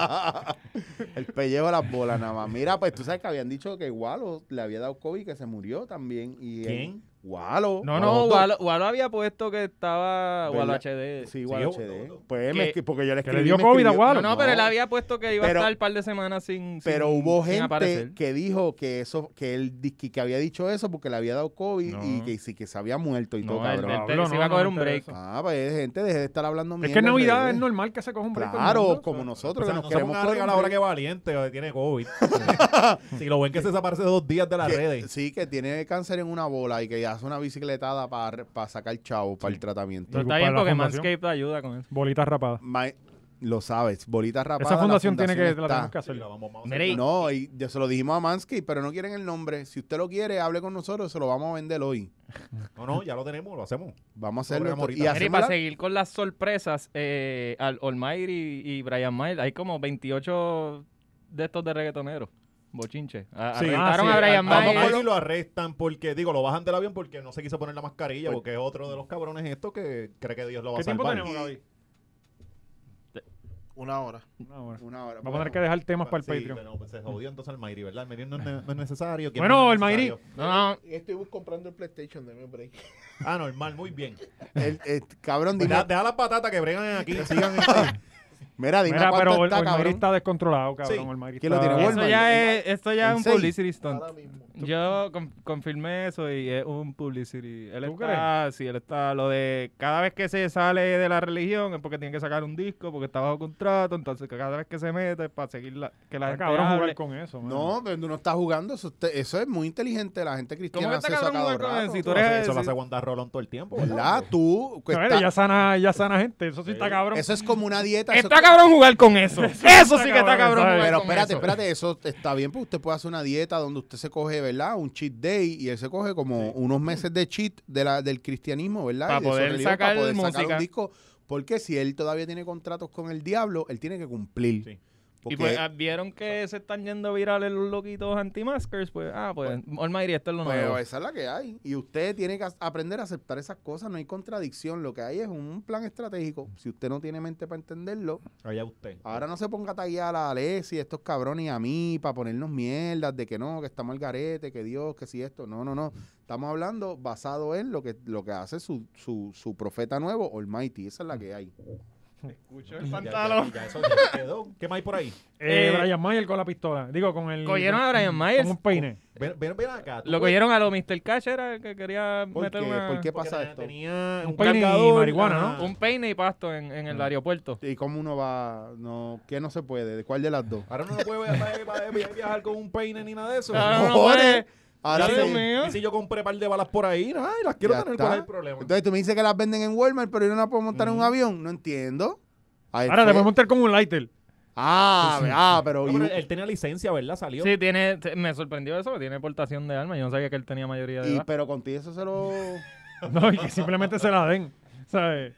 S3: El pellejo a las bolas nada más. Mira, pues tú sabes que habían dicho que Walo le había dado COVID y que se murió también. Y él-
S2: ¿Quién?
S3: Walo.
S4: No,
S3: Los
S4: no,
S3: dos.
S4: Walo, Walo había puesto que estaba Walo
S3: ¿Verdad?
S4: HD.
S3: Sí, Walo
S2: Sí,
S3: HD.
S2: Walo.
S3: Pues me
S4: Que-
S3: escri- porque yo le
S1: que
S3: escribí.
S1: le dio
S3: me
S1: COVID a
S3: escribió-
S1: Walo.
S4: No, no, pero él había puesto que iba
S3: Pero-
S4: a estar un par de semanas sin.
S3: Pero
S4: sin-
S3: hubo
S4: sin
S3: gente
S4: aparecer.
S3: que dijo que eso, que él disque que había dicho eso porque le había dado COVID
S4: No.
S3: y que sí que se había muerto y
S4: No,
S3: todo,
S4: él-
S3: cabrón.
S4: él-
S1: Pablo,
S4: él se
S1: no,
S4: iba a
S1: no
S4: coger
S1: me
S4: un
S1: interesa.
S4: break.
S3: Ah, pues gente, deje de estar hablando
S1: Es
S3: mierda
S1: que en
S3: al
S1: Navidad
S3: revés.
S1: es normal que se coja un break. todo el
S3: Claro,
S1: mundo.
S3: como nosotros
S2: O sea,
S3: que
S2: no
S3: nos
S2: se
S3: queremos
S2: pongan a
S3: coger un
S2: regalar ahora
S3: break.
S2: que valiente, eh, tiene COVID. si lo ven que se desaparece dos días de las
S3: Que-
S2: redes.
S3: Sí, que tiene cáncer en una bola y que hace una bicicletada para sacar chavo para el tratamiento.
S4: Pero está
S1: Para
S4: bien
S1: la
S4: porque
S1: fundación.
S4: Manscaped te ayuda con eso.
S1: Bolitas rapadas.
S3: Ma- lo sabes, bolita rapada.
S1: Esa fundación tiene que, la tenemos
S3: estar-
S1: que
S2: Sí,
S1: hacer.
S2: la vamos- vamos a
S4: Mira,
S2: hacer.
S4: y-
S3: No, y ya se lo dijimos a Mansky, pero no quieren el nombre. Si usted lo quiere, hable con nosotros, se lo vamos a vender hoy.
S2: No, no, ya lo tenemos, lo hacemos.
S3: Vamos a
S2: Lo
S3: hacerlo
S2: logramos ahorita.
S3: esto- y
S4: Mira, y para
S3: hacemos la-
S4: seguir con las sorpresas, eh, al Olmair y, y Brian Miles, hay como 28 de estos de reggaetoneros. Bochinche. A-
S2: Sí.
S4: Arrestaron
S1: Ah, sí,
S4: a
S1: al-
S4: Brian
S2: Vamos
S1: Ay,
S2: por
S4: Miles.
S2: si lo arrestan porque, digo, lo bajan del avión porque no se quiso poner la mascarilla,
S3: Pues
S2: porque es otro de los cabrones esto que cree que Dios lo va a
S1: ¿Qué tiempo
S2: salvar.
S1: tenemos, Gaby?
S5: Una hora.
S1: Una hora.
S3: Una hora, pues.
S1: Vamos a
S3: bueno.
S1: tener que dejar temas para el
S2: Sí,
S1: Patreon.
S2: pero, pues, se jodió entonces el Mayri, ¿verdad? El Mayri no, es ne- no es necesario. ¿quién
S1: Bueno,
S2: no es
S1: el Mayri.
S2: necesario?
S4: No, no,
S5: Estoy comprando el PlayStation de mi break.
S2: Ah, normal, muy bien.
S3: El- el- cabrón,
S2: Pues
S3: dime.
S2: deja, deja las patatas que bregan aquí, sigan. este.
S3: Mira, dime
S1: Mira,
S3: cuánto
S1: pero el,
S3: está,
S1: el Mayri
S3: cabrón.
S1: está descontrolado, cabrón.
S2: Sí.
S1: El Mayri
S3: ¿Quién lo
S1: está-
S3: tiene? Walmart.
S4: eso ya es, esto ya
S3: En
S4: es un
S3: seis.
S4: publicity stunt.
S5: Ahora mismo.
S4: Yo con- confirmé eso y es un publicity. Él
S1: ¿Tú
S4: está, sí, él está, lo de cada vez que se sale de la religión es porque tiene que sacar un disco, porque está bajo contrato, entonces que cada vez que se mete es para seguir la, que la
S1: Está
S4: gente
S1: cabrón
S4: hable.
S1: jugar con eso. mano.
S3: No, pero tú no estás jugando. Eso, usted- eso es muy inteligente. La gente
S4: ¿Cómo
S3: cristiana
S4: que
S3: hace eso
S4: está
S3: a
S4: cabrón
S3: cada
S4: jugar con eso? Si
S3: rato.
S4: tú eres...
S2: Eso lo hace
S4: si-
S2: aguantar Rolón todo el tiempo.
S3: ¿Verdad? Tú. que
S1: No,
S3: pues está-
S1: mira, ya sana, ya sana gente. Eso sí está cabrón.
S3: eso es como una dieta. eso-
S4: Está cabrón jugar con eso. Eso sí que
S1: cabrón,
S4: está cabrón
S1: ¿sabes?
S4: jugar
S3: Pero
S4: con
S3: espérate,
S4: eso.
S3: espérate, eso está bien, porque usted puede hacer una dieta donde usted se coge, ¿verdad? Un cheat day y él se coge como unos meses de cheat de la, del cristianismo, ¿verdad?
S4: Pa'
S3: Y de su
S4: poder
S3: pa'
S4: sacar
S3: poder
S4: música.
S3: un disco. Porque si él todavía tiene contratos con el diablo, él tiene que cumplir.
S2: Sí.
S3: Porque
S4: Y pues ah, vieron que se están yendo virales los loquitos anti-maskers, pues, ah, pues, Almighty, esto es lo
S3: pues,
S4: nuevo.
S3: esa es la que hay. Y usted tiene que as- aprender a aceptar esas cosas. No hay contradicción. Lo que hay es un plan estratégico. Si usted no tiene mente para entenderlo,
S2: Allá usted.
S3: Ahora no se ponga a taguear a Alessi, estos cabrones y a mí para ponernos mierdas de que no, que estamos al garete, que Dios, que si esto. No, no, no. Estamos hablando basado en lo que, lo que hace su, su, su profeta nuevo, Almighty. Esa es la que hay.
S4: Escucho
S2: Ya-
S4: el
S2: ya-
S4: pantalón.
S2: ya eso ya quedó. ¿Qué más hay por ahí?
S1: Eh,
S4: Eh,
S1: Brian Mayer con la pistola. Digo, con el.
S4: Cogieron a Brian
S1: con
S4: Myers.
S1: un peine.
S2: Ven, ven, ven acá. tú
S4: Lo
S2: puedes-
S4: cogieron a lo Mr. Cash, era el que quería
S3: ¿Por
S4: meter
S3: qué?
S4: una-
S3: ¿Por qué
S2: porque
S3: pasa
S2: tenía-
S3: esto?
S2: Tenía un,
S1: Un peine y
S2: cargador,
S1: marihuana,
S2: ajá.
S1: ¿no?
S4: Un peine y pasto en, en el aeropuerto.
S3: ¿Y cómo uno va? No, ¿Qué no se puede? ¿De cuál de las dos?
S2: Ahora uno no puede via- via- via- viajar con un peine ni nada de eso.
S4: Claro, no
S3: ¡Cojones!
S4: puede.
S3: Ahora
S4: Dios
S3: sí.
S4: mío.
S2: Y si yo compré par de balas por ahí, ay, las quiero
S3: Ya
S2: tener,
S3: está.
S2: ¿cuál es el problema?
S3: Entonces tú me dices que las venden en Walmart, pero yo no las puedo montar en un avión. No entiendo. Ahí
S1: Ahora
S3: fue.
S1: te puedes montar con un lighter.
S3: Ah, ah, pero.
S2: No,
S3: y-
S2: pero él tenía licencia, ¿verdad? Salió.
S4: Sí, tiene, te- me sorprendió eso, que tiene portación de armas. Yo no sabía que él tenía mayoría de
S3: y-
S4: edad.
S3: pero contigo eso se lo.
S1: No, y que simplemente se la den. ¿Sabes?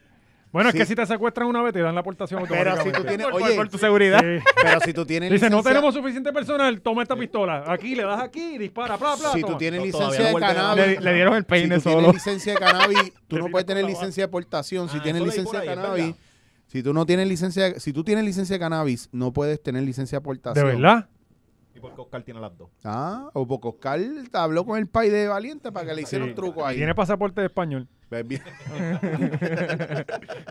S1: Bueno,
S3: Sí.
S1: es que si te secuestran una vez, te dan la portación
S3: Pero si tú tienes.
S4: Por-
S3: Oye,
S4: por tu seguridad.
S1: Sí.
S3: pero si tú tienes.
S1: Dice, no
S3: licencia-
S1: tenemos suficiente personal, toma esta pistola. Aquí, le das aquí, dispara, bla, bla.
S3: si
S1: toma.
S3: tú tienes
S2: No,
S3: licencia
S2: todavía no
S3: de
S2: vuelve nada.
S3: cannabis,
S4: Le, le dieron el
S3: si
S4: peine
S3: tú
S4: solo.
S3: tienes licencia de cannabis, tú no puedes tener licencia de aportación. Si
S2: Ah,
S3: tienes
S2: eso leí
S3: licencia de
S2: por ahí, es
S3: cannabis,
S2: verdad.
S3: si tú no tienes licencia, de- si tú tienes licencia de cannabis, no puedes tener licencia de
S1: ¿De
S3: aportación.
S1: verdad?
S2: Y porque Oscar tiene las dos.
S3: Ah, o porque Oscar habló con el país de Valiente para que le hiciera
S1: Sí.
S3: un truco ahí.
S1: Tiene pasaporte de español.
S3: Ves bien.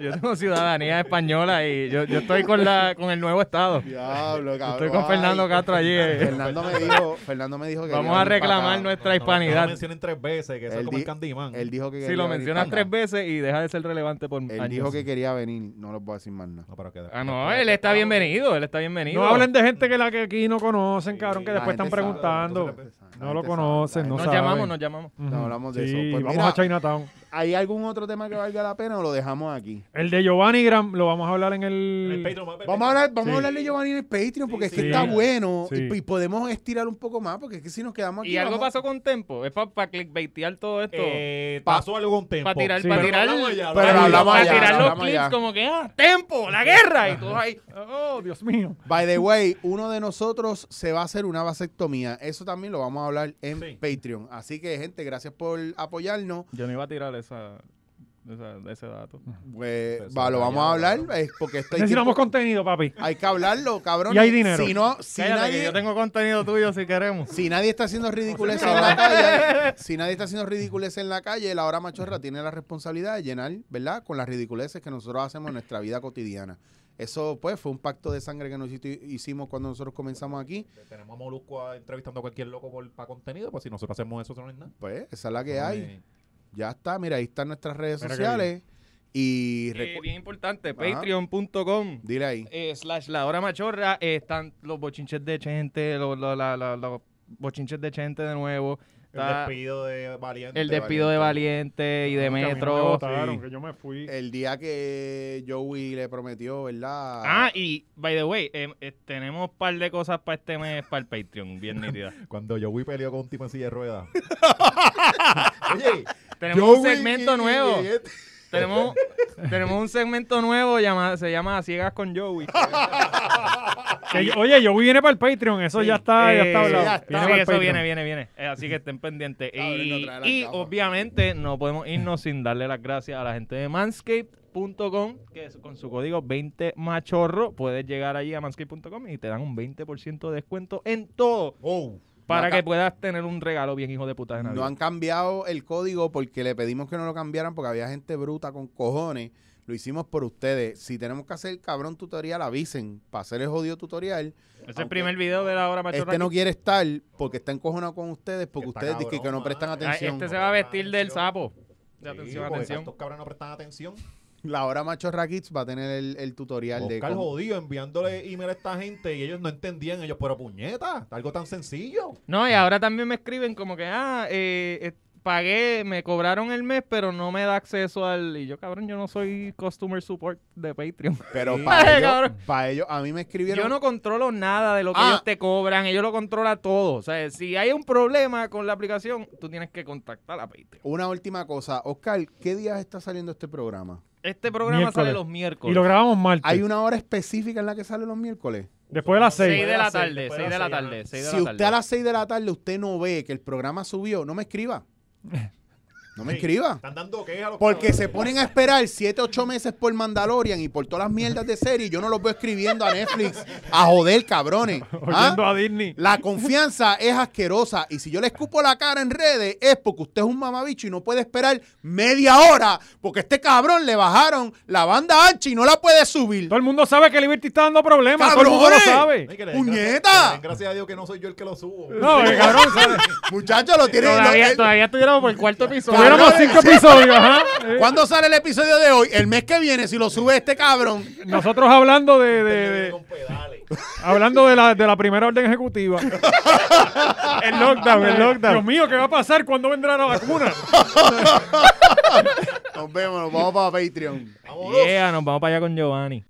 S4: Yo tengo ciudadanía española y yo, yo estoy con, la, con el nuevo estado.
S3: Diablo, cabrón.
S4: Estoy con Fernando
S3: Ay,
S4: Castro allí. eh.
S3: Fernando me dijo, Fernando me dijo que
S4: Vamos
S3: iba
S4: a
S3: venir para
S4: reclamar
S3: acá.
S4: nuestra
S2: No, No,
S4: hispanidad.
S2: lo mencionen tres veces, que eso
S3: Él
S2: es como el
S3: di-
S2: Candyman.
S3: Él dijo que
S4: si
S3: quería
S4: lo
S3: venir
S4: mencionas
S3: para
S4: tres
S3: acá.
S4: veces y deja de ser relevante por
S3: Él
S4: años.
S3: dijo que quería venir, no lo voy a decir más nada.
S2: No, pero que
S4: Ah, no, él está bienvenido, él está bienvenido.
S1: No hablen de gente que la que aquí no conocen, cabrón, que
S3: La
S1: después están
S3: gente sabe,
S1: preguntando.
S3: entonces la- la
S1: No lo
S3: gente sabe, la
S1: conocen,
S3: gente
S1: no
S4: Nos
S1: saben.
S4: llamamos, nos llamamos.
S1: Ujú.
S3: No hablamos de
S1: Sí,
S3: eso. Pues
S1: vamos
S3: mira,
S1: a Chinatown.
S3: ¿Hay algún otro tema que valga la pena o lo dejamos aquí?
S1: El de Giovanni Graham lo vamos a hablar en el.
S2: El Patreon, vamos a ver
S3: Vamos a hablar, vamos
S1: Sí.
S3: a hablarle Giovanni en el Patreon porque
S2: Sí,
S3: es que
S1: sí.
S3: está bueno
S1: Sí.
S3: y, y podemos estirar un poco más porque es que si nos quedamos aquí.
S4: Y algo
S3: vamos-
S4: pasó con Tempo. Es para clickbaitear todo esto.
S2: Eh,
S3: Pa-
S2: pasó algo con tiempo.
S4: Para tirar,
S1: Sí.
S4: para
S1: Pero
S2: Pero
S4: tirar,
S2: hablamos ya, hablamos
S3: pero
S2: ya.
S3: hablamos
S4: para
S3: allá,
S4: tirar los
S3: hablamos
S4: clips
S3: allá.
S4: como que, ah, Tempo, la guerra. Y todos ahí, oh,
S1: Oh, Dios mío.
S3: By the way, uno de nosotros se va a hacer una vasectomía. Eso también lo vamos a hablar en
S2: Sí.
S3: Patreon. Así que, gente, gracias por apoyarnos.
S4: Yo no iba a tirar esa, esa- ese dato.
S3: Pues,
S2: Eso
S3: va, lo
S2: está
S3: vamos a
S2: ya,
S3: hablar
S2: cabrón.
S3: eh, porque esto hay
S1: Necesitamos
S3: tiempo-
S1: contenido, papi.
S3: hay que hablarlo, cabrón.
S1: Y hay dinero.
S3: Si no, si
S4: Cállate, que
S3: nadie...
S4: yo tengo contenido tuyo si queremos.
S3: Si nadie está haciendo ridiculez en la calle, si nadie está haciendo ridiculez en la calle, la hora machorra tiene la responsabilidad de llenar, ¿verdad? Con las ridiculeces que nosotros hacemos en nuestra vida cotidiana. Eso, pues, fue un pacto de sangre que nosotros hicimos cuando nosotros comenzamos aquí.
S2: Tenemos a Molusco ah, entrevistando a cualquier loco por, para contenido, pues si nosotros hacemos eso, eso no es nada.
S3: Pues, esa es la que
S2: No
S3: hay.
S2: es-
S3: Ya está, mira, ahí están nuestras redes
S1: Mira qué
S3: sociales. Y
S4: Eh,
S3: recu-
S4: bien importante,
S3: Ajá.
S4: patreon.com.
S3: dile ahí.
S4: eh, slash la hora machorra eh, están los bochinches de gente, los, los- la- la- los bochinches de gente de nuevo.
S2: El
S4: Está
S2: despido de Valiente.
S4: el despido de Valiente y de
S1: Que a mí no me
S4: Metro.
S1: votaron,
S2: sí.
S1: que yo me fui.
S3: El día que Joey le prometió, ¿verdad?
S4: Ah, y by the way, eh, eh, tenemos un par de cosas para este mes, para el Patreon, bien nítidas.
S2: Cuando Joey peleó con un tipo en silla de ruedas. Oye,
S4: Tenemos un
S2: Joey
S4: segmento
S2: y-
S4: nuevo.
S2: y este-
S4: tenemos, tenemos un segmento nuevo, llamado, se llama A Ciegas con Joey.
S1: Que- oye, yo viene para el Patreon, eso ya está, ya está
S4: Eh,
S1: hablado.
S3: ya está.
S1: Viene
S4: sí,
S1: para el
S4: eso
S1: Patreon.
S4: viene, viene, viene. Eh, así que estén pendientes.
S3: Cabrón, no
S4: y
S3: trae la
S4: y
S3: cama.
S4: obviamente no podemos irnos sin darle las gracias a la gente de manscape.com, que es- con su código 20machorro puedes llegar allí a manscape.com y te dan un 20% de descuento en todo
S2: Oh,
S4: para
S3: Acá-
S4: que puedas tener un regalo bien hijo de puta de
S3: No
S4: Navidad.
S3: han cambiado el código porque le pedimos que no lo cambiaran porque había gente bruta con cojones. Lo hicimos por ustedes. Si tenemos que hacer el cabrón tutorial, avisen para hacer el jodido tutorial.
S4: Ese es
S3: aunque
S4: el primer video de la hora machorra.
S3: Este no quiere estar porque está encojonado con ustedes porque
S2: Está
S3: ustedes
S2: cabrón,
S3: dizque que no
S2: mano.
S3: prestan
S2: Ay,
S4: Ah,
S3: atención.
S4: este se va a vestir del sapo. De
S2: sí,
S4: atención,
S2: porque
S4: atención.
S2: Estos cabrones no prestan atención.
S3: La hora Machorra Kids va a tener el, el tutorial de
S2: Oscar
S3: cómo-
S2: jodido enviándole email a esta gente y ellos no entendían. Ellos, pero puñeta, algo tan sencillo.
S4: No, y ahora también me escriben como que, ah, eh, eh, pagué, me cobraron el mes, pero no me da acceso al... Y yo, cabrón, yo no soy customer support de Patreon.
S3: Pero
S2: Sí.
S3: para ellos,
S4: Cabrón.
S3: para ellos, a mí me escribieron.
S4: Yo no controlo nada de lo que
S3: Ah.
S4: ellos te cobran, ellos lo controlan todo. O sea, si hay un problema con la aplicación, tú tienes que contactar a Patreon.
S3: Una última cosa. Oscar, ¿qué días está saliendo este programa?
S4: Este programa
S1: Miércoles.
S4: sale los
S1: Y
S4: miércoles.
S1: lo grabamos
S4: Este.
S1: martes.
S3: ¿Hay una hora específica en la que sale los miércoles?
S1: Después de las
S4: Seis
S1: 6.
S4: de la
S2: Seis,
S4: tarde,
S2: después
S4: 6 de la
S2: seis,
S4: tarde,
S2: ajá.
S4: 6 de
S3: si
S4: la
S3: usted
S4: tarde.
S3: a las 6 de la tarde usted no ve que el programa subió, no me escriba. No me
S2: Sí.
S3: escriba.
S2: Están dando quejas a los
S3: Porque
S2: cabrones.
S3: se ponen a esperar 7, 8 meses por Mandalorian y por todas las mierdas de serie. y Yo no los veo escribiendo a Netflix. A joder, cabrones. ¿Ah?
S1: Oyendo a Disney.
S3: La confianza es asquerosa. Y si yo le escupo la cara en redes, es porque usted es un mamabicho y no puede esperar media hora. Porque a este cabrón le bajaron la banda ancha y no la puede subir.
S1: Todo el mundo sabe que Liberty está dando problemas. Todo el mundo lo
S3: ¡Cabrones!
S1: sabe.
S2: Ay, que le den gracias-
S3: ¡Puñeta!
S2: que le den Gracias a Dios que no soy yo el que lo subo.
S1: No, eh, cabrón, ¿sabes?
S3: Muchachos, lo tienen. lo- eh,
S4: Todavía,
S3: el-
S4: todavía estuviéramos por el cuarto episodio.
S1: Tuviéramos cinco episodios, ajá. Eh,
S3: ¿Cuándo sale el episodio de hoy? El mes que viene, si lo sube este cabrón.
S1: Nosotros hablando de,
S2: Este
S1: de-
S2: viene
S1: de-
S2: con pedales.
S1: hablando de la, de la primera orden ejecutiva.
S4: El lockdown, el
S1: Dios
S4: lockdown.
S1: mío, ¿qué va a pasar? ¿Cuándo vendrá la vacuna?
S3: Nos vemos, nos vamos para Patreon.
S2: Vámonos.
S4: Yeah, nos vamos para allá con Giovanni.